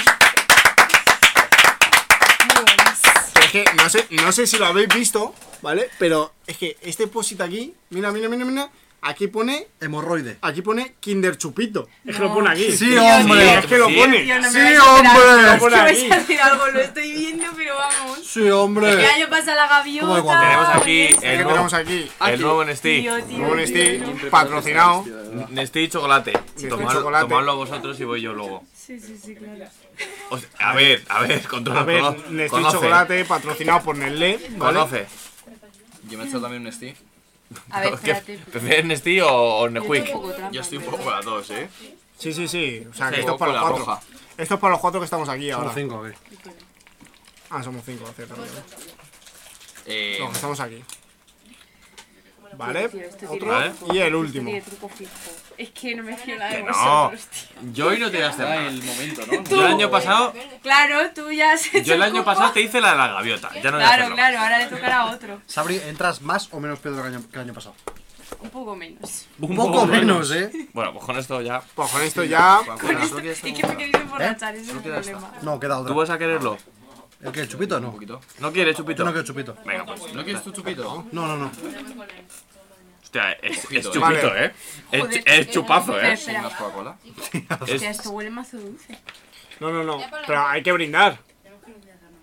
Es que no sé, no sé si lo habéis visto, ¿vale? Pero es que este posit aquí, mira, mira, mira, mira, aquí pone, Hemorroide. aquí pone Kinder Chupito. Es que lo pone aquí. Sí, hombre. es que lo Sí. pone. no me vais Sí, a esperar. hombre. Es que Por vais a aquí. decir algo, lo estoy viendo, pero vamos. Sí, Que hombre. año pasa la Como de gaviota. guapo. Tenemos aquí esto. Es que el nuevo, tenemos aquí el nuevo Nestí. Tío, tío, un tío, Steve tío. patrocinado. Nestí chocolate. Nestí Tomad- chocolate. Tomadlo vosotros y voy yo luego. Sí, sí, sí, claro. O sea, a ver, a ver, controla. A ver, cono- Nestlé conoce, Chocolate patrocinado por Nestlé, ¿vale? Conoce. Yo me he hecho también un Steve. A ver, ¿Qué- espérate. ¿Prefieres Nestí o, este o Yo Nesquik? estoy un poco trampa, Yo estoy un en poco verdad. a dos, ¿eh? Sí, sí, sí. O sea, que Sí, esto es para con los la cuatro. roja. Esto es para los cuatro que estamos aquí ahora. Somos cinco, a ver. Ah, somos cinco, cierto. Eh, No, estamos aquí. Vale, Este Tío, esto tiene otro ¿Vale? y el Esto último. tiene truco fijo. Es que no me fío nada de Que no. vosotros, tío. Yo hoy no te voy a hacer era nada. el momento, ¿no? Yo el año pasado, Claro, tú ya has hecho yo el año cupo. pasado te hice la de la gaviota. Ya no voy a Claro, hacerlo. claro, ahora le tocará a otro. Sabri, ¿entras más o menos pedo que el año, que el año pasado? Un poco menos. Un poco menos, ¿eh? Bueno, pues con esto ya. Pues con esto ya. Con esto- es que me queréis emborrachar, ¿Eh? ese es el problema. No, queda ¿Tú otra. vas a quererlo? ¿El que el chupito? No. ¿No quieres, Yo Chupito? no quiero chupito. Venga, pues. ¿No quieres tu chupito? No, no, no. Hostia, es, es Ojito, chupito, Vale. ¿eh? Es, es chupazo, Espera, ¿eh? espera. ¿Más Coca-Cola? Hostia, Es- esto huele más dulce. No, no, no. Pero hay que brindar.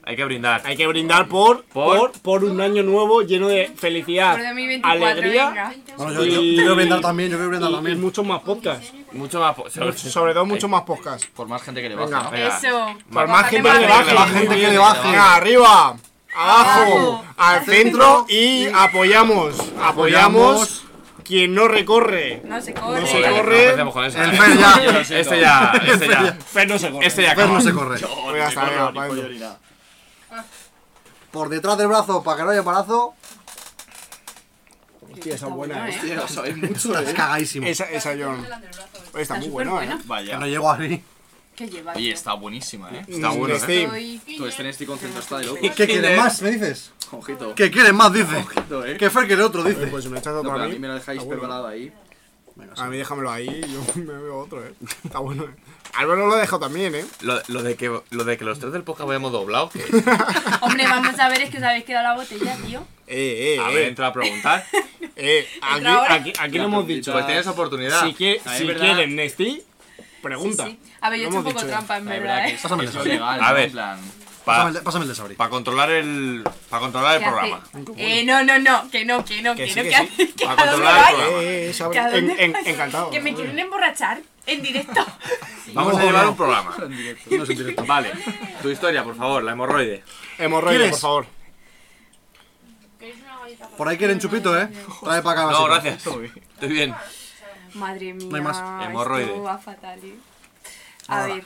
hay que brindar. Hay que brindar por, Por- por, por un año nuevo lleno de felicidad, Por 2024, alegría venga. Bueno, yo, yo, yo quiero brindar también, yo quiero brindar y, y también. muchos más podcasts. Mucho más. po- sobre- Sobre todo muchos más podcasts. Por más gente que le Venga. baja, ¿no? Venga. Eso. Por más gente que más le gente. baje. Más gente que le baje. Venga, arriba, abajo, al centro y apoyamos. Apoyamos quien no recorre. No se corre. No se Joder, corre. no empecemos con eso. El Fer ya. Yo lo siento. Este ya, este ya. Pero no se corre. Pues Este ya El Fer acaba. no se corre. Oh, Venga, ni hasta pollo, arriba, ni va, pollo, venga. ni nada. Por detrás del brazo, para que no haya embarazo. Hostia, esa es buena. eh. Tío, sabéis mucho, Estás ¿eh? cagadísimo. Esa, esa yo. no- Está muy buena, eh. Que Vaya. no llego así. ¿Qué lleva? Oye, está buenísima, ¿eh? Está bueno, eh. Estoy- Tú, este Nesti concentrado está de loco. ¿Qué quieres más? ¿Me dices? Ojito. ¿Qué quieres más? Dice. Ojito, ¿eh? Que Fer que el otro Eh, dice. Pues si me echas No, otro pero a a mí mí, me lo dejáis está bueno. preparado ahí. A mí déjamelo ahí y yo me veo otro, eh. Está bueno, eh. Álvaro lo ha dejado también, eh. Lo, lo de que, lo de que los tres del podcast vayamos doblados. que- Hombre, vamos a ver, es que os habéis quedado la botella, tío. Eh, eh, A ver, eh. entra a preguntar. eh. Aquí, Entra ahora. aquí, aquí lo hemos dicho. Pues tienes oportunidad. Ah, Si, quie- si verdad. quieren Nesti, pregunta. Sí. A ver, yo he hecho Lo un hemos poco dicho ya. trampa, en La verdad, verdad que ¿eh? es, eso es legal, A ¿no? ver. En plan, Pásame el- pásame el desabri. Para controlar el, para controlar el ¿Qué hace? programa. Eh, no, no, no, que no, que no, que, Que sí, no, que que, hace- que a dónde controlar el vais. programa. Eh, eh, ¿Que a sabe- dónde en- en- vais? encantado. Que me quieren emborrachar en directo. Eh, Vamos a No, llevar no. un programa. No es en directo. Vale. Tu historia, por favor, la hemorroide. Hemorroide, ¿Quieres? por favor. Por ahí quieren chupito, ¿eh? Trae para acá. No, vasito. gracias. Estoy bien. Madre mía, No hay más. Hemorroide. esto va fatal. ¿eh? A Nada. ver.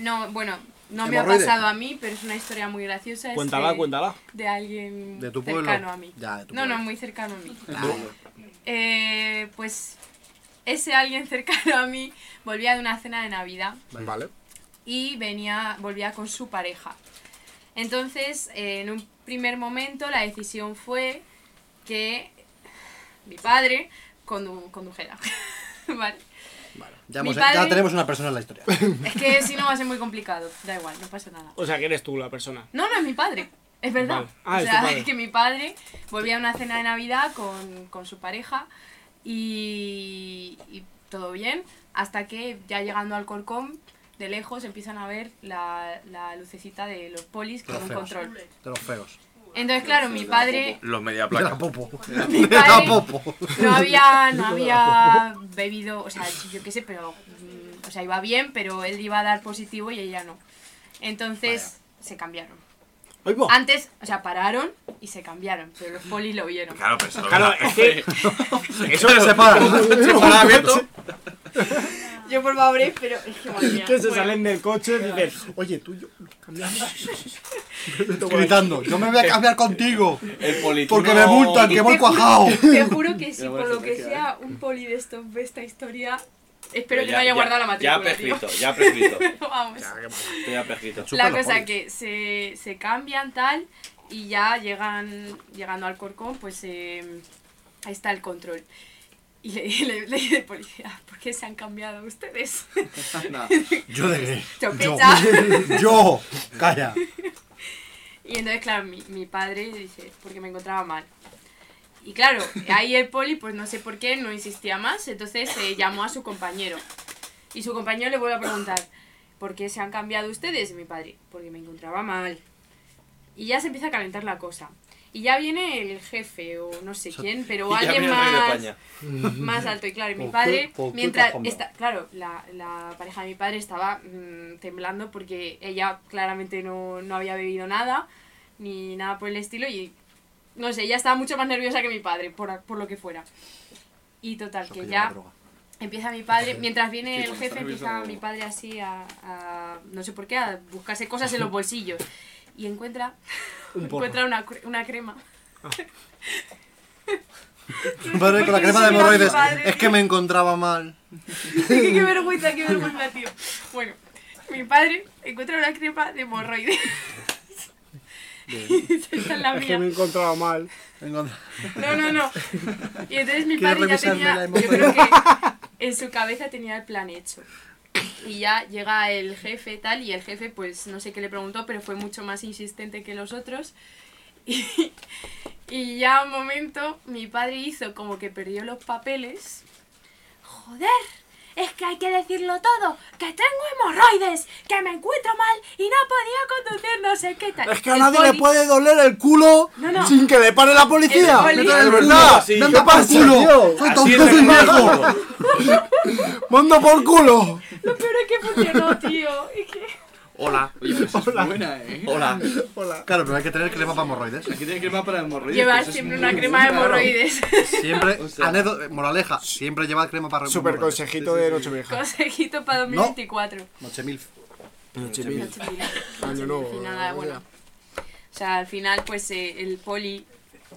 No, bueno, no me ha Hemorroide. pasado a mí, pero es una historia muy graciosa. es Cuéntala, de- cuéntala. De alguien De tu pueblo. cercano a mí. Ya, de tu no, pueblo. no, muy cercano a mí. Ah. Eh, pues ese alguien cercano a mí volvía de una cena de Navidad Vale. y venía, volvía con su pareja. Entonces, eh, en un primer momento, la decisión fue que mi padre condu- condujera. vale. Ya, Mi hemos- padre- ya tenemos una persona en la historia. Es que si no va a ser muy complicado. Da igual, no pasa nada. O sea, que eres tú la persona. No, no es mi padre. Es verdad. Vale. Ah, o es tu sea, padre. que mi padre volvía a una cena de Navidad con, con su pareja y, y todo bien. Hasta que ya llegando al Corcón, de lejos empiezan a ver la, la lucecita de los polis con Los un feos. control. De los feos. Entonces, claro, mi padre Los media De placa. la popo. Mi De la padre popo. no había, no había bebido, o sea, yo qué sé, pero, mm, o sea, iba bien, pero él iba a dar positivo y ella no. Entonces se cambiaron. Antes, o sea, pararon y se cambiaron, pero los polis lo vieron. Claro, pero eso lo Claro, verá. es que- Eso se separa. Se para abierto. Yo por favor, eh, pero es que madre mía. Que se Bueno, salen del coche y dices, oye, tú y yo cambiamos. Gritando, yo me voy a cambiar contigo. El político. Porque me multan, que voy te juro- cuajado. Te juro que si Una por buena lo que estrategia, sea un poli de estos ve esta historia, espero que Ya- no haya ya- guardado la matrícula. Ya prescrito, tío. ya prescrito. Vamos. Estoy ya prescrito. La cosa que se, se cambian tal y ya llegan llegando al corcón, pues eh, ahí está el control. Y le, le, le dice el policía, ¿por qué se han cambiado ustedes? Yo de qué. Yo. Chopeta. Yo. Calla. Y entonces, claro, mi, mi padre dice, porque me encontraba mal. Y claro, ahí el poli, pues no sé por qué, no insistía más, entonces eh, llamó a su compañero. Y su compañero le vuelve a preguntar, ¿por qué se han cambiado ustedes? Y mi padre, porque me encontraba mal. Y ya se empieza a calentar la cosa. Y ya viene el jefe o no sé quién, pero ya alguien viene el rey de más, España. más alto. Y claro, y mi Por padre, tu- por tu mientras... cajón, esta- claro, la, la pareja de mi padre estaba mm, temblando porque ella claramente no, no había bebido nada, ni nada por el estilo, y no sé, ella estaba mucho más nerviosa que mi padre, por, por lo que fuera. Y total, que ya empieza mi padre, mientras viene Sí, el cuando jefe, está nervioso- empieza mi padre así a, a- no sé por qué, a buscarse cosas en los bolsillos. Y encuentra, Un porro. encuentra una, cre- una crema. Mi padre con la Porque crema soy de mi hemorroides. padre. Es que me encontraba mal. qué vergüenza, qué vergüenza, tío. Bueno, mi padre encuentra una crema de hemorroides. Esta es la Es que mía. me he encontrado mal. No, no, no. Y entonces mi Quiero padre ya revisarme tenía, la yo hemorroide. creo que en su cabeza tenía el plan hecho. Y ya llega el jefe tal, y el jefe pues no sé qué le preguntó, pero fue mucho más insistente que los otros. Y, y ya un momento mi padre hizo como que perdió los papeles. Joder, es que hay que decirlo todo, que tengo hemorroides, que me encuentro mal y no podía conducir no sé qué tal. Es que a El nadie le poli- puede doler el culo No, no. sin que le pare la policía. El poli- No te Es el culo. verdad, sí. Manda ¿Qué por pasa, culo. tío? Soy Así es tonto de y claro. viejo. Manda por culo. Lo peor es que funcionó, tío. Es que... Hola. Hola. buena, eh. Hola. Hola. Claro, pero hay que tener crema para hemorroides. Aquí tiene crema para hemorroides. Llevar pues es siempre muy una crema de bueno. hemorroides. Siempre, anécdota- eh, moraleja, siempre lleva crema para hemorroides. Super consejito de Nochevieja. Consejito para 2024. Nochemil. Nochevieja. Año nuevo, nada, o bueno. O sea, al final, pues eh, el poli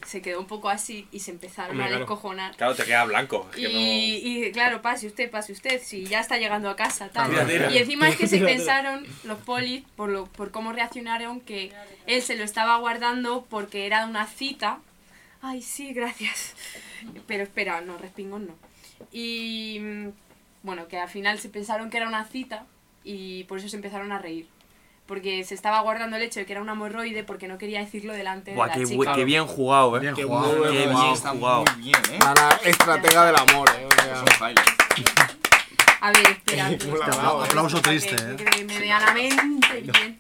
se quedó un poco así y se empezaron Hombre, a claro. descojonar. Claro, te queda blanco. Es Y, que no. y, claro, pase usted, pase usted, si ya está llegando a casa, tal. Tira, tira. Y encima es que se Tira, tira. pensaron los polis, por, lo, por cómo reaccionaron, que él se lo estaba guardando porque era una cita. Ay, sí, gracias. Pero espera, no, respingón no. Y mm, bueno, que al final se pensaron que era una cita y por eso se empezaron a reír. Porque se estaba guardando el hecho de que era un hemorroide porque no quería decirlo delante Buah, de la qué, bu- chica. qué bien jugado, eh. Qué jugado, Qué bien bien jugado. Está jugado. muy bien, eh. Para estratega del amor, eh. o sea. A ver, espera. Qué que- molado, Aplauso para que- triste, eh. Que me vean la mente bien.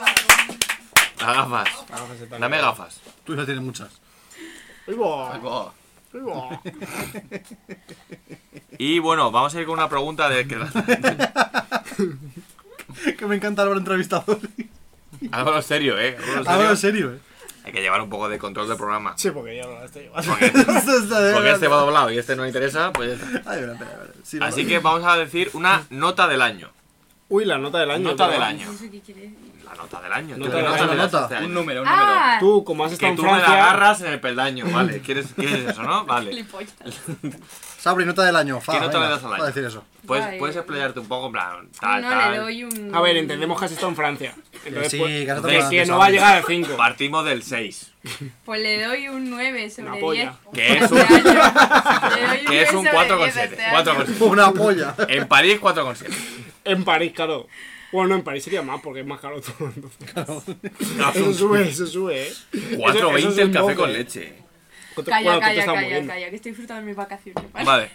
Las gafas. Dame gafas. Tú ya tienes muchas. Ahí va. Ahí va. Y bueno, vamos a ir con una pregunta de que que me encanta Álvaro entrevistador. Álvaro serio, eh. Álvaro serio, eh. Hay que llevar un poco de control del programa. Sí, porque ya no la estoy llevando. Porque este va doblado y este no le interesa, pues ya está. Ay, espera, espera, espera. Sí, Así no- que vamos a decir una nota del año. Uy, la nota del año. Nota del ¿verdad? año. La nota del año. Nota ¿Qué del año. le das Nota. a este año? Un número, un número. Ah. Tú, como has estado Que en tú me la Francia- agarras en el peldaño, vale. ¿Quieres, ¿quieres eso, no? Vale. Sabri, nota del año. Fa, ¿Qué nota le venga, das al va año? a decir eso. Puedes, Vale. puedes explayarte un poco, en plan, tal, No, le tal. doy un- A ver, entendemos que has estado en Francia. Eh, Entonces, Eh, Sí, pues, que has entonces, estado en Francia, que no va a Sabri. llegar al 5. Partimos del 6. Pues le doy un 9 sobre polla. 10. Que es un, que es un 4,7. este 4,7. Una polla. En París, 4,7. En París, claro. Bueno, no, en París sería más porque es más caro todo. entonces. Claro. Eso sube, eso sube, eh. Eso- 4,20 eso es el un café doce. con leche. Calla, Bueno, tú te calla, estás calla, muriendo. calla, que estoy disfrutando de mis vacaciones. ¿vale? Vale.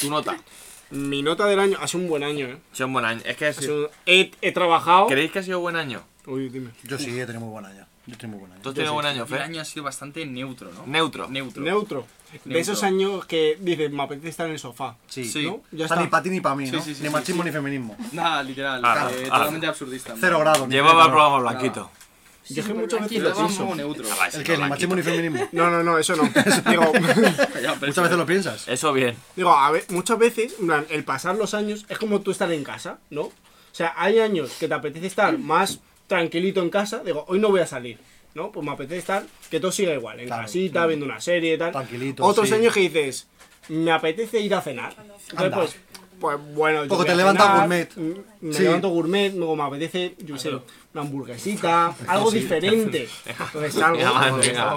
Tu nota. Mi nota del año, ha sido un buen año, eh. Ha sido un buen año. Es que Ha sido- he, he trabajado. ¿Creéis que ha sido buen año? Uy, dime. Yo sí, he tenido muy buen año. Yo he tenido muy buen año. ¿Tú has tenido buen año, El Fer? año ha sido bastante neutro, ¿no? Neutro. Neutro. Neutro. De Neutro. esos años que dices, me apetece estar en el sofá. Sí. ¿no? Ya Está está. ni para ti ni para mí, Sí, ¿no? sí, sí, Ni sí, machismo sí. ni feminismo. Ah. Nada, literal. Ala, eh, ala. totalmente absurdista. Cero grados. ni Ah, Llevaba el cero programa grados. blanquito. Yo es que muchas veces Lo lo pienso. vamos neutro. Ah, ¿El qué? ¿Ni machismo ni feminismo? No, no, no, eso no. Digo, Muchas veces lo piensas. Eso bien. digo, a ver, muchas veces, en plan, el pasar los años es como tú estar en casa, ¿no? O sea, hay años que te apetece estar más tranquilito en casa. Digo, hoy no voy a salir, ¿no? Pues me apetece estar, que todo siga igual, en casita, viendo una serie y tal. Tranquilito. Otros sí. años que dices, me apetece ir a cenar. Entonces, Anda. pues, pues bueno, yo Poco voy te a levanta cenar, gourmet. mm, Me Sí. levanto gourmet, luego me apetece, yo qué sé, una hamburguesita, algo Sí. diferente. Entonces Venga, algo, man, venga.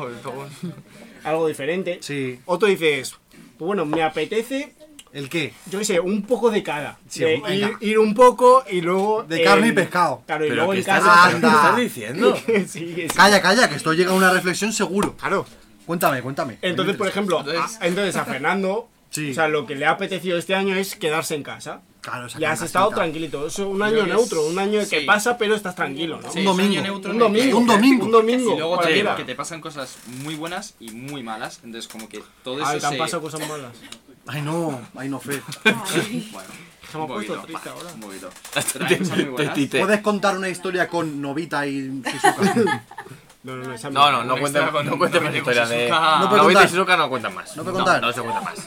algo diferente. Sí. Otro dices, pues bueno, me apetece, ¿El qué? yo qué sé, un poco de cada. Sí, De venga. ir, ir un poco y luego. De el- carne y pescado. Eh, Claro, y Pero luego ¿qué en estás, casa. pero ¿qué Anda. estás diciendo? Sí, que sí. Calla, calla, que esto llega a una reflexión seguro. Claro. Cuéntame, cuéntame. Entonces, por ejemplo, a, entonces a Fernando, Sí. o sea, lo que le ha apetecido este año es quedarse en casa. Claro, esa Y has casita. estado tranquilito. Es un Creo año que es- neutro, un año que sí. pasa, pero estás tranquilo, ¿no? Un Sí, es domingo. año neutro Un en el que- domingo. Un domingo. Un domingo. Y luego te, cualquiera. que te pasan cosas muy buenas y muy malas. Entonces, como que todo eso Ay, te han se- pasado cosas malas. Ay, no, ay, no, Fe. Bueno, Se me ha un poquito, puesto triste ahora. un poquito. Pero hay cosas muy buenas. Tite. ¿Puedes contar una historia con Novita y Shizuka? No, no, no, esa No, no, mierda. no cuentes no cuentes más historias de. No puedo Novita y contar. Shizuka no cuentan más. No puedo contar. No, no se cuenta más.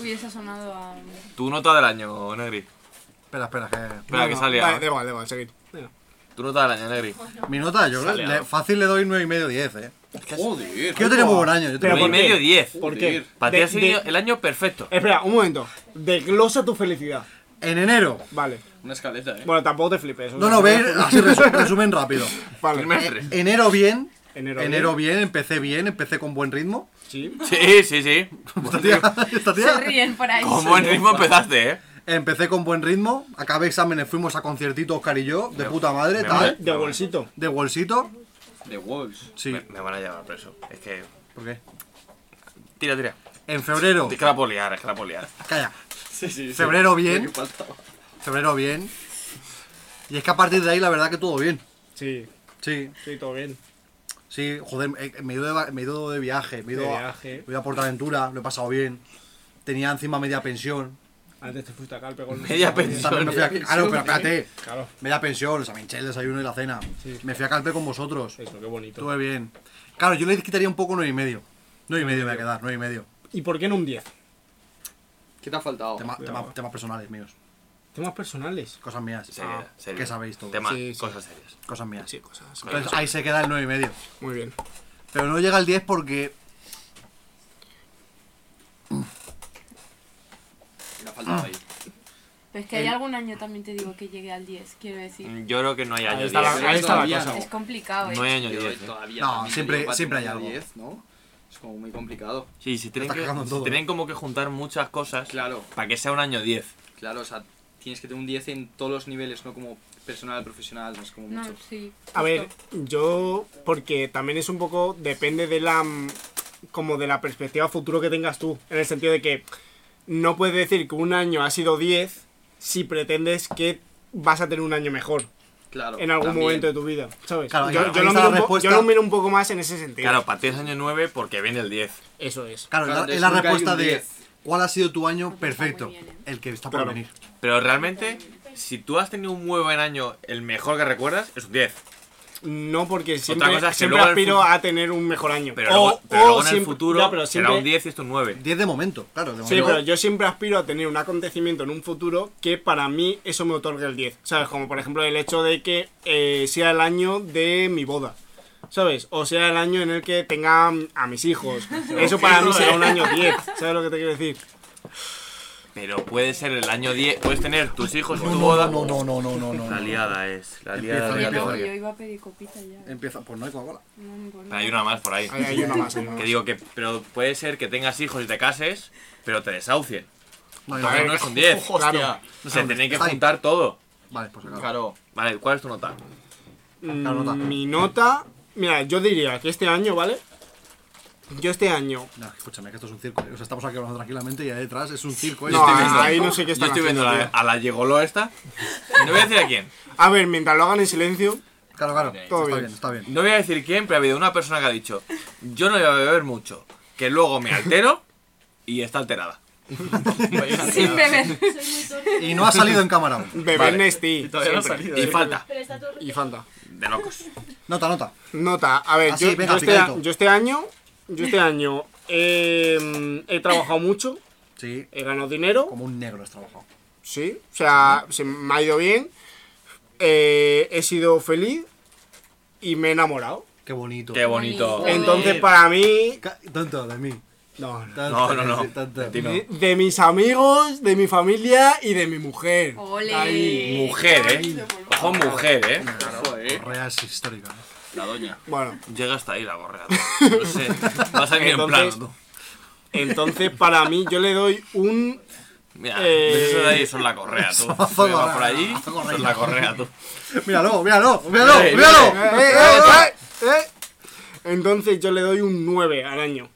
Uy, eso ha sonado a. Tu nota del año, Negri. espera, espera, que... Espera, que salía. Vale, da igual, da igual, seguid. Venga. Tu nota del año, Negri. Mi nota, yo creo que Saleado. le- fácil le doy 9 y medio 10, eh. Joder. Que yo tenía muy buen año. Yo tenía Pero Nueve y ¿por muy... qué? medio, diez. ¿Por qué? Para ti De- ha sido de- el año perfecto. Espera, un momento. Desglosa tu felicidad. En enero. Vale. Una escaleta, eh. Bueno, tampoco te flipes. o No, sea, no, ver, así resu- resumen rápido. Eh, Vale. Trimestre. Enero bien. Enero Enero, bien. bien. empecé bien, empecé con buen ritmo. Sí. Sí, sí, sí. Esta tía, esta Se tía. ríen por ahí. Con buen ritmo empezaste, eh. Empecé con buen ritmo, acabé exámenes, fuimos a conciertitos Oscar y yo, de puta madre, me tal. vale. De bolsito. De bolsito. De Wolves. Sí. Me, me van a llevar preso. Es que. ¿Por qué? Tira, tira. En febrero. Es que la puedo liar, es que la puedo liar. Calla. Sí, sí, sí. Febrero Qué bien. faltaba. Febrero bien. Y es que a partir de ahí, la verdad que todo bien. Sí, Sí, sí, todo bien. sí, joder, eh, me he ido de, va- me he ido de viaje, me he ido, De a- viaje. me he ido a Portaventura, lo he pasado bien. Tenía encima media pensión. Antes te fuiste a Calpe con... Media También me pensión. fui a, claro, pero espérate, Claro, media pensión, o sea, me hinché el desayuno y la cena. Me fui a Calpe con vosotros. eso, qué bonito. Estuve bien. Claro, yo le quitaría un poco nueve y medio. Nueve y medio me voy a quedar, nueve y medio. ¿Y por qué no un 10? ¿Qué te ha faltado? Tema- tema- temas personales míos, Temas personales. Ah. cosas mías. Seria, seria. Que sabéis todos. Temas, Sí, sí. cosas serias. Cosas mías. cosas. Entonces ahí se queda el nueve y medio. Muy bien. Pero no llega al 10 porque Me ha faltado ahí. Ah, Pues que hay algún año también te digo que llegué al 10, quiero decir. Mm, Yo creo que no hay año Ahí 10. está, la, ahí está Todavía la cosa. Es complicado, ¿eh? No hay año Yo 10. ¿eh? todavía No, también siempre- te digo, siempre hay patrimonio algo. 10, ¿no? Es como muy complicado. Sí, se tienen, Está que, cagando en se todo, tienen como que juntar muchas cosas Claro. para que sea un año 10. Claro, o sea, tienes que tener un 10 en todos los niveles, no como personal, profesional, no es como No, mucho. sí. A ver, justo. yo, porque también es un poco, depende de la, mm, como de la perspectiva futuro que tengas tú, en el sentido de que no puedes decir que un año ha sido 10 si pretendes que vas a tener un año mejor. Claro, en algún también. momento de tu vida, ¿sabes? Claro, yo, claro, yo ahí lo está miro la un po- yo respuesta. lo miro un poco más en ese sentido. Claro, para ti es año 9 porque viene el 10. Eso es. Claro, es la- es la respuesta de ¿cuál ha sido tu año Pues perfecto? ¿eh? El que está por Claro. venir. Pero realmente, si tú has tenido un muy buen año, el mejor que recuerdas es un 10. No, porque siempre, cosa es que siempre luego en el aspiro fut- a tener un mejor año. Pero luego, pero luego en el siempre- futuro ya, pero siempre- será un 10 y esto un 9. 10 de momento, claro, de Sí, pero yo siempre aspiro a tener un acontecimiento en un futuro que para mí eso me otorgue el 10. ¿Sabes? Como por ejemplo el hecho de que eh, sea el año de mi boda. ¿Sabes? O sea el año en el que tenga a mis hijos. Eso para mí será un eh. año 10. ¿Sabes lo que te quiero decir? Pero puede ser el año 10, puedes tener tus hijos, tu boda. No, no, no, no, no, no. La liada es, la liada Empieza de la la liada. teoría. Yo iba a pedir copita ya. Empieza, pues no hay Coca-Cola. No, no, por Pero Hay una más por ahí. Hay- hay una más, hay una Que más. digo que, pero puede ser que tengas hijos y te cases, pero te desahucien. No, No, no, no, no. es un 10. Ojo, hostia. Claro. No sé, Claro, tenéis que está ahí. juntar todo. Vale, pues acaba. Claro. Vale, ¿cuál es tu nota? nota. Mm, Mi nota. Mira, yo diría que este año, ¿vale? Yo este año. No, escúchame, que esto es un circo. ¿eh? O sea, estamos aquí hablando tranquilamente y ahí detrás es un circo. ¿eh? No, ahí no sé qué Yo están estoy viendo haciendo, la- tío. a la Yegoló esta. No voy a decir a quién. A ver, mientras lo hagan en silencio. Claro, claro. Todo bien. está bien. No voy a decir quién, pero ha habido una persona que ha dicho, yo no voy a beber mucho, que luego me altero y está alterada. Sin beber. Y no ha salido en cámara aún. Beber Vale. Nestí. Y todavía no ha siempre. salido, Y ¿eh? falta. Pero está todo Y falta. De locos. Nota, nota. Nota, a ver, Así, yo, Ah, venga, yo este, picadito. a- yo este año, yo este año eh, he trabajado mucho, Sí. he ganado dinero, Como un negro has trabajado. sí, o sea, se me ha ido bien, eh, he sido feliz y me he enamorado. Qué bonito. Qué bonito. Entonces para mí, Ca- Tanto de mí. no, no. Tanto, no, no. sí, tanto. De ti no. De, de mis amigos, de mi familia y de mi mujer. Ole. Ahí. Mujer, eh. Ojo, mujer, eh. Correas históricas. La doña. Bueno, Llega hasta ahí la gorrea. tío. No sé. Vas a ir en Entonces- plano. entonces para mí yo le doy un Mira, Eh, eso de ahí son la correa, tú. Mazo Tú que correa, vas por allí, mazo correa. son la correa, tú. Míralo, míralo, míralo, Eh, míralo. ¡Eh, eh, eh, eh, eh! Entonces yo le doy un 9 al año.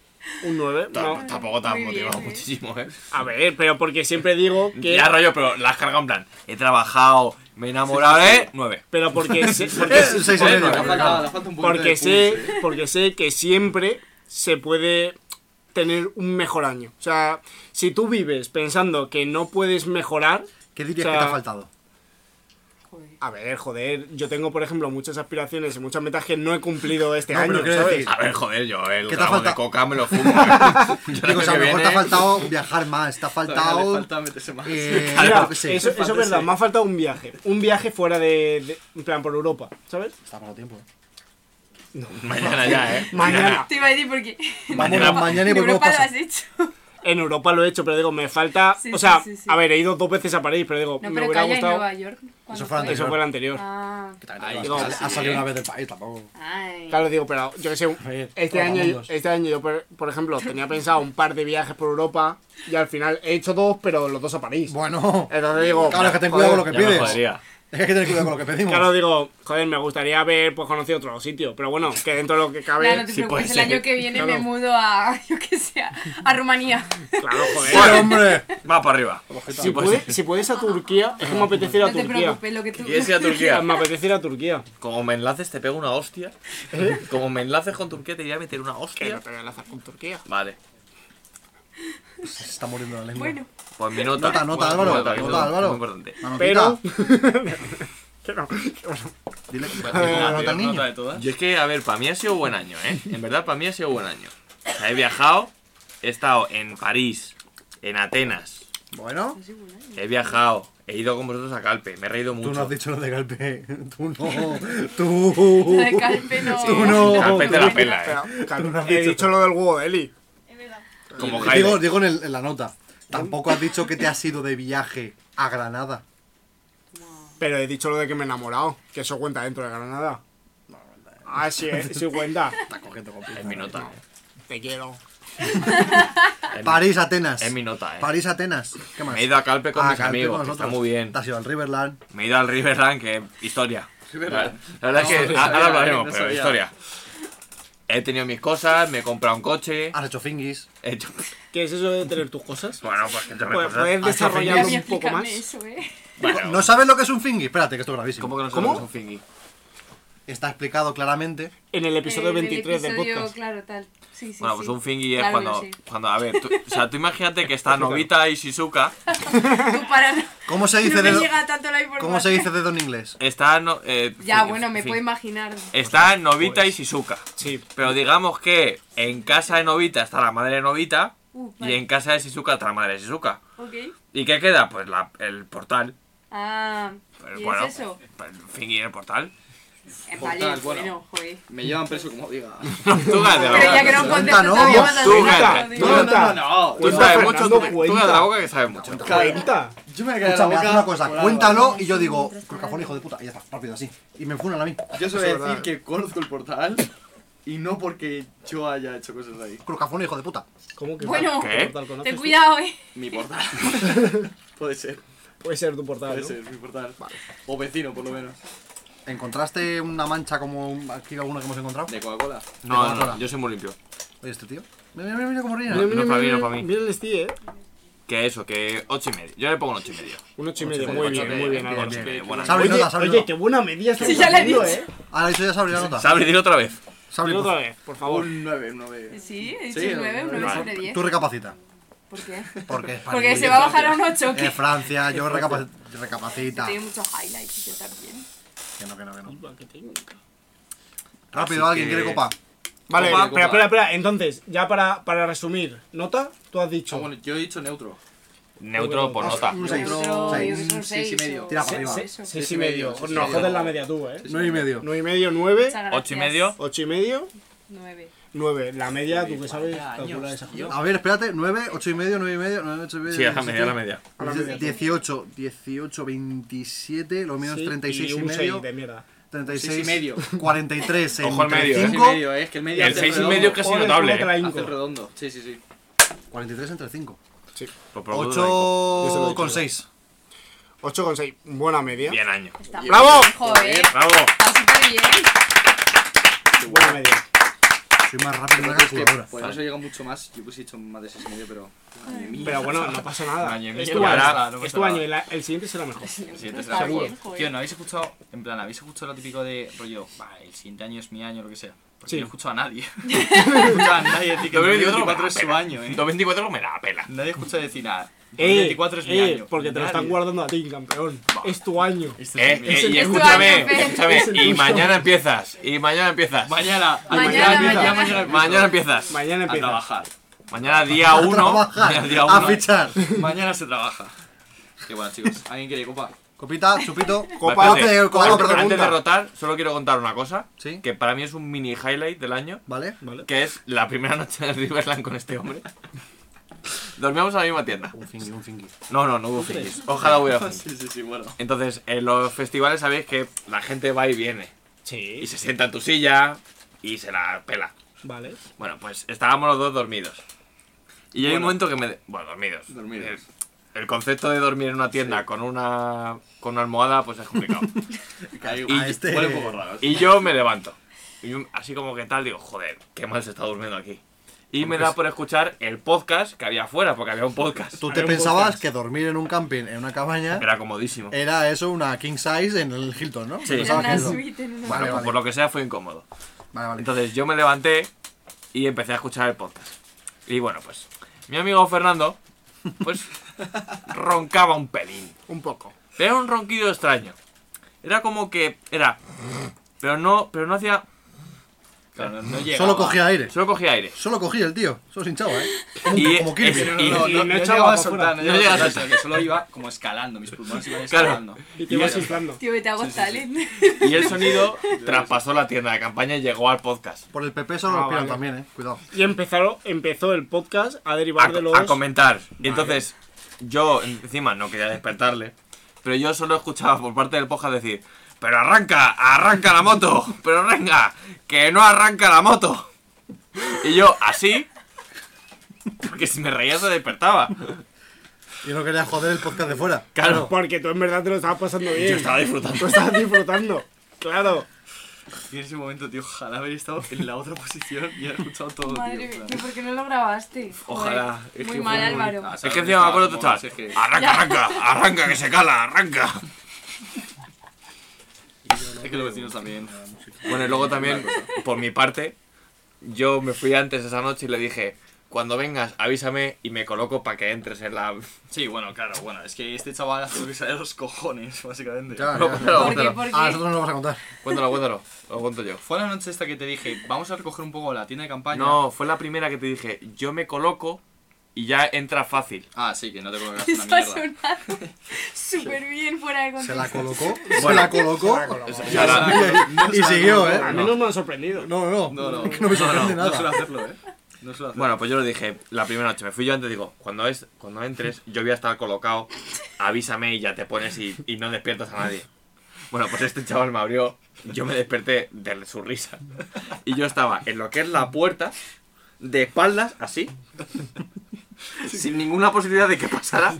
Un 9. Tamp- Tampoco te has Muy bien, motivado eh. muchísimo, eh. A ver, pero porque siempre digo que. Ya rollo, pero la has cargado en plan. He trabajado, me he enamorado, eh. Nueve. Pero porque sé, porque, Es un seis y Joder, medio. no, no, Falta, falta un poquito porque de sé, ¿eh? porque sé que siempre se puede tener un mejor año. O sea, si tú vives pensando que no puedes mejorar. ¿Qué dirías o sea, que te ha faltado? A ver, joder, yo tengo, por ejemplo, muchas aspiraciones y muchas metas que no he cumplido este No, pero año, quiero ¿sabes? decir- A ver, joder, yo el ¿Qué te ha gramo de faltado? coca me lo fumo. eh. Yo el Digo, o sea, a lo año que mejor te ha viene- faltado viajar más, te ha Todavía le faltado. falta meterse más. eh, Mira, sí. eso, eso es verdad, me ha faltado un viaje. Un viaje fuera de, de- En plan, por Europa, ¿sabes? Está para tiempo. ¿eh? Mañana ya, eh. Mañana. Te iba a decir porque. Mañana, mañana y en volvemos Europa lo a has hecho. En Europa lo he hecho, pero digo, me falta. Sí, o sea, sí, sí, sí. a ver, he ido dos veces a París, pero digo, No, me pero hubiera calla en gustado. Nueva York. cuando Eso fue antes. Eso fue el anterior. Ah. Ahí no, está, Ha sí, salido eh. una vez del país tampoco. Ay. Claro, digo, pero yo qué sé, ver, este todos año, juntos. este año yo, por, por ejemplo, tenía pensado un par de viajes por Europa y al final he hecho dos, pero los dos a París. Bueno, Entonces digo, claro, es que ten joder, cuidado con lo que Ya me pides. jodería. Es que hay que tener cuidado con lo que pedimos. Claro, digo, joder, me gustaría haber pues, conocido otro sitio, pero bueno, que dentro de lo que Claro, no cabe. te sí puede preocupes, el ser. año que viene Claro. me mudo a, yo que sé, a Rumanía. Claro, joder. ¡Bueno, hombre! Va para arriba. si, puedes, si puedes a Turquía, es que me apetece ir a No te Turquía. preocupes, lo que tú... ¿Quieres ir a Turquía? Me apetece ir a Turquía. ¿Eh? Como me enlaces, te pego una hostia. Como me enlaces con Turquía, te iré a meter una Que no hostia. te voy a enlazar con Turquía. Vale. Se está muriendo la lengua. Bueno, Pues mi nota. Nota, nota, Álvaro, que nota, es muy Álvaro. importante. La notita. Pero. Que no. Dile que Pues Ah, la nota tío, al niño. nota de todas. Yo es que, a ver, para mí ha sido buen año, ¿eh? En verdad, para mí ha sido buen año. O sea, he viajado, he estado en París, en Atenas, Bueno, he viajado, he ido con vosotros a Calpe, me he reído mucho. tú no has dicho lo de Galpe. Tú no. Tú. de Calpe no... Tú no. Calpe te la pela, ¿eh? Espera, Tú no has He dicho. dicho lo del huevo de Eli. Es verdad. Como Digo, Jaime. digo en, el- en la nota. Tampoco has dicho que te has ido de viaje a Granada. Pero he dicho lo de que me he enamorado, que eso cuenta dentro de Granada. Ah, sí, eh, sí cuenta. Está cogiendo con Es mi nota. Te quiero. Es- París, Atenas. Es mi nota, ¿eh? París, Atenas. ¿Qué más? Me he ido a Calpe con Ah, mis Calpe amigos, con que está nosotros. muy bien. Te has ido al Riverland. Me he ido al Riverland, que historia. La, la verdad es que No, ahora no hablaremos, sabía, pero no historia. He tenido mis cosas, me he comprado un coche. Has hecho fingis. He hecho... ¿Qué es eso de tener tus cosas? Bueno, pues que tener Pues, cosas. ¿Puedes Has hecho desarrollarlo fingis. un poco más? No- ¿No sabes lo que es un fingy? Espérate, que esto es gravísimo. ¿Cómo que no sabes lo que es un fingy? Está explicado claramente. En el Eh, del podcast. Claro, tal. Sí, sí, Bueno, sí. pues un fingy es Claro que cuando, sí. cuando. A ver, tú, o sea, tú imagínate que está Novita y Shizuka. Tú para. ¿Cómo se no dice me dedo, llega tanto la información. ¿cómo se dice dedo en inglés? Está. No, eh, Ya, fingy, bueno, me fingy. puedo imaginar. Está Novita y Shizuka. Sí. Pero digamos que en casa de Novita está la madre de Novita Uh, y en casa de Shizuka está la madre de Shizuka. Ok. ¿Y qué queda? Pues la, el portal. Ah, Pero ¿y bueno, es eso? pues, Fingy el portal. En Portal, Vale, bueno. bueno, joder. Me llevan preso como diga. Tú cállate la Pero boca. ya que no Cuenta, contestas no. todavía vas a Tú decir cállate. nada, Tú tío. cállate. No, no, no. Tú sabes mucho. Tú tú cállate la boca que sabes mucho. Cuenta. Yo me voy a callar la Escúchame, boca haz una cosa, por algo. cuéntalo y yo digo, crocafón, hijo de puta, y ya está, rápido así. Y me funan a mí. Yo Eso solo voy es a decir verdad. que conozco el portal y no porque yo haya hecho cosas ahí. Crocafón, hijo de puta. ¿Cómo que Bueno, ¿Qué? ten cuidado, eh. Mi portal. Puede ser. Puede ser tu portal. Puede ¿no? ser mi portal. O vecino, por lo menos. ¿Encontraste una mancha como aquí alguna que hemos encontrado? ¿De Coca-Cola? No, no, no, yo soy muy limpio. Oye, este tío. Mira, mira, mira cómo ríe. No, no para mí, no para mí. Mira el Steve, eh. Que eso, que 8 y medio. Yo le pongo un 8 y medio. Un 8 y medio, muy bien, muy bien, Álvaro. Buena Oye, nota. oye, qué buena medida estás Sí, ya le he haciendo, dicho. eh. Ahora dicho ya Sabri la nota. Sabri, dilo otra vez. Sabri, Dilo por otra favor. vez, por favor. Un 9, un 9. Sí, he Sí, dicho un 9, un 9 Vale. sobre 10. Tú recapacita. ¿Por qué? Porque, Porque se va a bajar a un 8, ¿o qué? En Francia, yo recapac- recapacita. Tiene muchos highlights yo también. Que no, que no, que no. Rápido, Así ¿alguien que- quiere copa? Vale, Copa, espera, copa. espera, espera. Entonces, ya para, para resumir, ¿nota? Tú has dicho. Ah, bueno, yo he dicho neutro. Neutro por Ah, nota. un seis. Neutro, Seis. yo creo que un seis y medio. Tira Se- para arriba. se- Seis, seis y medio. seis y No, medio. joder la media tú, eh. Nueve y medio. Nueve y medio, nueve. Muchas gracias. Ocho y medio. Ocho y medio, 9. nueve. La media, tú que sabes, calcula esa A ver, espérate, 9, 8 y medio, 9 y medio, 9, 8 y medio. Sí, a la media, a la media. A la media. 18, 18, 27, lo menos Sí, 36 y y, un medio. seis de mierda. 36 Seis y medio. 43, Ojo al medio, eh. 5. Seis y medio, eh, es que el medio El hace seis y redondo. medio casi Joder, notable, cómo te la eh. hinco. Hace el redondo. Sí, sí, sí. 43 entre 5. Sí. por lo menos Ocho la hinco. Yo se lo he dicho con yo. 6. 8 con 6. Buena media. Bien año. ¡Bravo! Joder. ¡Bravo! Está súper bien. Buena media. Soy más rápido que la calculadora. Por eso llega mucho más. Yo pues he dicho más de 6 y medio, pero. Madre mía. Pero bueno, no pasa nada. Madre mía, Es no tu pasa nada, año. no Es pasa tu año. nada. y la- El siguiente será mejor. El siguiente Está será bien, seguro. joder. Tío, ¿no habéis escuchado? En plan, ¿habéis escuchado lo típico de rollo? Va, el siguiente año es mi año, lo que sea. Porque Sí. no he escuchado a nadie. no he escuchado a nadie decir que el 2024 es su año, eh. 2024 me da pela. Nadie escucha decir nada. El Eh, 2024 es mi eh, año. porque te lo están Nadie. guardando a ti, campeón. Es tu año. Eh, eh, Este Es el y tuyo. escúchame, Es el tuyo. escúchame, Es el y tuyo. mañana empiezas, y mañana empiezas. Mañana, Y mañana, mañana, mañana. mañana mañana, empiezas. empiezas. Mañana empiezas. A trabajar. Mañana día 1. día uno. Mañana se trabaja. Qué bueno, chicos. ¿Alguien quiere copa? Copita, chupito. Vale, Copa, espérate, eh, copa, antes- pregunta. antes de rotar, solo quiero contar una cosa. Sí. Que para mí es un mini highlight del año. Vale. Que es la primera noche en Riverland con este hombre. Dormíamos en la misma tienda. Un fingui, un fingui. No, no, no hubo fingis. Ojalá hubiera fingis. Sí, sí, sí, bueno. Entonces, en los festivales sabéis que la gente va y viene. Sí. Y se sienta en tu silla y se la pela. Vale. Bueno, pues estábamos los dos dormidos. Y hay un Bueno. momento que me... de- Bueno, dormidos. Eh, Dormidos. El, el concepto de dormir en una tienda con, una, con una almohada, pues es complicado. Y este... Huele un poco raro. y yo me levanto. Y yo, así como que tal, digo, joder, qué mal se está durmiendo aquí. Y me da por escuchar el podcast que había afuera, porque había un podcast. Tú te pensabas que dormir en un camping, en una cabaña, Era comodísimo. era eso, una king size en el Hilton, ¿no? Sí. Pensabas que eso. Bueno, Vale, pues vale. por lo que sea fue incómodo. Vale, vale. Entonces yo me levanté y empecé a escuchar el podcast. Y bueno, pues mi amigo Fernando, pues roncaba un pelín. Un poco. Pero era un ronquido extraño. Era como que era... Pero no, pero no hacía... Claro, no- no llegaba. Solo cogía aire. Solo cogía aire. Solo cogía el tío. Solo se hinchaba, ¿eh? Como, Y- como Kirby. ese- No, no, no, no llegaba a soltar, no No llegaba llegaba a a soltar, que solo iba como escalando, mis pulmones iban Claro. escalando. Y te ibas era- inflando. Tío, vete a Got Talent. Y el sonido traspasó la tienda de campaña y llegó al podcast. Por el PP solo Ah, lo respiran vale. también, ¿eh? Cuidado. Y empezaron, empezó el podcast a derivar A, de los. a comentar. Y entonces, yo encima no quería despertarle, pero yo solo escuchaba por parte del podcast decir, pero arranca, arranca la moto, pero arranca, que no arranca la moto. Y yo así, porque si me reía se despertaba. Yo no quería joder el podcast de fuera. Claro. Porque tú en verdad te lo estabas pasando bien. estaba disfrutando. Tú estabas disfrutando. Claro. Y en ese momento, tío, ojalá haber estado en la otra posición y haber escuchado todo, Madre tío. en mía, plan. ¿por qué no lo grabaste? Joder. Ojalá. Es Muy que mal, fue muy- Álvaro. Ah, Es que encima me acuerdo tú estás. Arranca, arranca, arranca, que se cala, arranca. Es que los vecinos también. eh, Bueno, y luego también, por mi parte, yo me fui antes esa noche y le dije, cuando vengas, avísame y me coloco para que entres en la... Sí, bueno, claro, bueno, es que este chaval hace lo que sale de los cojones, básicamente. Ya, No, ya, ya. cuéntalo, ¿Por qué, cuéntalo. por qué? Ah, nosotros no lo vamos a contar. Cuéntalo, cuéntalo, lo cuento yo. Fue la noche esta que te dije, vamos a recoger un poco la tienda de campaña. No, fue la primera que te dije, yo me coloco y ya entra fácil. Ah, sí, que no te colocas Eso ha sonado súper bien fuera de contexto. Se la colocó. Se la colocó. Y siguió, ¿eh? A mí no me han sorprendido. No, no. No, no. Es que no me sorprende No, no, no nada. suele hacerlo, ¿eh? No suele Bueno, pues yo lo dije la primera noche. Me fui yo antes, digo, cuando, es, cuando entres, yo voy a estar colocado, avísame y ya te pones y, y no despiertas a nadie. Bueno, pues este chaval me abrió, yo me desperté de su risa. Y yo estaba en lo que es la puerta, de espaldas, así, sin ninguna posibilidad de que pasara.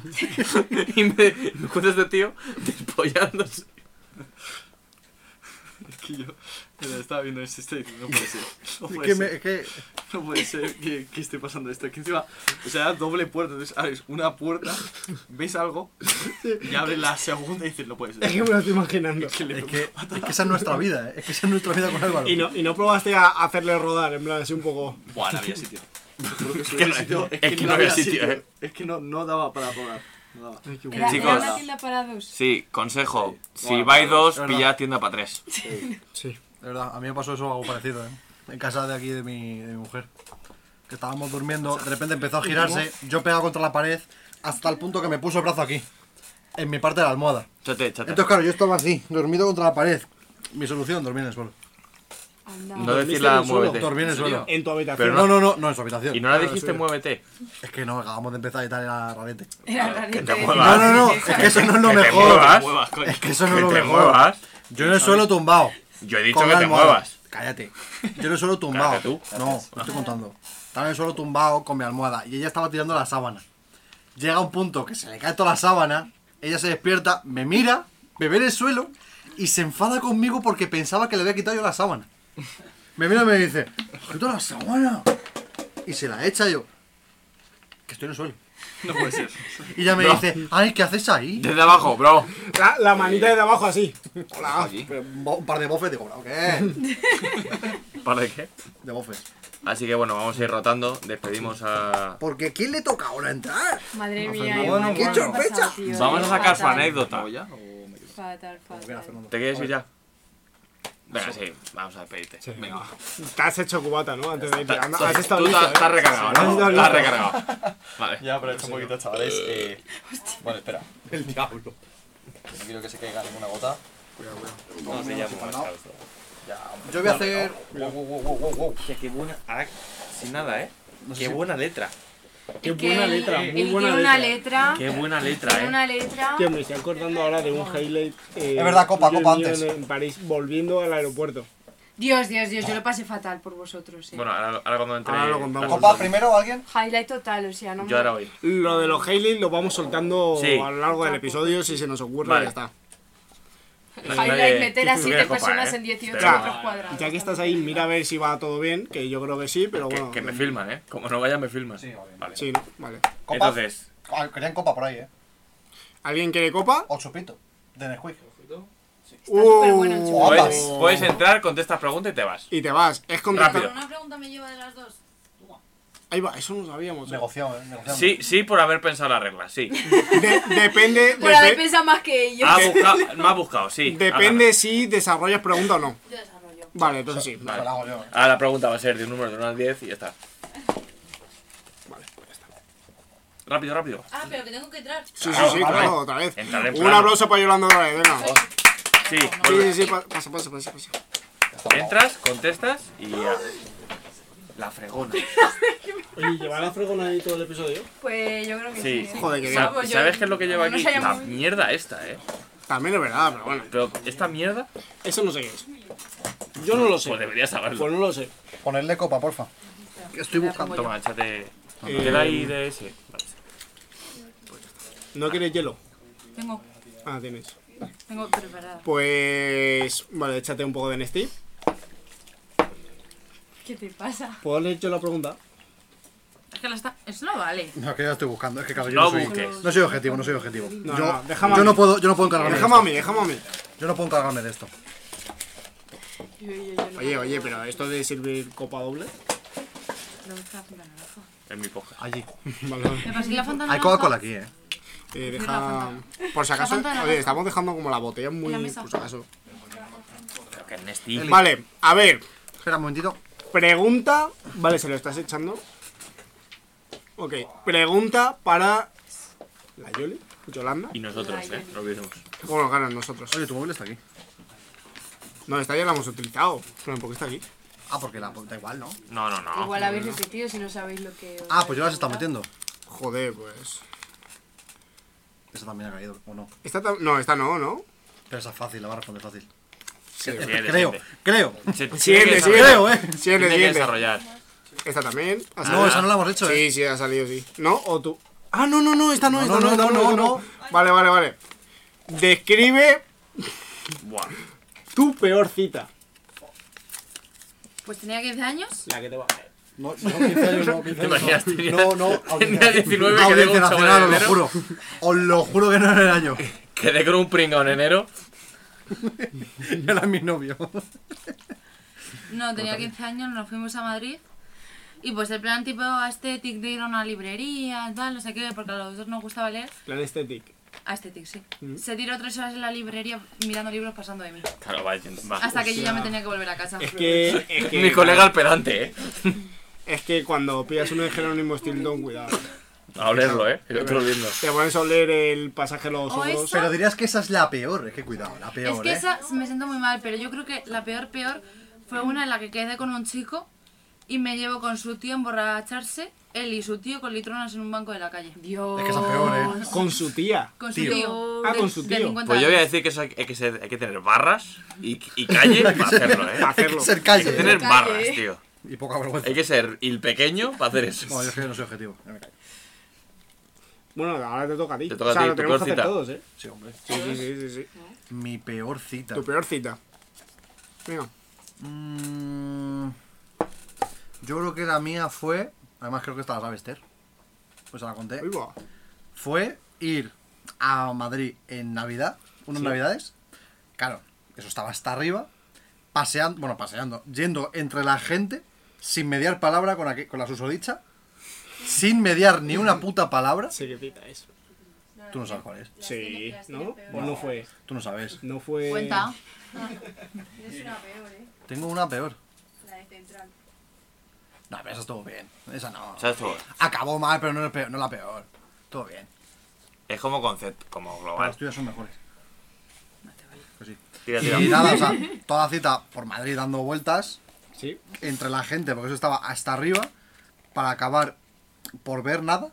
Y me, me encuentro este tío despollándose. Es que yo me la estaba viendo en este state, no puede ser. No Es puede que ser. me- es que- No puede ser que, que esté pasando esto. Que encima, o sea, era doble puerta. Entonces abres una puerta, ves algo y abres la segunda y dices, no puede ser. Es que me lo estoy imaginando. Es que, le- Es que esa es nuestra vida, ¿eh? Es que esa es nuestra vida con Álvaro. Y no, y no probaste a hacerle rodar, en plan, así un poco. Buah, no había sitio. Te juro Es que que no no- había sitio. es que no había sitio, eh. Es que no, no daba para probar. No daba. Era, Chicos. era una tienda para dos. Sí, consejo, si Bueno, vais dos, es verdad. pillad tienda para tres. Sí. De verdad, a mí me pasó eso algo parecido, ¿eh? En casa de aquí de mi, de mi mujer. Que estábamos durmiendo, de repente empezó a girarse, yo pegaba contra la pared, hasta el punto que me puso el brazo aquí, en mi parte de la almohada. Chate, chate. Entonces, claro, yo estaba así, dormido contra la pared. Mi solución, dormir en el suelo. No decirle a muévete. Dormí en el suelo. ¿En tu habitación? Pero no, no, no, no, en su habitación. ¿Y no le dijiste muévete? Es que no, acabamos de empezar y tal, era rarete. Era rarete. Que te No, muevas. no, no, es que eso no es lo Que te mejor. muevas. Es que eso no es lo Que te mejor. muevas. Yo en el suelo tumbado. Yo he dicho Con que la te almohada. muevas. Cállate. Yo en el suelo tumbado. Cállate tú. No, no estoy contando. Estaba en el suelo tumbado con mi almohada y ella estaba tirando la sábana. Llega un punto que se le cae toda la sábana, ella se despierta, me mira, me ve en el suelo y se enfada conmigo porque pensaba que le había quitado yo la sábana. Me mira y me dice, "¿Has quitado la sábana? Y se la echa yo. Que estoy en el suelo. No puede ser. Y ella me No. dice, ay, ¿qué haces ahí? Desde abajo, bro. La, la manita desde abajo, así. Hola. Ah, Un par de bofes digo, "Bro, ¿qué? ¿Para de qué? De bofes. Así que bueno, vamos a ir rotando. Despedimos a. Porque ¿quién le toca ahora entrar? Madre No sé, mía, no, igual no, que bueno. ha pasado, tío, Vamos a eh, sacar su fatal. anécdota. Fatal, fatal. ¿Te quieres ir ya? Venga, sí, vamos a despedirte. Venga. va. Te has hecho cubata, ¿no? Antes de irte. Está- Anda, está- Has estado tú listo, estás- ¿eh? estás recargado, ¿no? Has estado Estás listo. recargado. Vale. Ya, pero esto un poquito, chavales. Eh... Bueno, espera. El diablo. No quiero que se caiga ninguna gota. Cuidado, cuidado. No, sí, ya hemos marchado Ya, hombre. Yo voy a No, hacer- oh, no. Wow, wow, wow, wow, wow. Hostia, qué buena. ah, sin nada, ¿eh? Qué sé. buena letra. Qué Que buena él- letra, él muy tiene buena una letra. letra. Qué buena letra, Tiene ¿eh? una letra. Tío, me estoy acordando ahora de un highlight. eh, Es verdad, copa, tuyo y copa mío antes. En, en París, volviendo al aeropuerto. Dios, Dios, Dios, yo lo pasé fatal por vosotros. eh. Bueno, ahora, ahora cuando entre. Ahora lo contamos. las- Copa primero alguien? Highlight total, o sea, no Yo ahora voy. Lo de los highlights lo vamos soltando Sí. a lo largo del episodio si se nos ocurre Vale. ya está. Highlight meter a siete eh? personas en 18 Ya, metros cuadrados. Ya que estás ahí, mira a ver si va todo bien, que yo creo que sí, pero Que, bueno. que me filman, ¿eh? Como no vaya, me filman. Sí, vale. Sí, ¿no? Vale. Entonces, Ah, Querían copa por ahí, ¿eh? ¿Alguien quiere copa? O chupito. De Nesquik. bueno el chupito. puedes, puedes entrar, contestas preguntas y te vas. Uh. Oh. Y te vas. Es Rápido. contactar. Una pregunta me lleva de las dos. Ahí va, eso no sabíamos. ¿eh? Negociado, ¿eh? Sí, sí, por haber pensado la regla, sí. De- depende. Por haber depe- pensado más que ellos. Ha buscado, me ha buscado, sí. Depende si desarrollas pregunta o no. Vale, entonces sí. Vale. vale. Ahora la pregunta va a ser de un número de 1 al 10 y ya está. Vale, pues pues ya está. Rápido, rápido. Ah, pero que tengo que entrar. Sí, sí, Claro, sí, vale. claro, otra vez. Entrar en Un plan. aplauso para Yolanda otra vez, venga. Sí, Sí, sí, sí, pa- pasa, pasa, pasa. pasa. Entras, contestas y ya. La fregona. ¿Y llevar la fregona ahí todo el episodio? Pues yo creo que sí. Sí. ¿eh? Joder, que Sa- bien. ¿Sabes qué es lo que lleva no aquí? se haya La movido. mierda esta, eh. También es verdad, pero bueno. Pero esta mierda, Eso no sé qué es. Yo no lo sé. pues deberías saberlo. Pues no lo sé. Ponerle copa, porfa. Que Estoy buscando. Toma, échate. Eh, Queda ahí de ese. Vale. ¿No quieres hielo? Tengo, Ah, tienes. tengo preparada. Pues. Vale, échate un poco de Nestí. ¿Qué te pasa? ¿Puedo leer yo la pregunta? Es que la está... Eso no vale. No, que ya estoy buscando. Es que caballero. No No, soy, busques. no soy objetivo, no soy objetivo. No, yo, no, déjame a yo mí. no puedo, yo no puedo encargarme. Déjame de a mí, esto. déjame a mí. Yo no puedo encargarme de esto. Oye, oye, pero esto de servir copa doble. ¿Dónde está la fontana naranja? En mi poca. Allí. Vale, vale. Me pasé la fontana Hay naranja. Coca-Cola aquí, eh. Eh, Cierra deja- la fontana. Por si La acaso, fontana oye, naranja. estamos dejando como la botella muy. En la Por mesa. pues, si acaso. Que es Nesti. Vale, a ver. Espera un momentito. Pregunta. Vale, se lo estás echando. Ok, pregunta para. ¿La Yoli? ¿Yolanda? Y nosotros, eh. Lo vimos. ¿Cómo lo ganan nosotros? Oye, tu móvil está aquí. No, esta ya la hemos utilizado. Pero ¿por qué está aquí? Ah, porque la. Da igual, ¿no? No, no, no. Igual habéis repetido si no sabéis lo que. os Ah, pues yo las habéis he estado preguntado. metiendo. Joder, pues. Esa también ha caído, ¿o no? Esta tam- no, esta no, ¿no? Pero esa es fácil, la va a responder fácil. Sí, Creo, siete, creo, siete. creo. Se- tiene Siguiente, que siguiente. Creo, eh. Ah, Siguiente, Tiene que siguiente. desarrollar. Esta también. ha No, salido. esa no la hemos hecho, Sí, eh. sí, ha salido, sí. ¿No? ¿O tú? Ah, no, no, no, esta No, no, esta no, no, esta no, no, esta no, no. Vale, vale, vale. Describe Buah. tu peor cita. Pues tenía 15 años. La que te va No, no, 15 años, no, 15 años. ¿Te imaginas? no. Tenía- No, no, audiencia, Tenía 19 que audiencia tengo un chaval nacional, en os lo enero. juro. Os lo juro que no era el año. Quedé con un pringao en enero. Era mi novio. No, tenía 15 años, nos fuimos a Madrid. Y pues el plan tipo aesthetic de ir a una librería, tal, no sé qué, porque a los dos nos gustaba leer. Plan estético. Aesthetic, este sí. Mm. Se tiró tres horas en la librería mirando libros pasando de mí. Claro, va, va. Hasta que yo ya me sea, tenía que volver a casa. Es que. Es que Mi colega el pedante, eh. Es que cuando pillas uno de Jerónimo Stilton, cuidado. A olerlo, eh. El otro viendo. Te pones a oler el pasaje de los O ojos. esa- Pero dirías que esa es la peor, es que cuidado, la peor, Es que eh. esa me siento muy mal, pero yo creo que la peor, peor fue una en la que quedé con un chico y me llevo con su tío a emborracharse, él y su tío con litronas en un banco de la calle. Dios. Es que esa es peor, eh. Con su tía. Con su Tío. tío. Ah, de- con su de tío. 50 Pues yo voy a años. decir que eso hay hay que, ser- hay que tener barras y, y calle para hacerlo, Para eh. Hay que hacerlo. ser Hay que calle. tener eh. barras, tío. Y poca vergüenza. Hay que ser el pequeño para hacer eso. No, yo es que no soy objetivo. ya me callo. Bueno, ahora te toca a ti. Te toca o sea, a ti, lo tu tenemos que hacer peor cita. todos, ¿eh? Sí, hombre. Sí, sí, sí, sí, sí. Mi peor cita. Tu peor cita. Venga. Mm, yo creo que la mía fue. Además, creo que esta la sabes, Ter. Pues la conté. Uy, buah. fue ir a Madrid en Navidad, unas Navidades. Claro, eso estaba hasta arriba, paseando, bueno, paseando, yendo entre la gente, sin mediar palabra con, aqu- con la susodicha, sin mediar ni una puta palabra. Sí, qué cita es. Tú no sabes cuál es. Sí, ¿no? ¿O no fue? Tú no sabes. No fue. Cuenta. Es una peor, ¿eh? Tengo una peor. La de central. No, pero esa estuvo bien. Esa no. ¿Sabes todo? Acabó mal, pero no, es peor- no la peor. Todo bien. Es como concepto, como Pero global. Las tuyas son mejores. Que Pues sí. Tira, tira. Y nada, o sea, toda la cita por Madrid dando vueltas. Sí. entre la gente, porque eso estaba hasta arriba, para acabar por ver nada.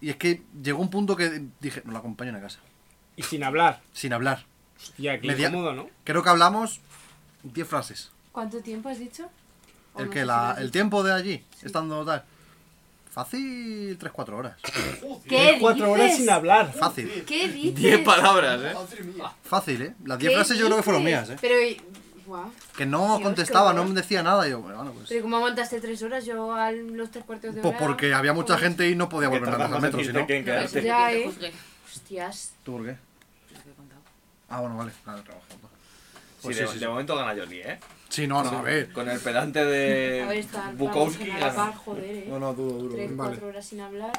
Y es que llegó un punto que dije, no la acompaño a casa, Y sin hablar. sin hablar. Hostia, qué Media- incómodo, ¿no? Creo que hablamos 10 frases. ¿Cuánto tiempo has dicho? O El no que sé la, si lo el has tiempo de allí, estando tal. Fácil 3-4 horas. dicho. ¿Qué Cuatro horas dices? sin hablar. Fácil. ¿Qué dices? 10 palabras, eh. Fácil, ¿eh? Las ¿Qué 10 frases yo creo que fueron dices? mías, ¿eh? Pero, guau. Que no Dios, contestaba, qué no horror. me decía nada. y yo, bueno, pues. Pero ¿cómo aguantaste tres horas? Yo a los tres cuartos de hora... Pues porque había mucha pues, gente y no podía volver nada al metro, si no. Que en Pero quedarte. eso Ya, que te eh. juzgue. Hostias. ¿Tú por qué? Ah, bueno, vale. Pues Claro, trabajando. Sí, de, de momento gana Jordi, ¿eh? Sí, no, no, a ver. Con el pedante A ver, de está... Bukowski vamos a la par, gana. joder, eh. No, no, duro, duro. Tres, Vale. cuatro horas sin hablar.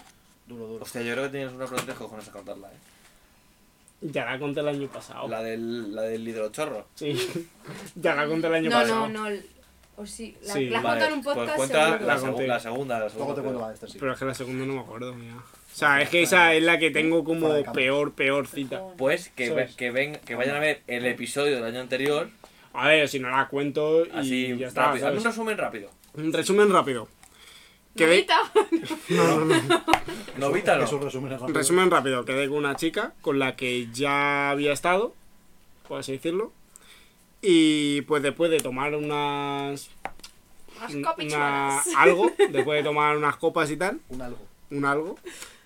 Duro, duro. Hostia, yo creo que tienes una pregunta de cojones a contarla, ¿eh? Ya la conté el año pasado. La del, la del hidrochorro. Sí. ya la conté el año No, pasado. no, no. O sí, la, Sí. la has contado en un podcast pues cuenta seguro. la, La segu- conté. la segunda, la segunda. Luego te cuento pero- la de esta, sí. Pero es que la segunda no me acuerdo, mira. O sea, es que esa es la que tengo Fuera como de cámara. peor, peor cita. Pues que, ve- ¿Sabes? que, ven, que vayan a ver el episodio del año anterior, A ver, si no la cuento y así ya está. rápido. Hazme un ¿sabes? resumen rápido. Un resumen rápido. Que de- Mamita. Novítalo. Eso resumen es rápido. Resumen rápido, quedé con una chica con la que ya había estado, por así decirlo. Y pues después de tomar unas... Más un- una- copichuelas. algo, después de tomar unas copas y tal, Un algo. un algo,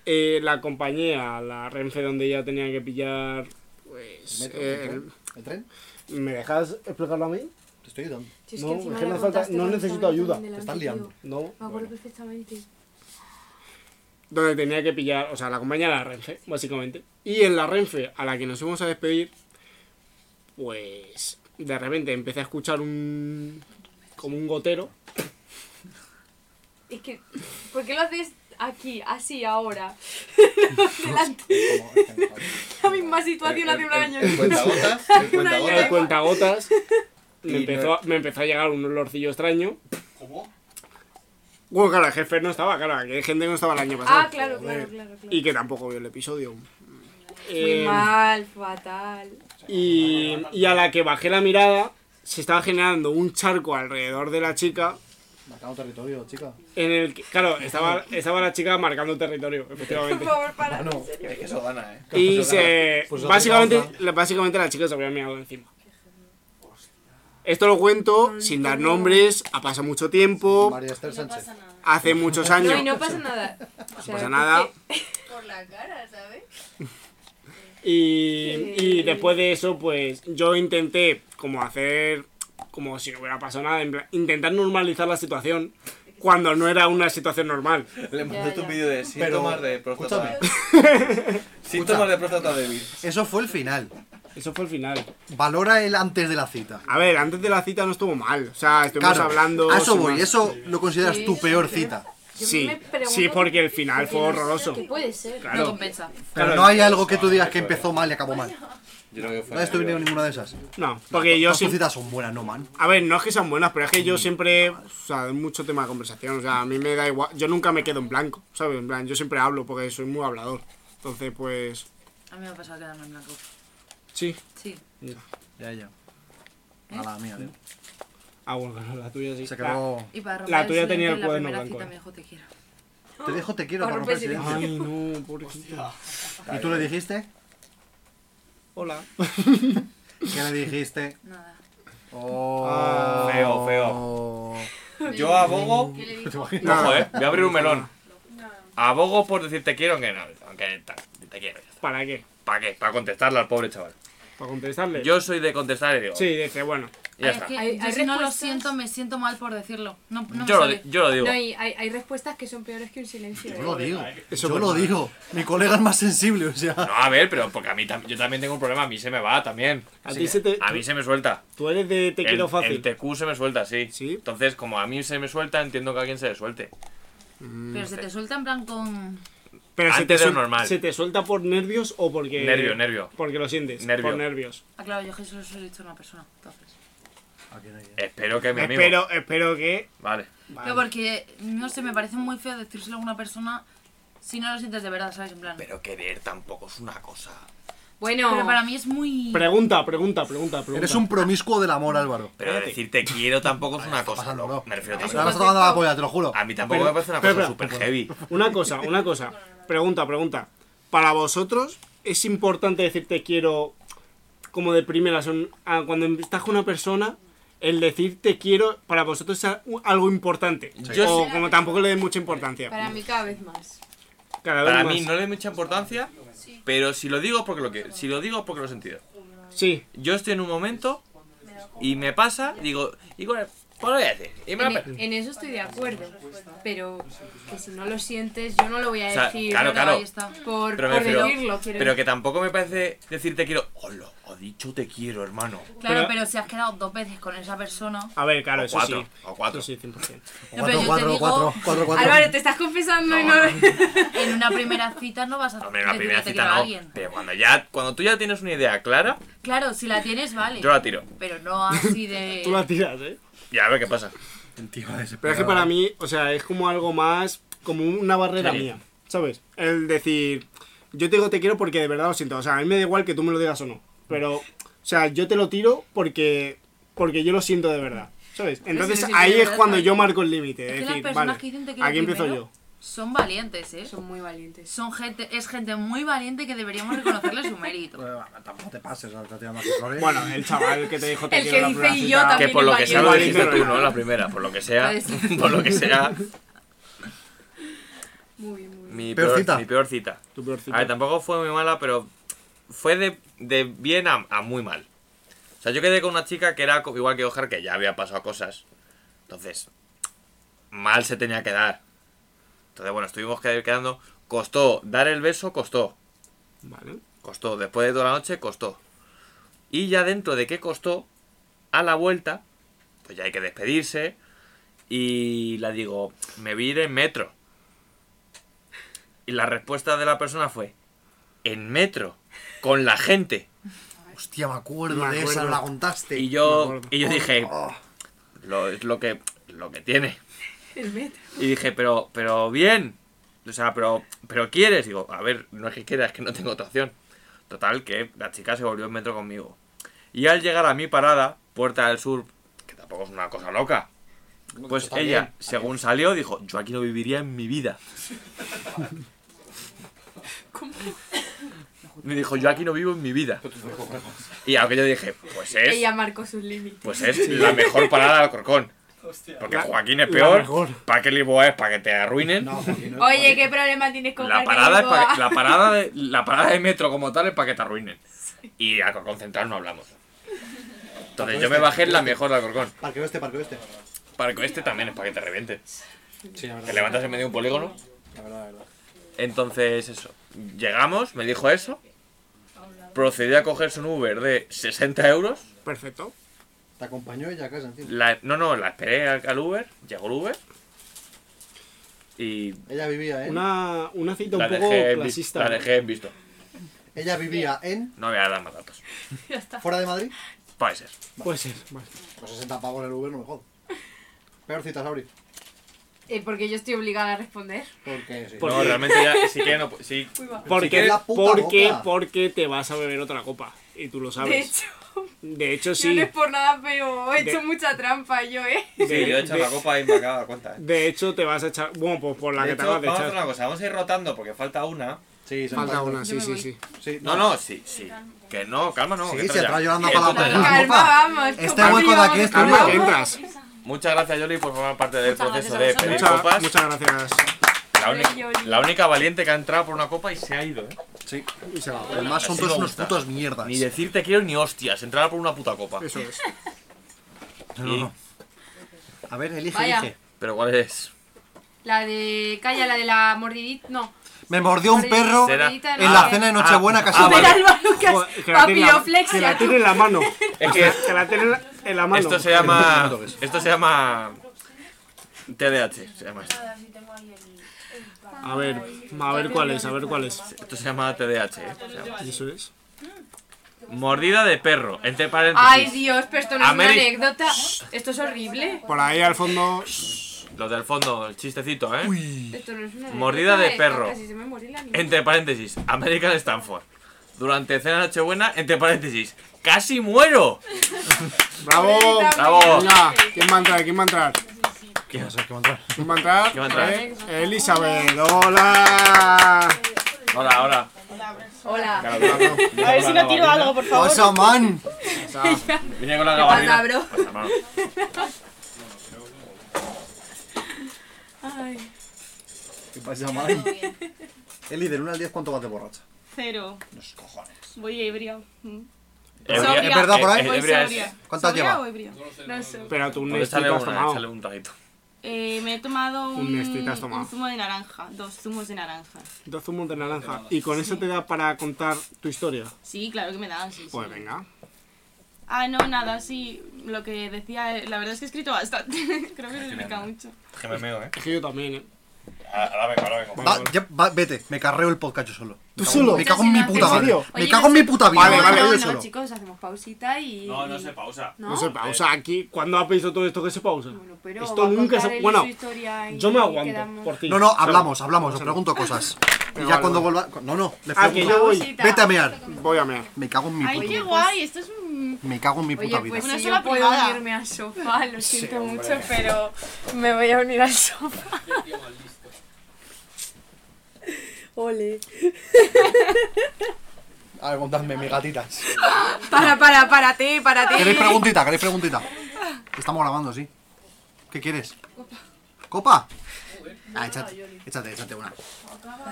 eh, la acompañé a la Renfe donde ella tenía que pillar... ¿El Pues... metro? eh, ¿El tren? ¿Me dejas explicarlo a mí? Te estoy estoy ayudando. Si es que No, encima es que me no, falta, contaste no necesito ayuda. también Te están delante, liando. No. Me acuerdo perfectamente. donde tenía que pillar, o sea, la compañía de la Renfe, básicamente. Y en la Renfe a la que nos íbamos a despedir, pues de repente empecé a escuchar un. como un gotero. Es que, ¿por qué lo haces aquí, así, ahora? La misma situación hace un año. cuentagotas, Hace un año. El cuentagotas. Me empezó, a- me empezó a llegar un olorcillo extraño. ¿Cómo? Bueno, claro, el jefe no estaba, claro, que hay gente que no estaba el año pasado. Ah, claro, claro, claro. claro. Y que tampoco vio el episodio. Muy Eh, mal, fatal. Y, y a la que bajé la mirada, se estaba generando un charco alrededor de la chica. Marcando territorio, chica. En el que, claro, estaba, estaba la chica marcando territorio, efectivamente. para. no, es Ah, que eso gana, eh. Y Pues otra- se. pues otra básicamente, causa. la- básicamente la chica se había mirado encima. Esto lo Mm, cuento sin dar nombres, ha pasado mucho tiempo, María Esther Sánchez. hace muchos No, años. y no pasa nada. O sea, pasa nada. Por la cara, ¿sabes? Y, y después de eso, pues yo intenté como hacer, como si no hubiera pasado nada, en plan, intentar normalizar la situación cuando no era una situación normal. Le mandaste un vídeo de síntomas de próstata. Escucha. síntomas de próstata débil. Eso fue el final. Eso fue el final. Valora el antes de la cita. A ver, antes de la cita no estuvo mal, o sea, estuvimos Claro, hablando... a eso sin voy, más. eso lo consideras tu peor cita. Sí, me pregunto- sí, porque el final fue horroroso. ¿Qué puede ser? Claro. No compensa. Pero no hay algo que tú digas que empezó mal y acabó mal. Yo creo que ¿No has tenido ninguna de esas? No, porque yo Las sí... tus citas son buenas, no, man. A ver, no es que sean buenas, pero es que yo siempre, o sea, hay mucho tema de conversación, o sea, a mí me da igual, yo nunca me quedo en blanco, ¿sabes? En plan, yo siempre hablo porque soy muy hablador. Entonces, pues, A mí me ha pasado quedarme en blanco. sí. Sí. ¿Eh? Ya, ya. A la mía, tío. Ah, bueno, no, la tuya sí. Se quedó- Y para romper Oh. La el tuya silencio tenía en el la cuaderno primera blanco. cita me eh. dijo te quiero. Te dejo te quiero Para para romper el romper silencio. Ay, no, pobrecita. ¿Y tú le dijiste? Hola. ¿Qué le dijiste? Nada. Oh. Feo, feo. Yo abogo. ¿Qué le Ojo, eh. Voy a abrir un melón. Abogo por decir te quiero, aunque no. Aunque ta- te quiero. ¿Para qué? ¿Para qué? Para contestarle al pobre chaval. ¿Para contestarle? Yo soy de contestar y digo. Sí, dice, bueno. Ya Ay, es está. que Hay- yo hay si no lo respuestas. siento, me siento mal por decirlo. No, no me Yo lo, sale. di- yo lo digo. No, y hay, hay respuestas que son peores que un silencio. Yo lo ¿eh? digo. Eso Yo por lo nada. digo. Mi colega es más sensible, o sea. No, a ver, pero porque a mí tam- yo también tengo un problema, a mí se me va también. A Así ti que se te- a mí se me suelta. Tú eres de te El- quiero fácil. El TQ se me suelta, sí. Sí. Entonces, como a mí se me suelta, entiendo que a alguien se le suelte. Pero se te suelta en plan con... Mm. Pero se antes te, de lo suel- normal. ¿Se te suelta por nervios o porque...? Nervio, nervio. Porque lo sientes. Nervio. Por nervios. Ah, claro, yo Jesús solo he dicho a una persona. Entonces. Espero que mi amigo. Espero, espero que... Vale. Pero porque, no sé, me parece muy feo decírselo a una persona si no lo sientes de verdad, ¿sabes? En plan... Pero querer tampoco es una cosa. Bueno, Pero para mí es muy... Pregunta, pregunta, pregunta, pregunta. Eres un promiscuo del amor, Álvaro. Pero eh, decir te quiero tampoco es una cosa. pasando, bro. Me refiero Te también. vas tocando la polla, te lo juro. A mí tampoco me parece una pero, cosa pero, súper heavy. Una cosa, una cosa. Pregunta, pregunta. ¿Para vosotros es importante decir te quiero como de primera? Son, a- cuando estás con una persona, el decir te quiero para vosotros es a- u- algo importante. Yo o como tampoco le den mucha importancia. para mí cada vez más. Cada vez Para más. mí no le doy mucha importancia, pero si lo digo es porque lo que, si lo digo es porque lo he sentido. Sí, Yo estoy en un momento y me pasa, digo, igual, pues lo voy a decir. Y me En, e- la pe- en eso estoy de acuerdo. Pero que si no lo sientes, yo no lo voy a O sea, decir claro, claro. Ahí está. por, Pero, me por refiero- decirlo. quiero pero decir. que tampoco me parece decir te quiero. Hola, ha dicho te quiero, hermano. Claro, Pero- pero, si has quedado dos veces con esa persona... a ver, claro, O eso cuatro, sí. o cuatro. Eso sí, 100%. No, pero yo Cuatro, te cuatro, digo- cuatro, cuatro, cuatro. Álvaro, te estás confesando y no. En una primera cita no vas a Hombre, en la decirle primera te cita quiero a no. alguien. Pero cuando ya, cuando tú ya tienes una idea clara, Claro, si la tienes, vale. yo la tiro. Pero no así de... Tú la tiras, ¿eh? Y a ver qué pasa. Pero es que para mí, o sea, es como algo más, como una barrera mía, ¿sabes? El decir, yo te digo te quiero porque de verdad lo siento, o sea, a mí me da igual que tú me lo digas o no, pero, o sea, yo te lo tiro porque, porque yo lo siento de verdad, ¿sabes? Entonces si lo siento ahí de es verdad, cuando vale. yo marco el límite, Es es que las decir, personas vale, que dicen te quiero aquí empiezo primero, yo. Son valientes, ¿eh? Son muy valientes. Son gente, es gente muy valiente que deberíamos reconocerle su mérito. Tampoco te pases, ahora te tiras más que flores. Bueno, el chaval que te dijo te El que quiero la dice primera y cita, yo Que también. por lo que sea lo Igual, dijiste pero- tú, ¿no? La primera, por lo que sea. Puede ser. Por lo que sea. Muy bien, muy bien. Mi Peor peor, cita. Mi peor cita. tu peor cita. A ver, tampoco fue muy mala, pero fue de, de bien a, a muy mal. O sea, yo quedé con una chica que era co- igual que Ojar, que ya había pasado cosas. Entonces, mal se tenía que dar. Entonces, bueno, estuvimos qued- quedando. Costó dar el beso, costó. Vale. Costó. Después de toda la noche, costó. Y ya dentro de qué costó, a la vuelta, pues ya hay que despedirse. Y la digo, me vi en metro. Y la respuesta de la persona fue, en metro, con la gente. Hostia, me acuerdo Me de esa, acuerdo. no la contaste. Oh. Y yo, y yo dije, lo, es lo que, lo que tiene. El metro. Y dije, pero, pero bien. O sea, pero, pero quieres. Digo, a ver, no es que quiera, es que no tengo otra opción. Total, que la chica se volvió en metro conmigo. Y al llegar a mi parada, Puerta del Sur, que tampoco es una cosa loca, pues Está bien. ella, según salió, dijo, yo aquí no viviría en mi vida. pues Me dijo, yo aquí no vivo en mi vida. Y aunque yo dije, pues es... Ella marcó sus límites. Pues es la mejor parada de Alcorcón. Porque La- Joaquín es la peor. mejor. ¿Para qué Lisboa es? ¿Para que te arruinen? Oye, ¿qué problema tienes con la, Parque parada es Lisboa? pa' que- la, parada de, la parada de metro como tal es para que te arruinen. Y Alcorcón Central no hablamos. Pues Entonces este yo me bajé en la mejor de Alcorcón. Parque oeste, parque oeste. Parque este también es para que te reviente. Sí, la verdad. Te levantas en medio de un polígono. La verdad, la verdad. Entonces eso. Llegamos, me dijo eso. Procedí a cogerse un Uber de 60 euros. Perfecto. Te acompañó ella a casa encima. La- no, no, la esperé al, al Uber, llegó el Uber. Y Ella vivía en. Una, una cita la un poco dejé, en, vis- clasista. la dejé en visto. Ella vivía en. No voy a dar más datos. ¿Fuera de Madrid? Puede ser. Puede ser. vale. Pues 60 pavos en el Uber, no me jodas. Peor citas, Auri. Eh, porque yo estoy obligada a responder. Porque sí. No, realmente ya, si quieres no pu- si- pues si Porque, quieres- porque, boca. porque te vas a beber otra copa. Y tú lo De sabes. hecho, De hecho, yo sí. no es por nada, pero he hecho De- mucha trampa yo, ¿eh? de- Sí, yo he hecho de- la copa y me acabo de dar cuenta. ¿eh? De hecho, te vas a echar. Bueno, pues por la De que hecho, te acabas de vamos a echar. hacer una cosa, vamos a ir rotando porque falta una. Sí, se Falta me parece. una, sí, Yo me sí, voy. sí. No, no, sí, sí. Que no, calma, no. Sí, que si entra ya. atrás Yolanda Que para la entra puerta. ya. Calma, vamos, Este compañero, hueco de aquí es tuyo. calma, que entras. Muchas gracias, Yoli, por formar parte del Muchas proceso de gracias a pedir vosotros. copas. Muchas gracias. La única, la única valiente que ha entrado por una copa y se ha ido, ¿eh? Sí. Y se va. Además, son Así todos me unos gusta. putos mierdas. Ni decir te quiero ni hostias, entrar por una puta copa. Eso es. A ver, elige, Vaya. elige. Pero ¿cuál es? La de. Calla, la de la mordidita. No. Me mordió un perro Será- en la eh. cena de Nochebuena casi. ah, vale. Joder, Oh, que la tiene en la- Papiroflexia, Que la tú. tiene en la mano. Es que- Que la tiene en la- en la mano. Esto se llama. Esto se llama. TDH, se llama esto. A ver, a ver cuál es, a ver cuál es. Esto se llama TDH, ¿eh? Se llama. Eso es. Mordida de perro, entre paréntesis. Ay, Dios, pero esto no es una Ameri- anécdota. Esto es horrible. Por ahí al fondo. Los del fondo, el chistecito, ¿eh? Esto no es una anécdota. Mordida de eh, perro. Casi se me morí la niña. Entre paréntesis, American Stanford. Durante cena de Nochebuena, entre paréntesis, casi muero. ¡Bravo! Bravo. Venga, ¿quién va a entrar? ¿Quién va a entrar? ¿Quién va a ser? ¿Quién va a entrar? ¿Quién va a entrar? ¿Quién va a entrar? Eh, Elizabeth, hola. Hola, hola. Hola. Claro, claro. A ver si no tiro algo, por favor. Pasa, man. Viene con la ¿Qué pasa, gabardina. bro? Pasa, hermano. Ay, ¿Qué pasa, man? Eli, del 1 al 10, ¿cuánto vas de borracha? cero. Los cojones. Voy ebria. Mm. Ebria- Sobria. es verdad, por ahí. Voy Ebria sobria. es- ¿Cuántas ¿Sobria lleva? o ebria? No sé. Espera, tú un Pues Nesquik échale has una, échale tomado. un traguito. Eh, me he tomado Un un, Nesquik te has tomado. un zumo de naranja. Dos zumos de naranja. Dos zumos de naranja. ¿Y con eso te da para contar tu historia? Sí, claro que me dan. sí, sí. Pues venga. Ah, no, nada, sí. Lo que decía, eh, la verdad es que he escrito bastante. Creo que me explica mucho. Que me meo, ¿eh? Ah, Es que yo también, ¿eh? Ahora vengo, ahora vengo. Va, ya, va, Ah, vete, me carreo el podcast yo solo. ¿Tú Me cago- solo? Me cago en mi puta ¿En madre. serio? Me Oye, cago en mi puta vida. Vale, me vale. carreo yo No, solo. chicos, hacemos pausita y. pausa. No, se pausa. Aquí, ¿cuándo ha visto todo esto que se pausa? pero va esto a nunca contar se. él Bueno, su historia y yo me ahí aguanto. quedamos. Por ti. Ah, No, no, ¿sabes? hablamos, hablamos, os pregunto cosas. Y Pero ya vale, cuando vale. vuelva. No, no, le Ah, que yo voy. Pausita. Vete a mear. Voy a mear. Me cago en mi Ay, qué puta guay, esto es un. Me cago en mi puta Oye, vida. pues Una si sola yo puedo privada. unirme al sofá, lo Sí, siento hombre. mucho, pero me voy a unir al sofá. Ole. A ver, contadme, mis gatitas. Para, para, para ti, para ti. ¿Queréis preguntita? ¿Queréis preguntita? Estamos grabando, sí. ¿Qué quieres? ¿Copa? Ah, échate, échate, échate una.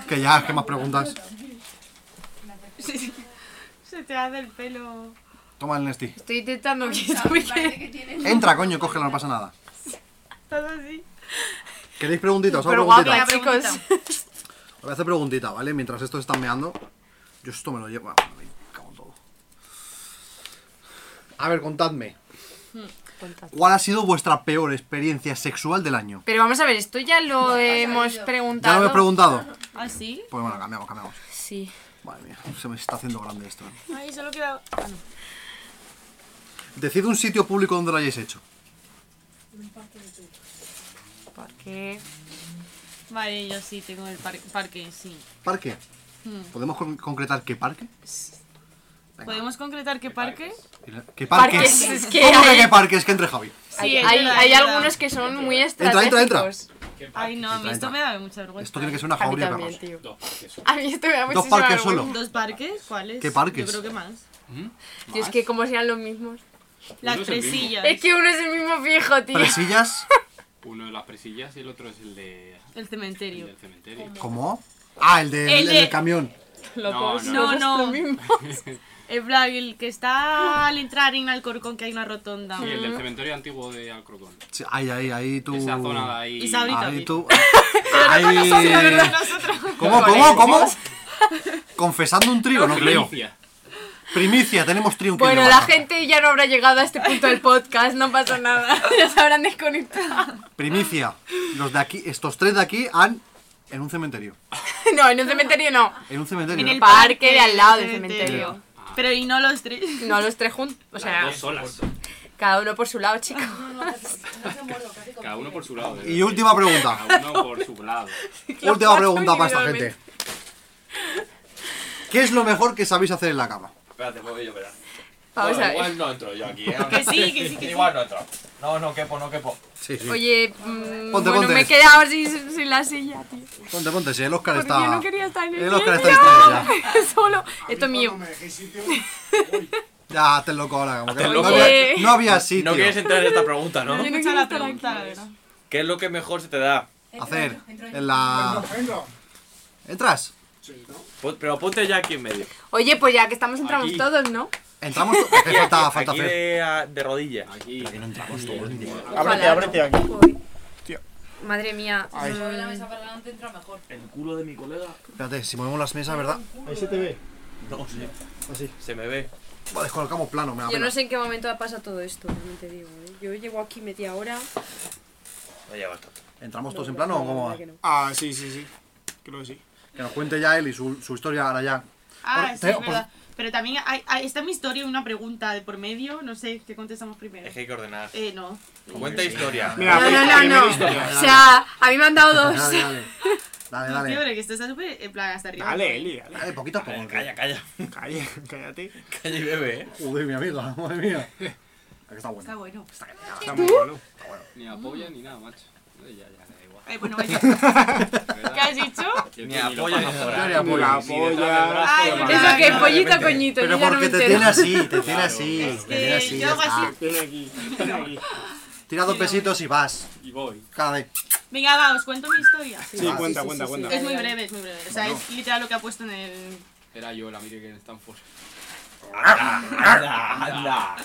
Que ya, ¿qué más preguntas? Se te hace el pelo. Toma el Nesti. Estoy intentando que esto me quede. Entra, coño, cógelo, no pasa nada. Estás así. ¿Queréis preguntitas? ¿Os hago Pero preguntitas? guapa, chicos. Os voy a hacer preguntita, ¿vale? Mientras estos están meando. Yo esto me lo llevo. ah, Me cago en todo. A ver, contadme. ¿Cuál ha sido vuestra peor experiencia sexual del año? Pero vamos a ver, esto ya lo hemos preguntado. ¿Ya lo he preguntado? ¿Ah, sí? Pues bueno, cambiamos, cambiamos. Sí. Madre mía, se me está haciendo grande esto. Ay, solo queda... Ah, no. Decid un sitio público donde lo hayáis hecho. Porque... Vale, yo sí tengo el parque, parque sí. ¿Parque? Hmm. ¿Podemos con- concretar qué parque? ¿Podemos concretar qué parque? ¿Qué parque? Parques, es que ¿Cómo que hay- qué parque? Es que entre Javi. Hay, es hay, verdad, hay es verdad. algunos que son muy Entra, estratégicos. entra, entra. Ay, no, a mí Entra, esto entra. me da mucha vergüenza. Esto tiene que ser una jauría de perros. A mí esto me da Dos muchísima parques solo. vergüenza. ¿Dos parques? ¿Cuáles? ¿Qué parques? Yo creo que más. Tío, es que como sean los mismos. Las Uno es el mismo. presillas. Es que uno es el mismo fijo, tío. ¿Presillas? Uno de las presillas y el otro es el de. El cementerio. El cementerio. ¿Cómo? Ah, el, de, El el de- del camión. Pues Locos. No, Todos no. El plan, el que está al entrar en Alcorcón, que hay una rotonda. Sí, Mm. el del cementerio antiguo de Alcorcón. Sí, Ahí, ahí, ahí tú. Esa zona de ahí. Y Sabri Ahí también. tú. Pero no con Ahí- nosotros, pero con nosotros. ¿Cómo, Con cómo, ellos. cómo? Confesando un trío, no creo. Primicia. Primicia, tenemos trío. en Bueno, Kenia la Baja. gente ya no habrá llegado a este punto del podcast, no pasa nada. Ya se habrán desconectado. Primicia. Los de aquí, estos tres de aquí han. En un cementerio. No, en un cementerio no. En un cementerio. En ¿no? el parque de al lado del cementerio. Pero y no los tres. No los tres juntos. O sea, solas. cada uno por su lado, chicos. Cada uno por su lado. Y última pregunta. Cada uno por su lado. Última pregunta para esta gente. ¿Qué es lo mejor que sabéis hacer en la cama? Espérate, puedo yo, espera. Vamos Bueno, a ver. Igual no entro yo aquí, ¿eh? Que sí, que sí, que sí. Igual no entro. No, no quepo, no quepo. Sí, sí. Oye, mm, Ponte, bueno, ponte. me he quedado sin, sin la silla, tío. Ponte, ponte, si el Oscar Porque está. yo no quería estar en el, el Oscar está sitio. distraído Solo. Esto es mío. ya. Ya, hazte el loco ahora. como que Hazte el no, loco. Eh. había, Oye. no había sitio. No quieres entrar en esta pregunta, ¿no? Yo no quiero la pregunta, la verdad. ¿Qué es lo que mejor se te da? Hacer en la. ¿Entras? Pon- Pero ponte ya aquí en medio. Oye, pues ya que estamos, entramos Aquí. todos, ¿no? Entramos. Aquí, falta, falta aquí hacer. de, a- de rodillas. Aquí. no entramos Ojalá, ¿no? Uy. Madre mía. Ay. Mm. la mesa para adelante entra mejor. El culo de mi colega. Espérate, si movemos las mesas, ¿verdad? Ahí se te ve. No sé. Se me ve. Buah, descolocamos plano, me da Yo pena. no sé en qué momento ha pasado todo esto, también te digo. ¿eh? Yo llevo aquí media hora. Vaya, bastante. ¿Entramos todos en plano o cómo va? Que Ah, sí, sí, sí. Creo que sí. nos cuente ya él y su, su historia ahora ya. Ah, Por- sí, te- es verdad. Pero también hay, hay- está mi historia y una pregunta de por medio. No sé qué contestamos primero. Es que hay que ordenar. Eh, no. Cuenta historia. Mira, pues, No, no, no, primera no. historia. O sea, a mí me han dado dos. Dale, dale. Dale, No, tío, dale. pero que esto está súper en plan hasta arriba. Dale, Eli, dale. Dale, poquito a poco. Calla, calla. Calla, cállate. Calla y bebe, eh. Joder, mi amiga, madre mía. Aquí está Está bueno. bueno. Está muy bueno. Ni apoya ni nada, macho. Ya, ya, ya, da igual. Ay, bueno, vaya. ¿Qué has dicho? Ni apoya ni Ni afora. la polla. Ay, Eso verdad, Eso que no. pollito coñito, Pero yo ya no me porque te entero. tiene así, te tiene así. Te tiene que así. yo ya hago está. Tiene aquí, tiene aquí. Tira dos pesitos y vas. Y voy. Cada vez. Venga, va, os cuento mi historia. Sí, cuenta, cuenta, cuenta. Es muy breve, es muy breve. O sea, es literal lo que ha puesto en el. Era yo la mire que están fuera. Anda, anda.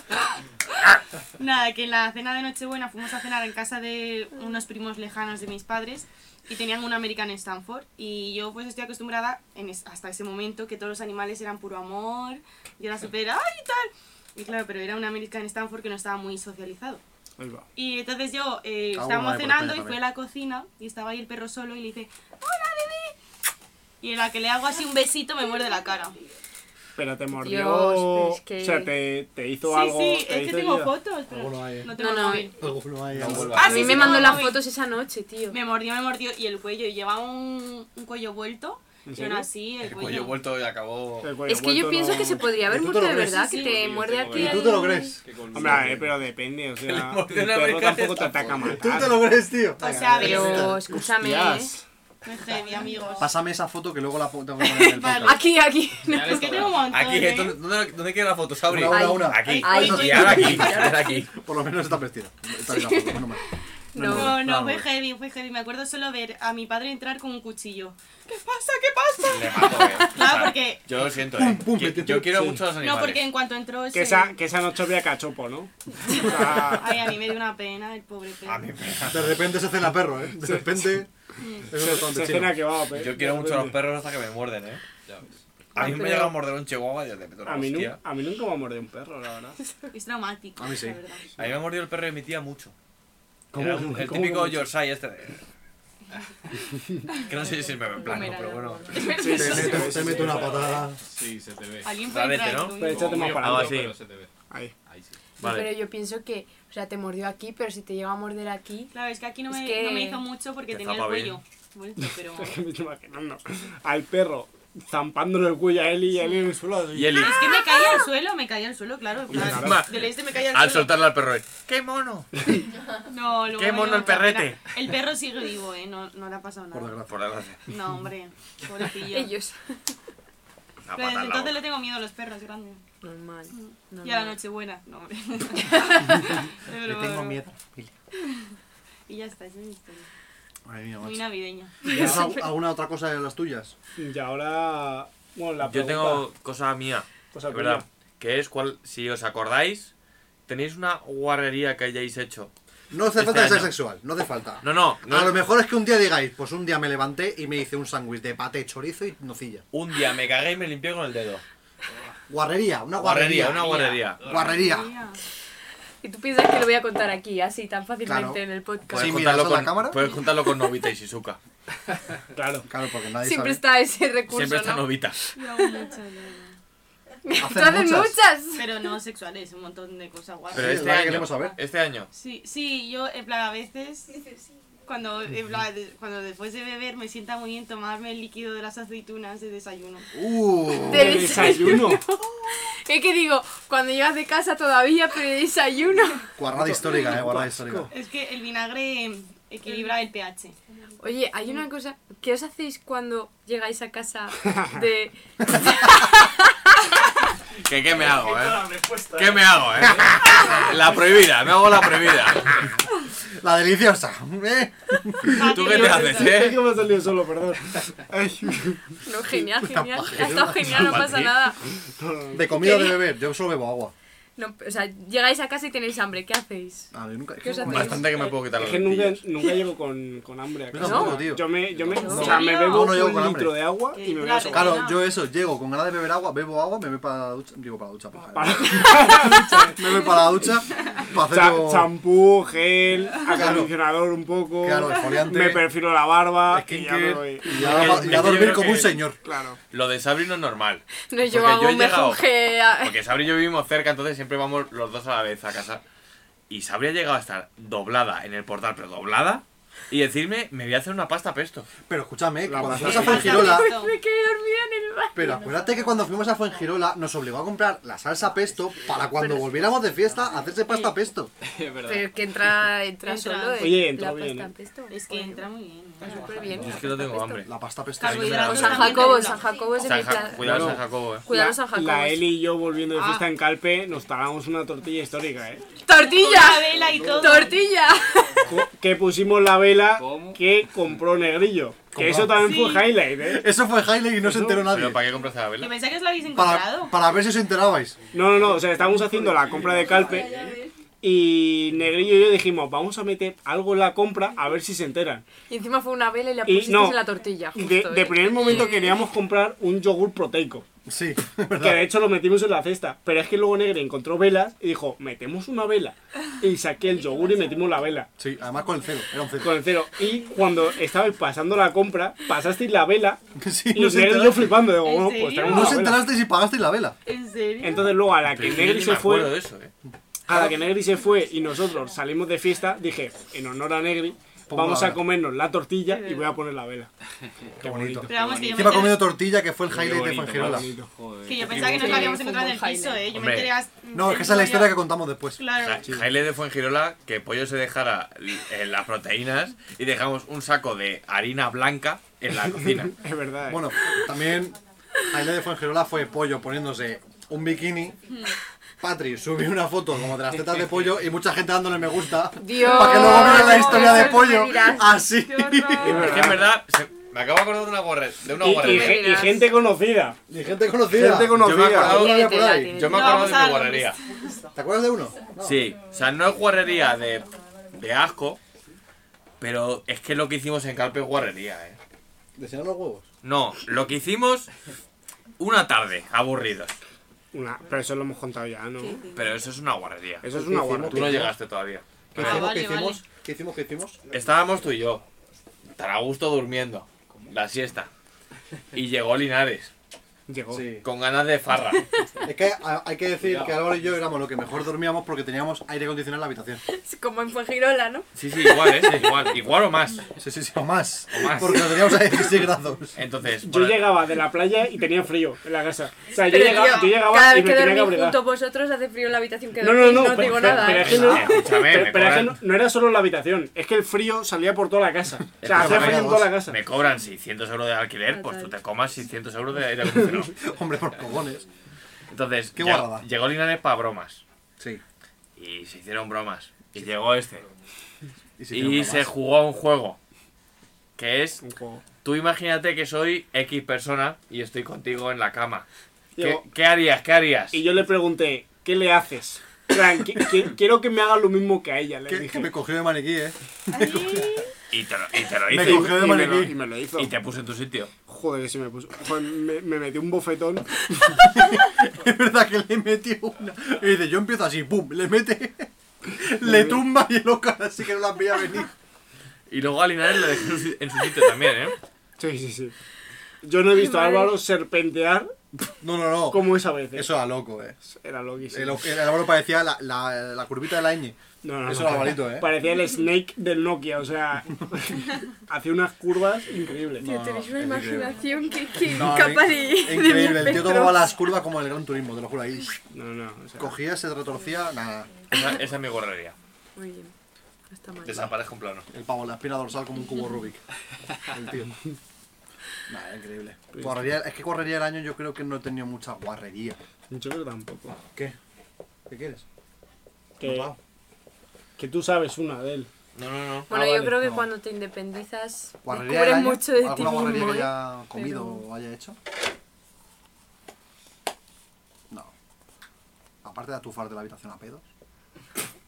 Nada, que en la cena de Nochebuena fuimos a cenar en casa de unos primos lejanos de mis padres y tenían un American Stanford. Y yo, pues, estoy acostumbrada en es- hasta ese momento que todos los animales eran puro amor, yo era súper ¡ay! y tal. Y claro, pero era un American Stanford que no estaba muy socializado. Ahí va. Y entonces yo eh, Cago en la estábamos madre, cenando por y España fui a la cocina y estaba ahí el perro solo y le dice, ¡Hola, bebé! Y en la que le hago así un besito me muerde la cara. Pero te mordió. pero es que- O sea, te, te hizo Sí, algo. sí, te es que hizo tengo herida. fotos, pero Alguno hay, Ah, eh. no No, Ah, tengo no, móvil. A sí, mí sí, me no, mandó no, las no. fotos esa noche, tío. Me mordió, me mordió y el cuello, y llevaba un, un cuello vuelto, y aún serio? así el, El cuello... cuello vuelto y acabó. El cuello Es que yo vuelto pienso no- que se podría haber ¿Y tú te muerto lo de crees? verdad, Sí, que sí, te sí, muerde sí, aquí. sí. ¿Y Ay, tú al- te lo crees? Que con- Hombre, eh, pero depende, o sea, el mordió una perro vez que tampoco te está ataca mal. ¿Tú te lo crees, tío? O sea, Pero escúchame, ¿eh? muy heavy, amigos. Pásame esa foto que luego la po- tengo que poner en el podcast. Aquí, aquí. Ya le Es que tengo un montón, Aquí, ¿eh? ¿eh? ¿dónde, dónde, dónde queda la foto, Sabri? Una, una, Ay. una. Aquí. Ay. Y ahora aquí. y ahora aquí. Por lo menos está vestida. Está bien la foto, menos mal. No, no, fue vamos. heavy, fue heavy. Me acuerdo solo ver a mi padre entrar con un cuchillo. ¿Qué pasa? ¿Qué pasa? eh. Claro, porque. Yo lo siento, eh. Que- yo quiero mucho a los animales. No, porque en cuanto entró Que ese. esa, que esa noche había cachopo, ¿no? Ay, a mí me dio una pena el pobre perro. De repente se cena perro, ¿eh? De repente. Es un restaurante chino. ¿eh? Yo quiero mucho a los perros hasta que me muerden, eh. A mí me llega a morder un chihuahua y yo te meto una A mí, nu- hostia. a mí nunca me ha mordido un perro, la verdad. Es traumático. la verdad. A mí me ha mordido el perro de mi tía mucho. ¿Cómo? Era un- el ¿Cómo? típico ¿Cómo? Yorkshire este de- Que no sé si me en plano, pero bueno. Te meto- te meto una patada. Sí, se te ve. Alguien puede Rarete, entrar ¿no? Pero échate más para Ah, adelante. sí. Pero se te ve. Ahí. Pero yo pienso que, o sea, te mordió aquí, pero si te llega a morder aquí. Claro, es que aquí no, Es me, que- no me hizo mucho porque Te tenía el zapa cuello. bien. vuelto, pero. Es que me estoy imaginando al perro zampándole el cuello a Eli y Eli en el suelo. así. Y Eli. Es que me caí al suelo, me caí al suelo, claro. Hombre, claro. claro. Del este me caí al, Al suelo. soltarle al perro. eh, ¡Qué mono! No, luego ¡Qué me mono dio el mucha pena. perrete! El perro sigue vivo, ¿eh? No, no le ha pasado nada. Por la gracia. No, hombre. Pobrecillo. Ellos. Pero Una pata desde al entonces lado. le tengo miedo a los perros grandes. Normal. Y a la normal. nochebuena. No, hombre. Le tengo miedo. Y ya está, esa es mi historia. Madre mía, Muy macho. navideña. ¿Tienes al- alguna otra cosa de las tuyas? Y ahora. Bueno, la Yo pregunta. tengo cosa mía, Cosa de verdad, que es cuál, si os acordáis, tenéis una guarrería que hayáis hecho. No hace este falta ser año. sexual, no hace falta. No, no, no. A lo mejor es que un día digáis, pues un día me levanté y me hice un sándwich de pate, chorizo y nocilla. Un día me cagué y me limpié con el dedo. Guarrería, una Guarrería, guarrería. una guarrería. Guarrería. Y tú piensas que lo voy a contar aquí, así, tan fácilmente Claro. en el podcast. Puedes, Sí, mira, juntarlo ¿esa es la con, cámara? puedes juntarlo con Novita y Shizuka. Claro. Claro, porque nadie Siempre está sabe. ese recurso. Siempre está ¿no? Novita. Yo hago muchas. Tú haces muchas. Pero no sexuales, un montón de cosas guapas. Pero este año, este año, Sí, sí, yo, en plan, a veces, cuando, en plan, de- cuando después de beber me sienta muy bien tomarme el líquido de las aceitunas de desayuno. Uh, De desayuno. Es que digo, cuando llegas de casa todavía, pero de desayuno. Guarrada histórica, eh, guarrada histórica. Es que el vinagre eh, equilibra el pH. Oye, hay una cosa, ¿qué os hacéis cuando llegáis a casa de... que qué me hago, eh. ¿Qué me hago, eh? La prohibida, me hago la prohibida. La deliciosa. ¿eh? ¿Tú qué te haces, Es eh? que me ha salido solo, perdón. Ay. No, genial, genial. paja, Ha estado una genial, no pasa barbaridad. nada. De comida o de ¿Qué? beber, yo solo bebo agua. No, o sea, llegáis a casa y tenéis hambre, ¿qué hacéis? A ver, nunca. ¿Qué os hacéis? Bastante que me puedo quitar Es los que nunca, lentillos. nunca llego con, con hambre a Yo casa. tampoco, tío. Yo me, yo me, No. o sea, me ¿En bebo serio? No llego un con hambre. litro de agua y me voy a Claro. sobar. Claro, yo eso, llego con ganas de beber agua, bebo agua, me voy para la ducha. Digo, para la ducha, paja. me voy para la ducha, para hacer. Cha- como- Champú, gel, acondicionador un poco. Claro, exfoliante. Me perfilo la barba. y ya me skincare, voy. y ya- y ya Es que yo dormir creo como que- un señor. Claro. Lo de Sabri no es normal. No, yo Porque hago he un mejunje a- Porque Sabri y yo vivimos cerca, entonces siempre vamos los dos a la vez a casa. Y Sabri ha llegado a estar doblada en el portal, pero doblada, y decirme, me voy a hacer una pasta pesto. Pero escúchame, que cuando pasé. fuimos a Fuengirola, Me quedé dormida en el baño. pero acuérdate que cuando fuimos a Fuengirola nos obligó a comprar la salsa pesto para cuando volviéramos de fiesta a hacerse Eh, pasta pesto. Es verdad. Pero es que entra, entra, Entra. solo el- Oye, entra la bien, pasta ¿eh? pesto. Es que entra muy bien. Súper bien. Yo es que no tengo hambre. La pasta pesto. Carbohidratos San San Jacobo, San Jacobo es de mi San Ja- plan. Cuidado, Claro. San Jacobo, eh. Cuidado, La- San Jacobo. La Eli y yo volviendo de Ah. fiesta en Calpe nos tragamos una tortilla histórica, ¿eh? ¡Tortilla! Una vela y todo. ¡Tortilla! Co- Que pusimos la vela que compró Negrillo. Que eso también Sí. fue highlight, ¿eh? Eso fue highlight y no se enteró nadie. ¿Pero para qué compraste la vela? Yo pensé que os lo habéis encontrado. Para ver si os enterabais. No, no, no, o sea, estábamos haciendo la compra de Calpe y Negrillo y yo dijimos, vamos a meter algo en la compra a ver si se enteran. Y encima fue una vela y la Y pusiste no, en la tortilla. Justo, De, ¿eh? de primer momento queríamos comprar un yogur proteico. Sí, Que de hecho lo metimos en la cesta. Pero es que luego Negre encontró velas y dijo, metemos una vela. Y saqué el yogur y metimos la vela. Sí, además con el cero, era un cero. Con el cero. Y cuando estabais pasando la compra, pasasteis la vela. Sí, y no se Negre y yo enteraste. flipando. Digo, ¿En bueno, pues serio? tenemos No una os vela. enterasteis y pagasteis la vela. ¿En serio? Entonces luego a la que Pero yo Negri ni se me acuerdo fue, de eso, eh. a la que Negri se fue y nosotros salimos de fiesta, dije, en honor a Negri, Pongo vamos la a vela. comernos la tortilla y voy a poner la vela. Qué bonito. Pero vamos, que yo me Encima enteré- comiendo tortilla, que fue el Qué highlight de bonito, Fuengirola. qué bonito. Joder. Que yo pensaba que nos lo bonito. habíamos encontrado en el Fútbol piso, highlight. ¿eh? Yo me Hombre. enteré hasta- No, es que esa es la historia que contamos después. Claro. Ja- Jaile de Fuengirola que Pollo se dejara li- eh, las proteínas y dejamos un saco de harina blanca en la cocina. Es verdad. ¿eh? Bueno, también highlight de Fuengirola fue pollo poniéndose un bikini Patri subió una foto como de las tetas de pollo y mucha gente dándole me gusta. Dios, Para que luego vean la historia de eso pollo. me dirás. Así. Es que en verdad, se- me acabo de acordar de una gorra. De una Y, gorra. y ge- y gente conocida. Y gente conocida. Gente conocida. Yo me he acordado- Alguna había por ahí. Yo me he acordado de mi guarrería. ¿Te acuerdas de uno? Sí, o sea, no es guarrería de, de asco, pero es que lo que hicimos en Calpe es guarrería, ¿eh? Desean los huevos. No, lo que hicimos una tarde, aburridos. Una, pero eso lo hemos contado ya, ¿no? Pero eso es una guarrería. Eso es una guarrería. Tú no llegaste todavía. ¿Qué Ah, hicimos? vale, ¿Qué hicimos? vale. ¿Qué hicimos? ¿Qué hicimos? Estábamos tú y yo, tan a gusto durmiendo, la siesta. Y llegó Linares. Llegó. Con ganas de farra. Es que a- hay que decir Cuidado. que Álvaro y yo éramos los que mejor dormíamos porque teníamos aire acondicionado en la habitación. Es como en Fuengirola, ¿no? Sí, sí, igual, ¿eh? Sí, igual. Igual o más. Sí, sí, sí. O más. O más. Porque lo teníamos a 16 grados. Entonces, Yo por- llegaba de la playa y tenía frío en la casa. O sea, yo Pero, llegaba, tío, yo llegaba cada y vez me que tenía que dormís abrigar. juntos vosotros hace frío en la habitación que No, dormís, no, no, no, os pero, digo pero- nada. pero ¿eh? es que no, Escúchame, pero- me pero es que cobran. no- no era solo la habitación, es que el frío salía por toda la casa. O sea, hacía Escúchame, frío en toda la casa. Me cobran 600 euros de alquiler, pues tú te comas 600 euros de aire acondicionado. Hombre, por cojones. Entonces, Qué llegó- guarrada. llegó Linares para bromas. Sí. Y se hicieron bromas. Y llegó este. Y Y, se hicieron se bromas. jugó a un juego. Que es. Tú imagínate que soy X persona y estoy contigo en la cama. ¿Qué, Digo- qué harías? ¿Qué harías? Y yo le pregunté, ¿qué le haces? En plan, qui- qui- quiero que me haga lo mismo que a ella, le Que, dije. que me cogió de maniquí, eh. Y te lo, y te lo Me hice. cogió de Y me lo- maniquí. Y me lo hizo. Y te puse en tu sitio. Joder, que se me puso. Joder, me, me metí un bofetón. Es verdad que le metió una. Y dice, yo empiezo así, pum, le mete. Le tumba y el Oscar así que no la veía venir. Y luego a Linares lo dejé en su- en su sitio también, ¿eh? Sí, sí, sí. Yo no he visto a Madre. Álvaro serpentear No, no, no. como esa vez. Eso era loco, eh. Era loquísimo. El, el Álvaro parecía la, la, la curvita de la ñ. No, no, Eso no. era Alvarito, eh. Parecía el Snake del Nokia, o sea, hacía unas curvas increíbles. Tío, tenéis una imaginación que, que No, capaz de, in- de increíble, mil el tío metros. tomaba las curvas como el gran turismo, te lo juro ahí. No, no, Cogía, se retorcía, nada. Esa, esa es mi gorrería. Muy bien. No está mal. Desaparezco en plano. El pavo, la espina dorsal como un cubo Rubik. El tío. Nada, era increíble. Pues Guarrería- es que guarrería del año yo creo que no he tenido mucha guarrería. Yo creo que tampoco. ¿Qué? ¿Qué quieres? Que, que tú sabes una de él. No, no, no. Ah, Bueno, yo creo que cuando te independizas Guarrería del descubres año, mucho de ti ¿Alguna mismo. guarrería ¿eh? que haya comido Pero- o haya hecho? No. Aparte de atufar de la habitación a pedos.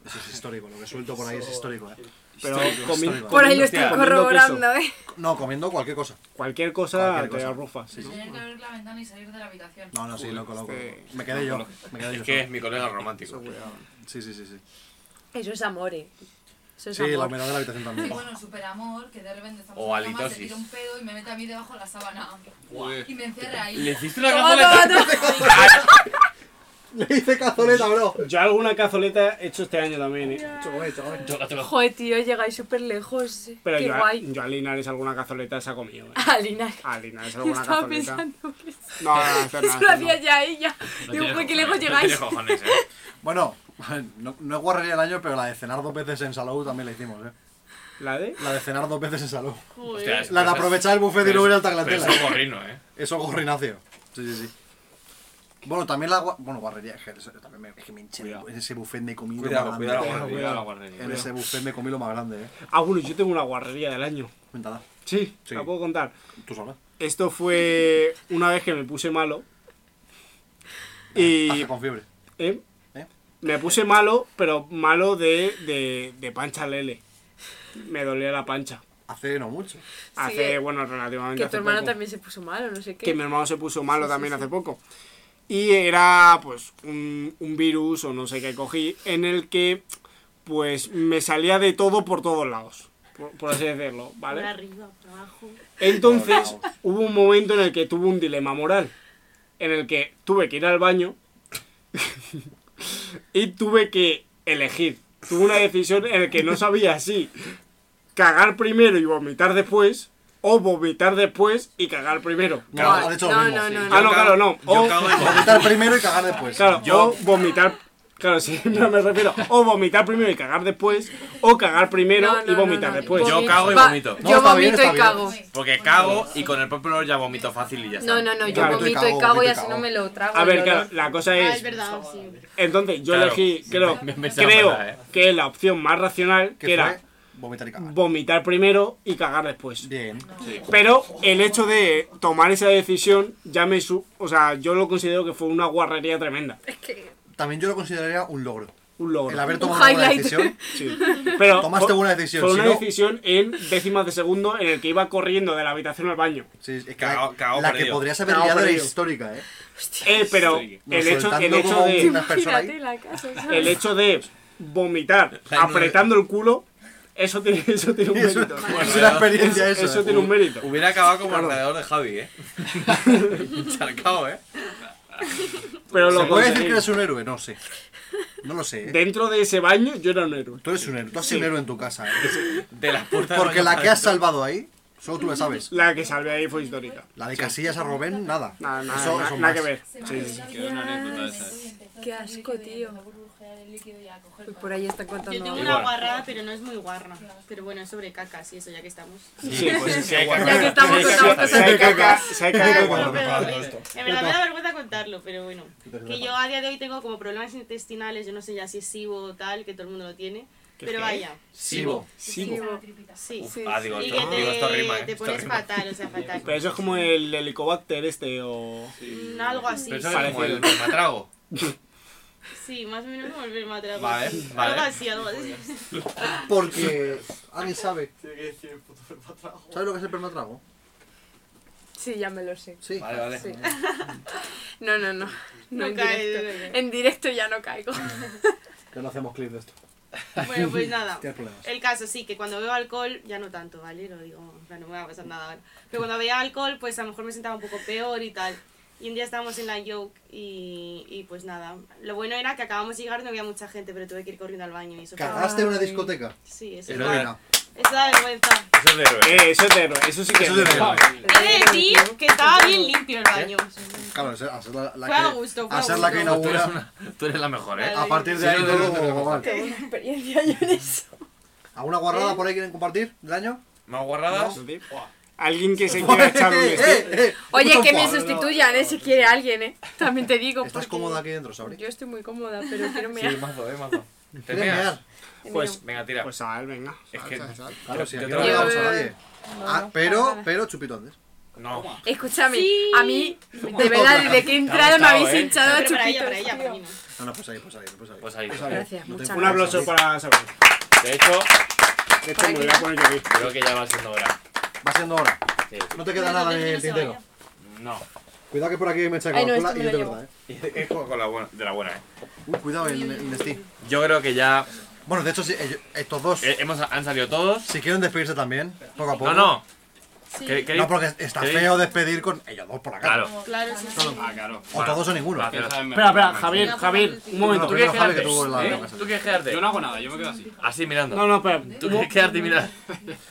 Eso es histórico, lo que suelto por ahí es histórico, eh. Pero Histórico, comi- histórico. Por ahí lo estoy corroborando, ¿eh? No, comiendo cualquier cosa. Cualquier cosa te arrufas. Sí, sí. Tener que abrir la ventana y salir de la habitación. No, no, sí, Uy, loco, loco. este- Me quedé yo. Me quedé Es yo que solo. es mi colega romántico. Sí, sí, sí. sí. Eso es amor, ¿eh? Eso es Sí, amor. la humedad de la habitación Sí, también. bueno, superamor, que de repente estamos O en la cama, se halitosis. tira un pedo y me mete a mí debajo de la sábana. Guau. Y me encerra ahí. Le hiciste una Toma, cazoleta. toma, toma. Le hice cazoleta, bro. Yo alguna cazoleta he hecho este año también, eh. Joder, tío, llegáis súper lejos. eh. Pero Qué yo, a- guay. yo a Linares alguna cazoleta se ha comido, eh. Ah, Linares. A Linares Yo alguna estaba cazoleta. pensando que eso- No, no, no, Fernanda, eso lo no. hacía ya ella. Digo, tienes ¿por qué cojones, lejos no llegáis? tienes cojones. ¿eh? Bueno, no, no es guarrería del año, pero la de cenar dos veces en Salou también la hicimos, eh. ¿La de? La de cenar dos veces en Salou. Hostia, eso- la de pero aprovechar el buffet pero y luego ir eso- al Taglatela. pero Eso es gorrino, ¿eh? Eso gorrinacio. Sí, sí, sí. Bueno, también la gua- bueno, guarrería. Es que, eso también me, es que me hinché. En ese buffet me comí Cuidado, lo más cuidado la grande. guarrería, cuidado la guarrería. En ese buffet me comí lo más grande, eh. Ah, bueno, yo tengo una guarrería del año. Cuéntala. Sí, Sí. la puedo contar. Tú sabrás. Esto fue una vez que me puse malo. Y. Con fiebre. ¿eh? ¿Eh? Me puse malo, pero malo de, de, de pancha lele. Me dolía la pancha. Hace no mucho. Hace, eh, bueno, relativamente Que hace tu hermano poco. también se puso malo, no sé qué. que mi hermano se puso malo Sí, sí, también sí. hace poco. Y era pues un, un virus o no sé qué cogí en el que pues me salía de todo por todos lados, por, por así decirlo, Por ¿vale? arriba, por abajo. Entonces hubo un momento en el que tuve un dilema moral, en el que tuve que ir al baño y tuve que elegir. Tuve una decisión en la que no sabía si cagar primero y vomitar después o vomitar después y cagar primero. No, han hecho lo mismo. Ah, no, claro, no. Vomitar primero y cagar después. Claro, yo vomitar Claro, sí, no me refiero. O vomitar primero y cagar después, o cagar primero No, no, y vomitar no, no. después. Yo cago y vomito. Pues yo está bien, vomito y está bien. cago. Porque cago y con el propio olor ya vomito fácil y ya está. No, no, no, yo vomito y cago y así no me lo trago. A ver, el claro, olor. la cosa es. Ah, verdad, sí. Entonces, yo Claro, elegí, sí, creo, me- me pensaba creo fatal, ¿eh? que la opción más racional, ¿Qué que era fue? Vomitar y cagar. vomitar primero y cagar después. Bien. Sí. Pero el hecho de tomar esa decisión ya me su... O sea, yo lo considero que fue una guarrería tremenda. También yo lo consideraría un logro. Un logro. El haber Un tomado una buena highlight. decisión. Sí. Pero Tomaste fue- buena decisión. Fue si una no, decisión en décimas de segundo en el que iba corriendo de la habitación al baño. Sí, es que la que podrías haber liado era histórica, ¿eh? Eh, pero Histórica. el hecho, el Soltando hecho como de... una persona ahí. la casa. el hecho de vomitar apretando el culo, eso tiene, eso tiene un Eso- mérito. es una experiencia eso, Eso eh. tiene un mérito. Hubiera acabado como alrededor de Javi, eh. Encharcado, eh. Pero lo ¿Se puede decir conseguí. que eres un héroe? No sé. No lo sé. ¿eh? Dentro de ese baño yo era un héroe. Tú eres un héroe. Tú has sido un héroe en tu casa. ¿eh? De las puertas Porque la que has salvado ahí, solo tú la sabes. La que salvé ahí fue histórica. La de Casillas a Robén, nada. Nada, nada, Eso- nada, eso más. nada que ver. Ah, Qué asco, tío. Uy, Pues Por ahí están contando. Yo tengo algo. una guarrada, pero no es muy guarra. Pero bueno, es sobre cacas y eso, ya que estamos. Sí, pues sí, hay Ya caca. que estamos, Sí, contamos sí, cosas sí, hay de caca, cacas. sí, hay caca, Ay, cuando no, me pero- acuerdo de esto. En verdad me da vergüenza contarlo, pero bueno. Que yo a día de hoy tengo como problemas intestinales, yo no sé ya si es SIBO o tal, que todo el mundo lo tiene. ¿Qué Pero es? vaya. ¿Sibo? ¿Sibo? Sí. Uf, ah, digo, y esto- que te, digo, esto rima, eh, te esto pones rima. fatal, o sea, fatal. Pero eso es como el helicobacter este o... Mm, Algo así. Pero eso es como el matrago. Sí, más o menos como el vermatrago. Vale, sí. vale. Algo así, algo así. Porque alguien sabe. ¿Sabes lo que es el permatrago? Sí, ya me lo sé. Sí. Vale, vale. Sí. No, no, no. No, No en, cae, no directo. cae. en directo ya no caigo. Que no hacemos clip de esto. Bueno, pues nada. Tienes problemas. El caso sí, que cuando veo alcohol, ya no tanto, ¿vale? Lo digo, o sea, no me va a pasar nada ahora. Pero cuando veía alcohol, pues a lo mejor me sentaba un poco peor y tal. Y un día estábamos en la joke y, y pues nada. Lo bueno era que acabamos de llegar y no había mucha gente, pero tuve que ir corriendo al baño y eso. fue- ¿Cagaste en una Ay. discoteca? Sí, eso Es es lo da, bueno. eso da vergüenza. Eso es de héroe. Eh, eso es de héroe. Eso sí que Eso es de héroe. He de decir que estaba bien limpio el baño. Claro, a ser, a ser la, la Fue a que, gusto, fue a a ser la que gusto. Tú inaugura. eres, una- tú eres la mejor, eh. A partir de Sí, ahí yo todo creo que lo lo mal. mejor. Tengo una experiencia yo en eso. ¿Alguna ¿Eh? guarrada por ahí quieren compartir del año? ¿Más guarradas? Alguien que se quiera echar un vestido. Oye, que me Eh, Escucha un cuadro. sustituyan, eh, si quiere alguien, eh. También te digo. ¿Estás ¿eh? porque cómoda aquí dentro, Sabri? Yo estoy muy cómoda, pero quiero Sí, mear. mazo, eh, mazo. ¿Te ¿Quieres meas? mear? Pues, Venga, tira. pues a ver, venga. Es que. Claro, si yo aquí te no lo- le damos a Yo- nadie. No, Ah, no, para pero, nada. pero chupito antes. No. Escúchame, Sí. a mí, de verdad, desde que he Te ha entrado me gustado, habéis ¿eh? hinchado a Pero para ella, para chupitos. ella, para mí no. No, no, pues ahí, pues ahí, pues ahí. Pues ahí. Gracias, muchas Un aplauso para Sabri. De hecho, De hecho, me lo voy a poner yo aquí. creo que ya va siendo hora. Va siendo hora. Sí. No te queda nada en el tintero. No. Cuidado que por aquí me echa Ay, no, Coca-Cola esto me y yo lo de llevo. verdad, eh. Es Coca-Cola buena- de la buena, eh. Uh, cuidado el, el Steve. Yo creo que ya. ¿eh? Bueno, de hecho, sí, ellos- estos dos, eh, hemos, han salido todos. si quieren despedirse también, poco a poco. No, no. ¿Qué- queréis- No, porque está queréis- feo despedir con ellos dos por la cara. Claro. Claro, sí, sí. Ah, claro. O todos o ninguno. Espera, espera, Javier, Javier, un momento. ¿Tú quieres Javi, que quedarte? tuvo la- ¿Eh? ¿Tú quieres quedarte? Yo no hago nada, yo me quedo así. Así mirando. No, no, espera. ¿Tú quieres quedarte y mirar?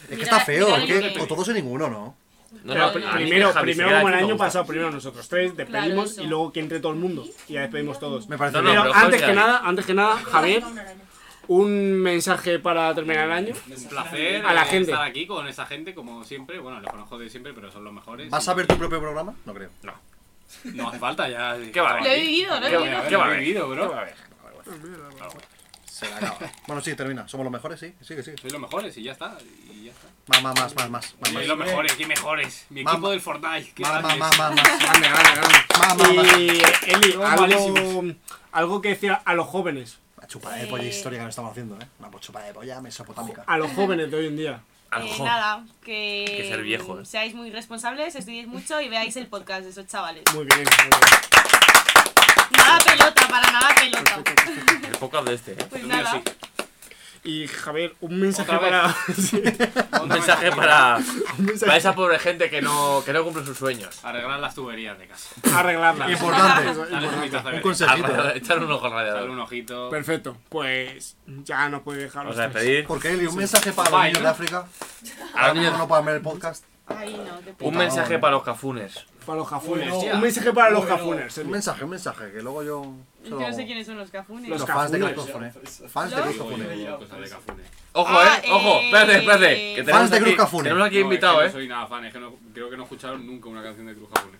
Es que está feo, es mira, que o todos o ninguno, ¿no? No, Pero no, pri- a mí primero, Javi, primero se queda como el aquí año como está. pasado, primero nosotros tres, despedimos eso. y luego que entre todo el mundo. Y ya despedimos todos. Me parece No, no, bien. pero, pero antes Jorge, que ahí. nada, antes que nada, Javier, un mensaje para terminar el año. Un placer A la eh, gente. estar aquí con esa gente, como siempre. Bueno, los conozco de siempre, pero son los mejores. ¿Vas a ver tu propio programa? No creo. No hace falta, ya. ¿Qué va a Lo he haber? vivido, ¿no? ¿Qué va a haber? ¿Qué va a Lo he haber? vivido, bro. ¿Qué va a haber? Se la acaba. bueno, sí, termina. Somos los mejores, sí. Sigue, sigue. Soy los mejores y ya está. Y ya está. Más, más, más, más, más. Más, Soy más, eh. los mejores, qué mejores. Mi Mamá. equipo del Fortnite. qué más, más, grandes. más, más, más. Grande, grande, grande. Más, más, más. Y Eli, Somos algo, malísimos. algo que decir a los jóvenes, La chupada de polla histórica que estamos haciendo, ¿eh? Una chupada de polla mesopotámica. a los jóvenes de hoy en día. A lo Eh, mejor. nada, que, Ah, Que ser viejo, eh. seáis muy responsables, estudiéis mucho y veáis el podcast de esos chavales. Muy bien, muy bien. Nada pelota, para nada pelota. El podcast de este, eh. Pues Yo nada, sí. Y Javier, un mensaje Otra vez. para... sí, Un mensaje para, un mensaje. para esa pobre gente que no, que no cumple sus sueños. Arreglar las tuberías de casa. Arreglarla. Importante. Dale un vistazo a Un ver. consejito. Ah, Echar un ojo al Dale radiador. un ojito. Perfecto, pues ya nos puede dejar Vamos los a tres. despedir. Ah, Porque Eli, un mensaje para los Bye, niños ¿no? de África. A los Ahora mismo niños, no pueden ver el podcast. Ay, no, te Un mensaje para los cafunes. Para los cafunes, Bueno, tía. un mensaje para los Bueno, cafunes, Eli. Un mensaje, un mensaje, que luego yo. se Yo lo no hago. sé quiénes son los cafunes. Los, fans de Cruz Cafune. Fans de Cruz Cafune. Pues Ojo, Ah, eh, ojo, espérate, espérate. Que tenemos Fans de aquí- Cruz Cafune. Tenemos aquí No, es que invitado, no eh. soy nada fan, es que no- creo que no escucharon nunca una canción de Cruz Jabune.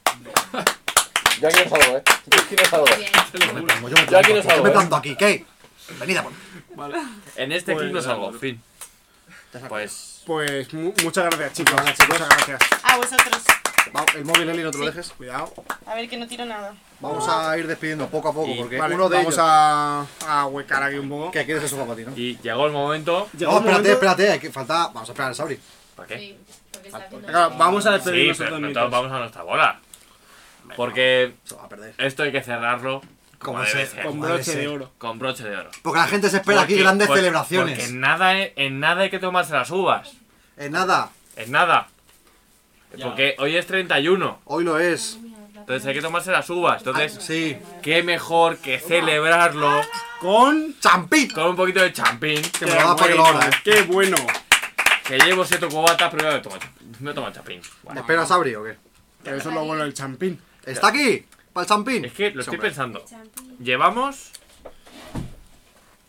Yo aquí no salgo, eh. Yo aquí no salgo. Yo me pongo, yo me Yo aquí no planto, yo salgo. me eh. planto aquí, ¿qué? Venid a por Vale. En este Pues- clip no salgo, fin. Pues. Pues mu- muchas gracias, chicos. Muchas gracias. A Ah, vosotros. el móvil, Eli, no te lo Sí. dejes. Cuidado. A ver, que no tiro nada. Vamos a ir despidiendo poco a poco, porque Vale, uno de vamos ellos. a, Ah, a huecar aquí un poco. ¿Qué quieres eso, papatino? Y llegó el momento. No, Oh, espérate, espérate, hay que falta. Vamos a esperar al Sabri. ¿Para qué? Ah, Claro, vamos a Sí, despedirnos pero nosotros nosotros mientras. vamos a nuestra bola. Porque va a perder. esto hay que cerrarlo Como como debe debe ser, ser. Con como broche debe de ser. oro. Con broche de oro. Porque la gente se espera aquí grandes por- celebraciones. Porque en nada, he- en nada hay que tomarse las uvas. En nada. En nada. Ya. Porque hoy es 31. Hoy lo es. Entonces hay que tomarse las uvas. Entonces, sí. qué mejor que celebrarlo con champín. Con un poquito de champín. Que me lo hagas para que lo haga, eh. Qué bueno. Que llevo siete cubatas, pero yo no tomo, no tomo champín. Bueno. ¿Esperas a Sabri o qué? Pero eso es lo bueno del champín. ¿Está aquí? ¿Para el champín? Es que lo estoy pensando. Llevamos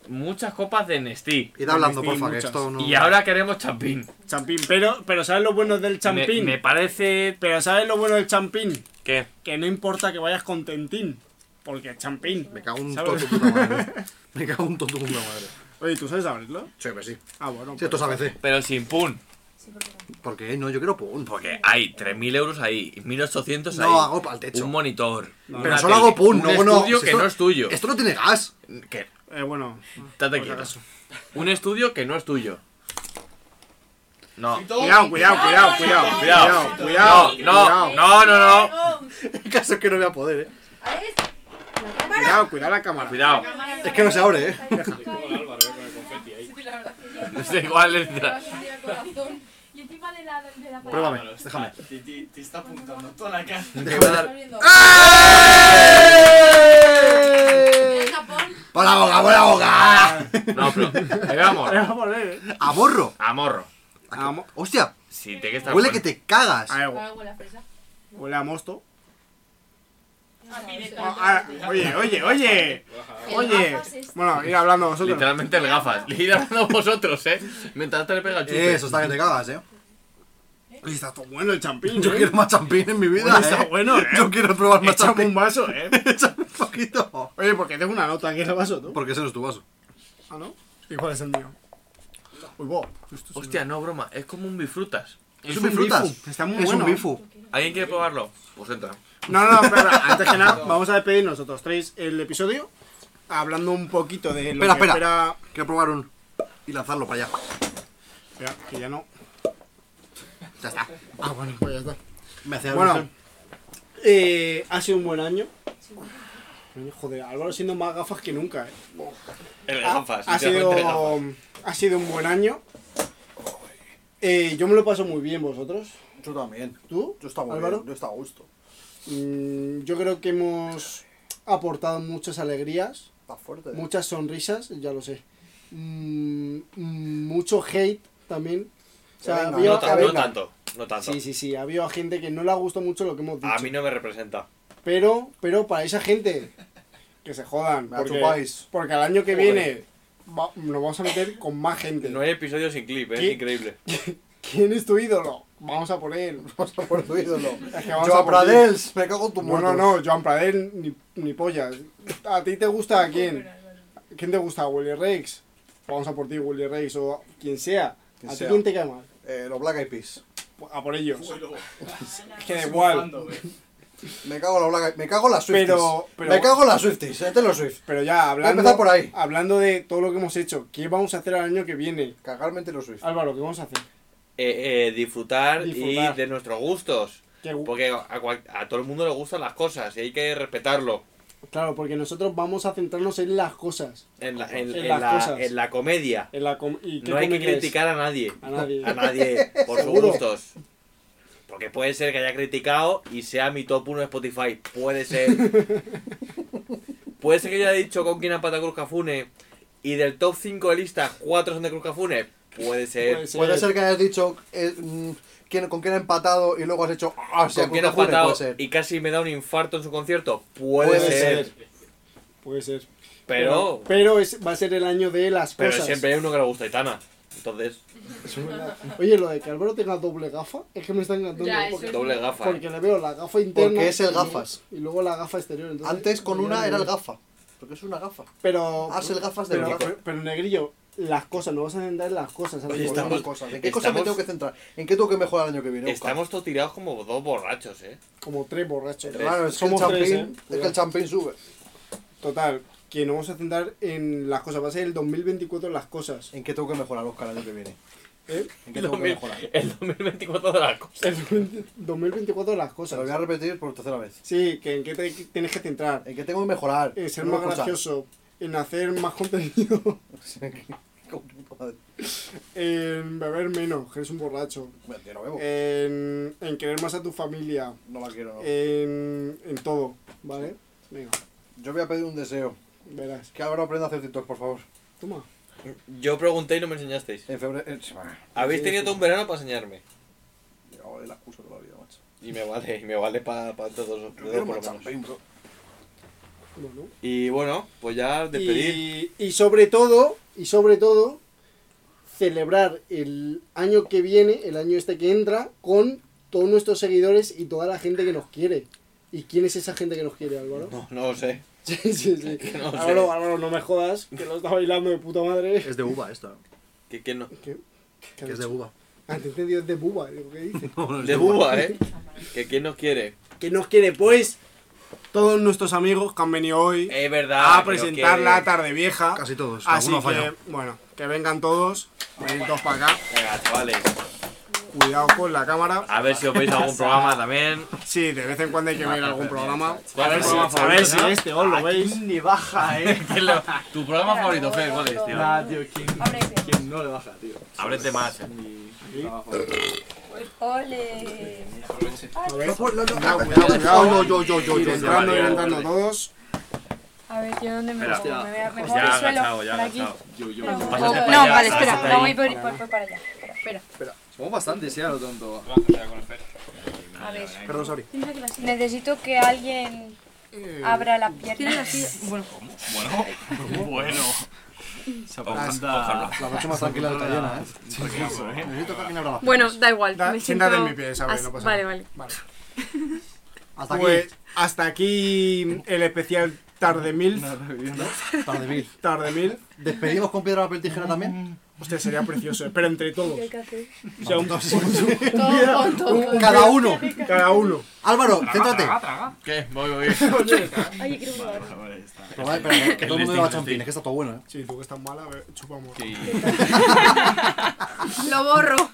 muchas copas de Nestí. Id hablando, porfa, que esto no- Y ahora queremos champín. Champín, pero, pero ¿sabes lo bueno del champín? Me- me parece. Pero ¿sabes lo bueno del champín? ¿Qué? Que no importa que vayas contentín. Porque es champín. Me cago en todo Me cago en todo tu puta madre. Oye, ¿tú sabes abrirlo? Sí, pues sí. Ah, bueno. Sí, esto es ABC. Pero sin pun. ¿Por qué? No, yo quiero pun. Porque hay 3.000 euros ahí, 1.800 No, ahí. hago pa'l techo. Un monitor. No, una pero solo tele, hago pun, un no, no. estudio si que esto- no es tuyo. Esto no tiene gas. Que- Eh, bueno. Estate por si quieto. acaso. Un estudio que no es tuyo. No. Cuidado, cuidado, cuidado, cuidado. Cuidado, cuidado. No, no, no, no, no. El caso es que no voy a poder, eh. Cuidado, cuidado la cámara. Cuidado. Es que no se abre, eh. Es igual, es- Y encima de la, de la Pruébame, déjame. Te, te- te está apuntando toda la cara. Déjame dar. ¡Eh! ¡Por la boca, por la boca! No, pero. Me vamos. eh. ¡A morro! A morro. ¡Hostia! Sí, tiene que estar Huele que bueno. te cagas. Huele a mosto. Ah, ah, oye, oye, oye. Oye. Bueno, ir hablando vosotros. Literalmente el gafas. Ir hablando vosotros, eh. Mientras te le pega el chute. Eso está que te cagas, eh. Oye, está todo bueno el champín. Yo ¿eh? quiero más champín en mi vida, Oye, está eh. bueno, eh. Yo quiero probar más Échame champín. un vaso, eh. Échame un poquito. Oye, porque tengo una nota aquí en el vaso, tú. Porque ese no es tu vaso. Ah, ¿no? ¿Y cuál es el mío? Uy, bo. Hostia, no, broma. Es como un bifrutas. Es un bifrutas. bifu. Está muy es bueno. un bifu. ¿Alguien quiere probarlo? Pues entra. No, no, pero antes que nada, vamos a despedir nosotros tres el episodio hablando un poquito de lo Espera, que espera. espera- Quiero probar un. Y lanzarlo para allá. Espera, que ya no. Ya está. Ah, bueno, pues ya está. Me hacía Bueno, ilusión. eh, ha sido un buen año. Joder, Álvaro siendo más gafas que nunca, eh. El Ha- gafas. ha, sido, ha sido un buen año. Eh, yo me lo paso muy bien, vosotros. Yo también. ¿Tú? Yo estaba ¿Álvaro? Yo estaba a gusto. Mm, yo creo que hemos aportado muchas alegrías, Está fuerte. ¿eh? muchas sonrisas, ya lo sé. Mm, mm, mucho hate también. O sea, Venga, había- No, tan- había- no tanto. No tanto. Sí, sí, sí. Había gente que no le ha gustado mucho lo que hemos dicho. A mí no me representa. Pero, pero para esa gente, que se jodan. Me Porque, achupáis. porque al año que Joder. viene va- nos vamos a meter con más gente. No hay episodio sin clip, ¿eh? ¿Qué? es increíble. ¿Quién es tu ídolo? Vamos a poner. Vamos a por tu ídolo. Es que vamos Joan a por ti. Pradels, me cago en tu No, muerto. no, no, Joan Pradel ni, ni pollas. ¿A ti te gusta a quién? ¿Quién te gusta? ¿Willy Rex? Vamos a por ti, Willy Rex o quien sea. Quien ¿A ti sea. quién te cae mal? Eh, los Black Eyed Peas. A por ellos. Es que da igual. Me cago en los Black Eyed Me cago en las Swifties. Pero, pero- Me cago en las Swifties. Este es los Swift. Pero ya, Voy a hablando, empezar por ahí. hablando de todo lo que hemos hecho, ¿qué vamos a hacer el año que viene? Cagarme entre los Swift. Álvaro, ¿qué vamos a hacer? Eh, eh, disfrutar, Disfrutar. y de nuestros gustos. Qué gu- Porque a, cual- a todo el mundo le gustan las cosas y hay que respetarlo. Claro, porque nosotros vamos a centrarnos en las cosas. En la, en- En en las la- cosas. en la comedia. En la com- ¿Y qué No hay que comedia es? criticar a nadie. A nadie. A nadie por sus Seguro. gustos. Porque puede ser que haya criticado y sea mi top 1 de Spotify. Puede ser. puede ser que yo haya dicho con quién apata Cruz Cafune y del top 5 de listas 4 son de Cruz Cafune. Puede ser. Puede ser, que hayas dicho eh, mm, quién- con quién ha empatado y luego has hecho. Ah, sí, ¿Con quién ha cojones, patado puede ser. y casi me da un infarto en su concierto? Puede, ser. Puede ser. Pero- Pero es- va a ser el año de las Pero cosas. siempre hay uno que le gusta a Itana. Entonces. Eso es verdad. Oye, lo de que Álvaro tenga doble gafa es que me está encantando. ¿eh? Ya, eso porque, es Doble gafa, ¿eh? Porque le veo la gafa interna. Porque es el y luego- gafas. Y luego la gafa exterior. Antes con una era el gafa. Porque es una gafa. Pero. Haz el Ah, gafas del pero, gafa. pero, pero, negrillo, las cosas, no vas a centrar en las cosas. ¿sabes? Oye, Por estamos- las cosas. ¿En qué cosa me tengo que centrar? ¿En qué tengo que mejorar el año que viene? Oscar? Estamos todos tirados como dos borrachos, eh. Como tres borrachos. Hermano, es que Somos el tres, champín- ¿eh? es que el champín sube. Total, que no vamos a centrar en las cosas. Va a ser el 2024 en las cosas. ¿En qué tengo que mejorar, Oscar, el año que viene? ¿Eh? ¿En qué tengo que mejorar? El 2024 de las cosas. El 20- 2024 de las cosas. Lo voy a repetir por tercera vez. Sí, que en qué te- tienes que centrar. En qué tengo que mejorar. En Eh, ser No más escuchar. gracioso. En hacer más contenido. en beber menos, que eres un borracho. Yo no bebo. En, en querer más a tu familia. No la quiero, no. En, en todo, ¿vale? Venga, Yo voy a pedir un deseo. Verás. Que ahora aprenda a hacer TikTok, por favor. toma. Yo pregunté y no me enseñasteis. En febrero. Habéis Sí, tenido sí. todo un verano para enseñarme. Yo el acuso toda la vida, macho. Y me vale, y me vale para todos Yo los quiero por lo más menos. champín, bro. Bueno. Y bueno, pues ya despedir. Y, y sobre todo, y sobre todo, celebrar el año que viene, el año este que entra, con todos nuestros seguidores y toda la gente que nos quiere. ¿Y quién es esa gente que nos quiere, Álvaro? No, no lo sé. Sí, sí, sí. no sé. Álvaro, Álvaro, no me jodas, que lo está bailando de puta madre. Es de uva esto. Que quién no. ¿Qué? Que es de uva. Ah, te he entendido, es de buba, digo, ¿qué dices? De buba, eh. Que quién nos quiere. Que nos quiere, pues, todos nuestros amigos que han venido hoy Es verdad. a que nos presentar quiere. la tarde vieja. Casi todos. Así alguno ha que, fallado. bueno, que vengan todos, venid todos para acá. Venga, chavales. Cuidado con la cámara. A ver si os veis algún programa también. Sí, de vez en cuando hay que ver algún programa. ¿Cuál es tu programa a ver favorito, si no? Ah, este os lo veis. Ni baja, eh. tu programa favorito, Fer, ¿cuál es, tío? Nah, tío, ¿quién, quién no le baja, tío? Ábrete más. eh. Ole. A ver, No, no, no, no, cuidado, cuidado, no, cuidado. no, yo, yo, yo, Ir yo, entrando, yo, ir yo. entrando todos. A ver, ¿yo dónde me Espera. pongo? Me voy a- me Pues pongo ya al suelo, agachado, ya por aquí. agachado. Yo, yo, Pero- yo. No, Pásate para allá, vale, espera, pásate no ahí. voy por, por, por para allá. Espera, espera. Somos bastantes ya, lo tonto. A ver. Perdón, sorry. Necesito que alguien abra la pierna. Tiene la silla- Bueno. Bueno, bueno. Se La apunta. la noche más tranquila está llena, ¿eh? Necesito que alguien abra la Bueno, da igual. Da- me siéntate siento en mi pie, Isabel, as- no pasa Vale, nada. vale. Hasta pues hasta aquí el especial Tarde Mil. Tarde Mil. Tarde Mil. ¿Despedimos con piedra, papel, tijera también? Hostia, sería precioso, pero entre todos. que hacer? O sea, un- Todos un- juntos. un- un- Cada uno. Cada uno. Álvaro, céntrate. ¿Qué? Voy, voy. Oye, creo que Pero vale, pero Qué todo el mundo listín, lleva qué champín, es que está todo bueno, ¿eh? Sí, tú que estás mala, eh, a ver, chupamos. Lo borro.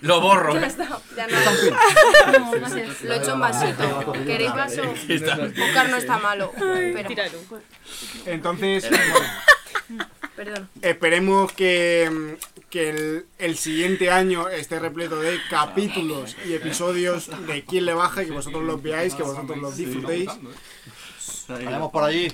Lo borro. Ya está. Ya no. No, no sé, Lo echo en vasito. ¿Queréis vaso? Buscar no está malo. Pero... Entonces, Perdón. esperemos que, mm, que el, el siguiente año esté repleto de capítulos y episodios de quién le baja y que vosotros los veáis, que vosotros los disfrutéis. Vayamos por allí.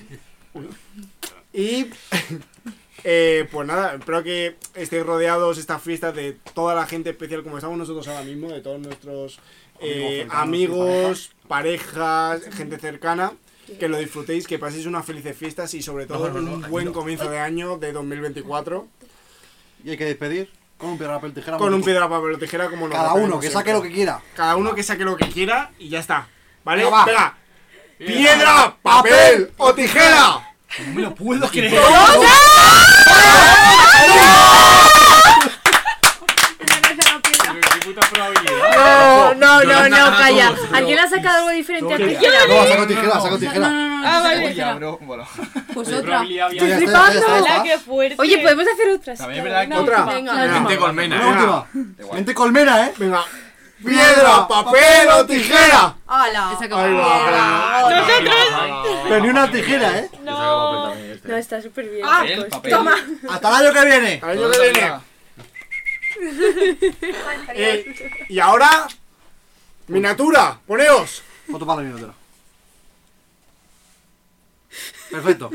Y eh, pues nada, espero que estéis rodeados estas fiestas de toda la gente especial como estamos nosotros ahora mismo, de todos nuestros eh, amigos, Amigos, parejas, gente cercana. Que lo disfrutéis, que paséis unas felices fiestas y sobre todo No, no, no, un aquí buen no. comienzo de año de 2024. Y hay que despedir con un piedra, papel, tijera. Con un bonito. piedra, papel o tijera como nos Cada uno, referimos que siempre. saque lo que quiera. Cada uno que saque lo que quiera y ya está. ¿Vale? Venga, va. Venga. Piedra, papel o tijera. No me lo puedo creer. ¡Qué puta probabilidad! No, no, no, Yolanda, no, a calla. todos, ¿Alguien ha sacado algo diferente a tijera? No, saco tijera, saco tijera. No, no, no, Ah, yo vale. saco tijera. Pues otra. Estoy flipando. qué fuerte. Oye, podemos hacer otras. También es verdad que- Otra. Venga. Mente colmena. ¿eh? Una última. Mente colmena, ¿eh? Venga. Piedra, papel o tijera. Hola. Ahí va. Pero ni una tijera, ¿eh? No. este. No, está súper bien. Ah, chicos. papel. Toma. Hasta el año que viene. Hasta el año que viene. Eh, y ahora, miniatura, poneos. Foto para la miniatura. Perfecto.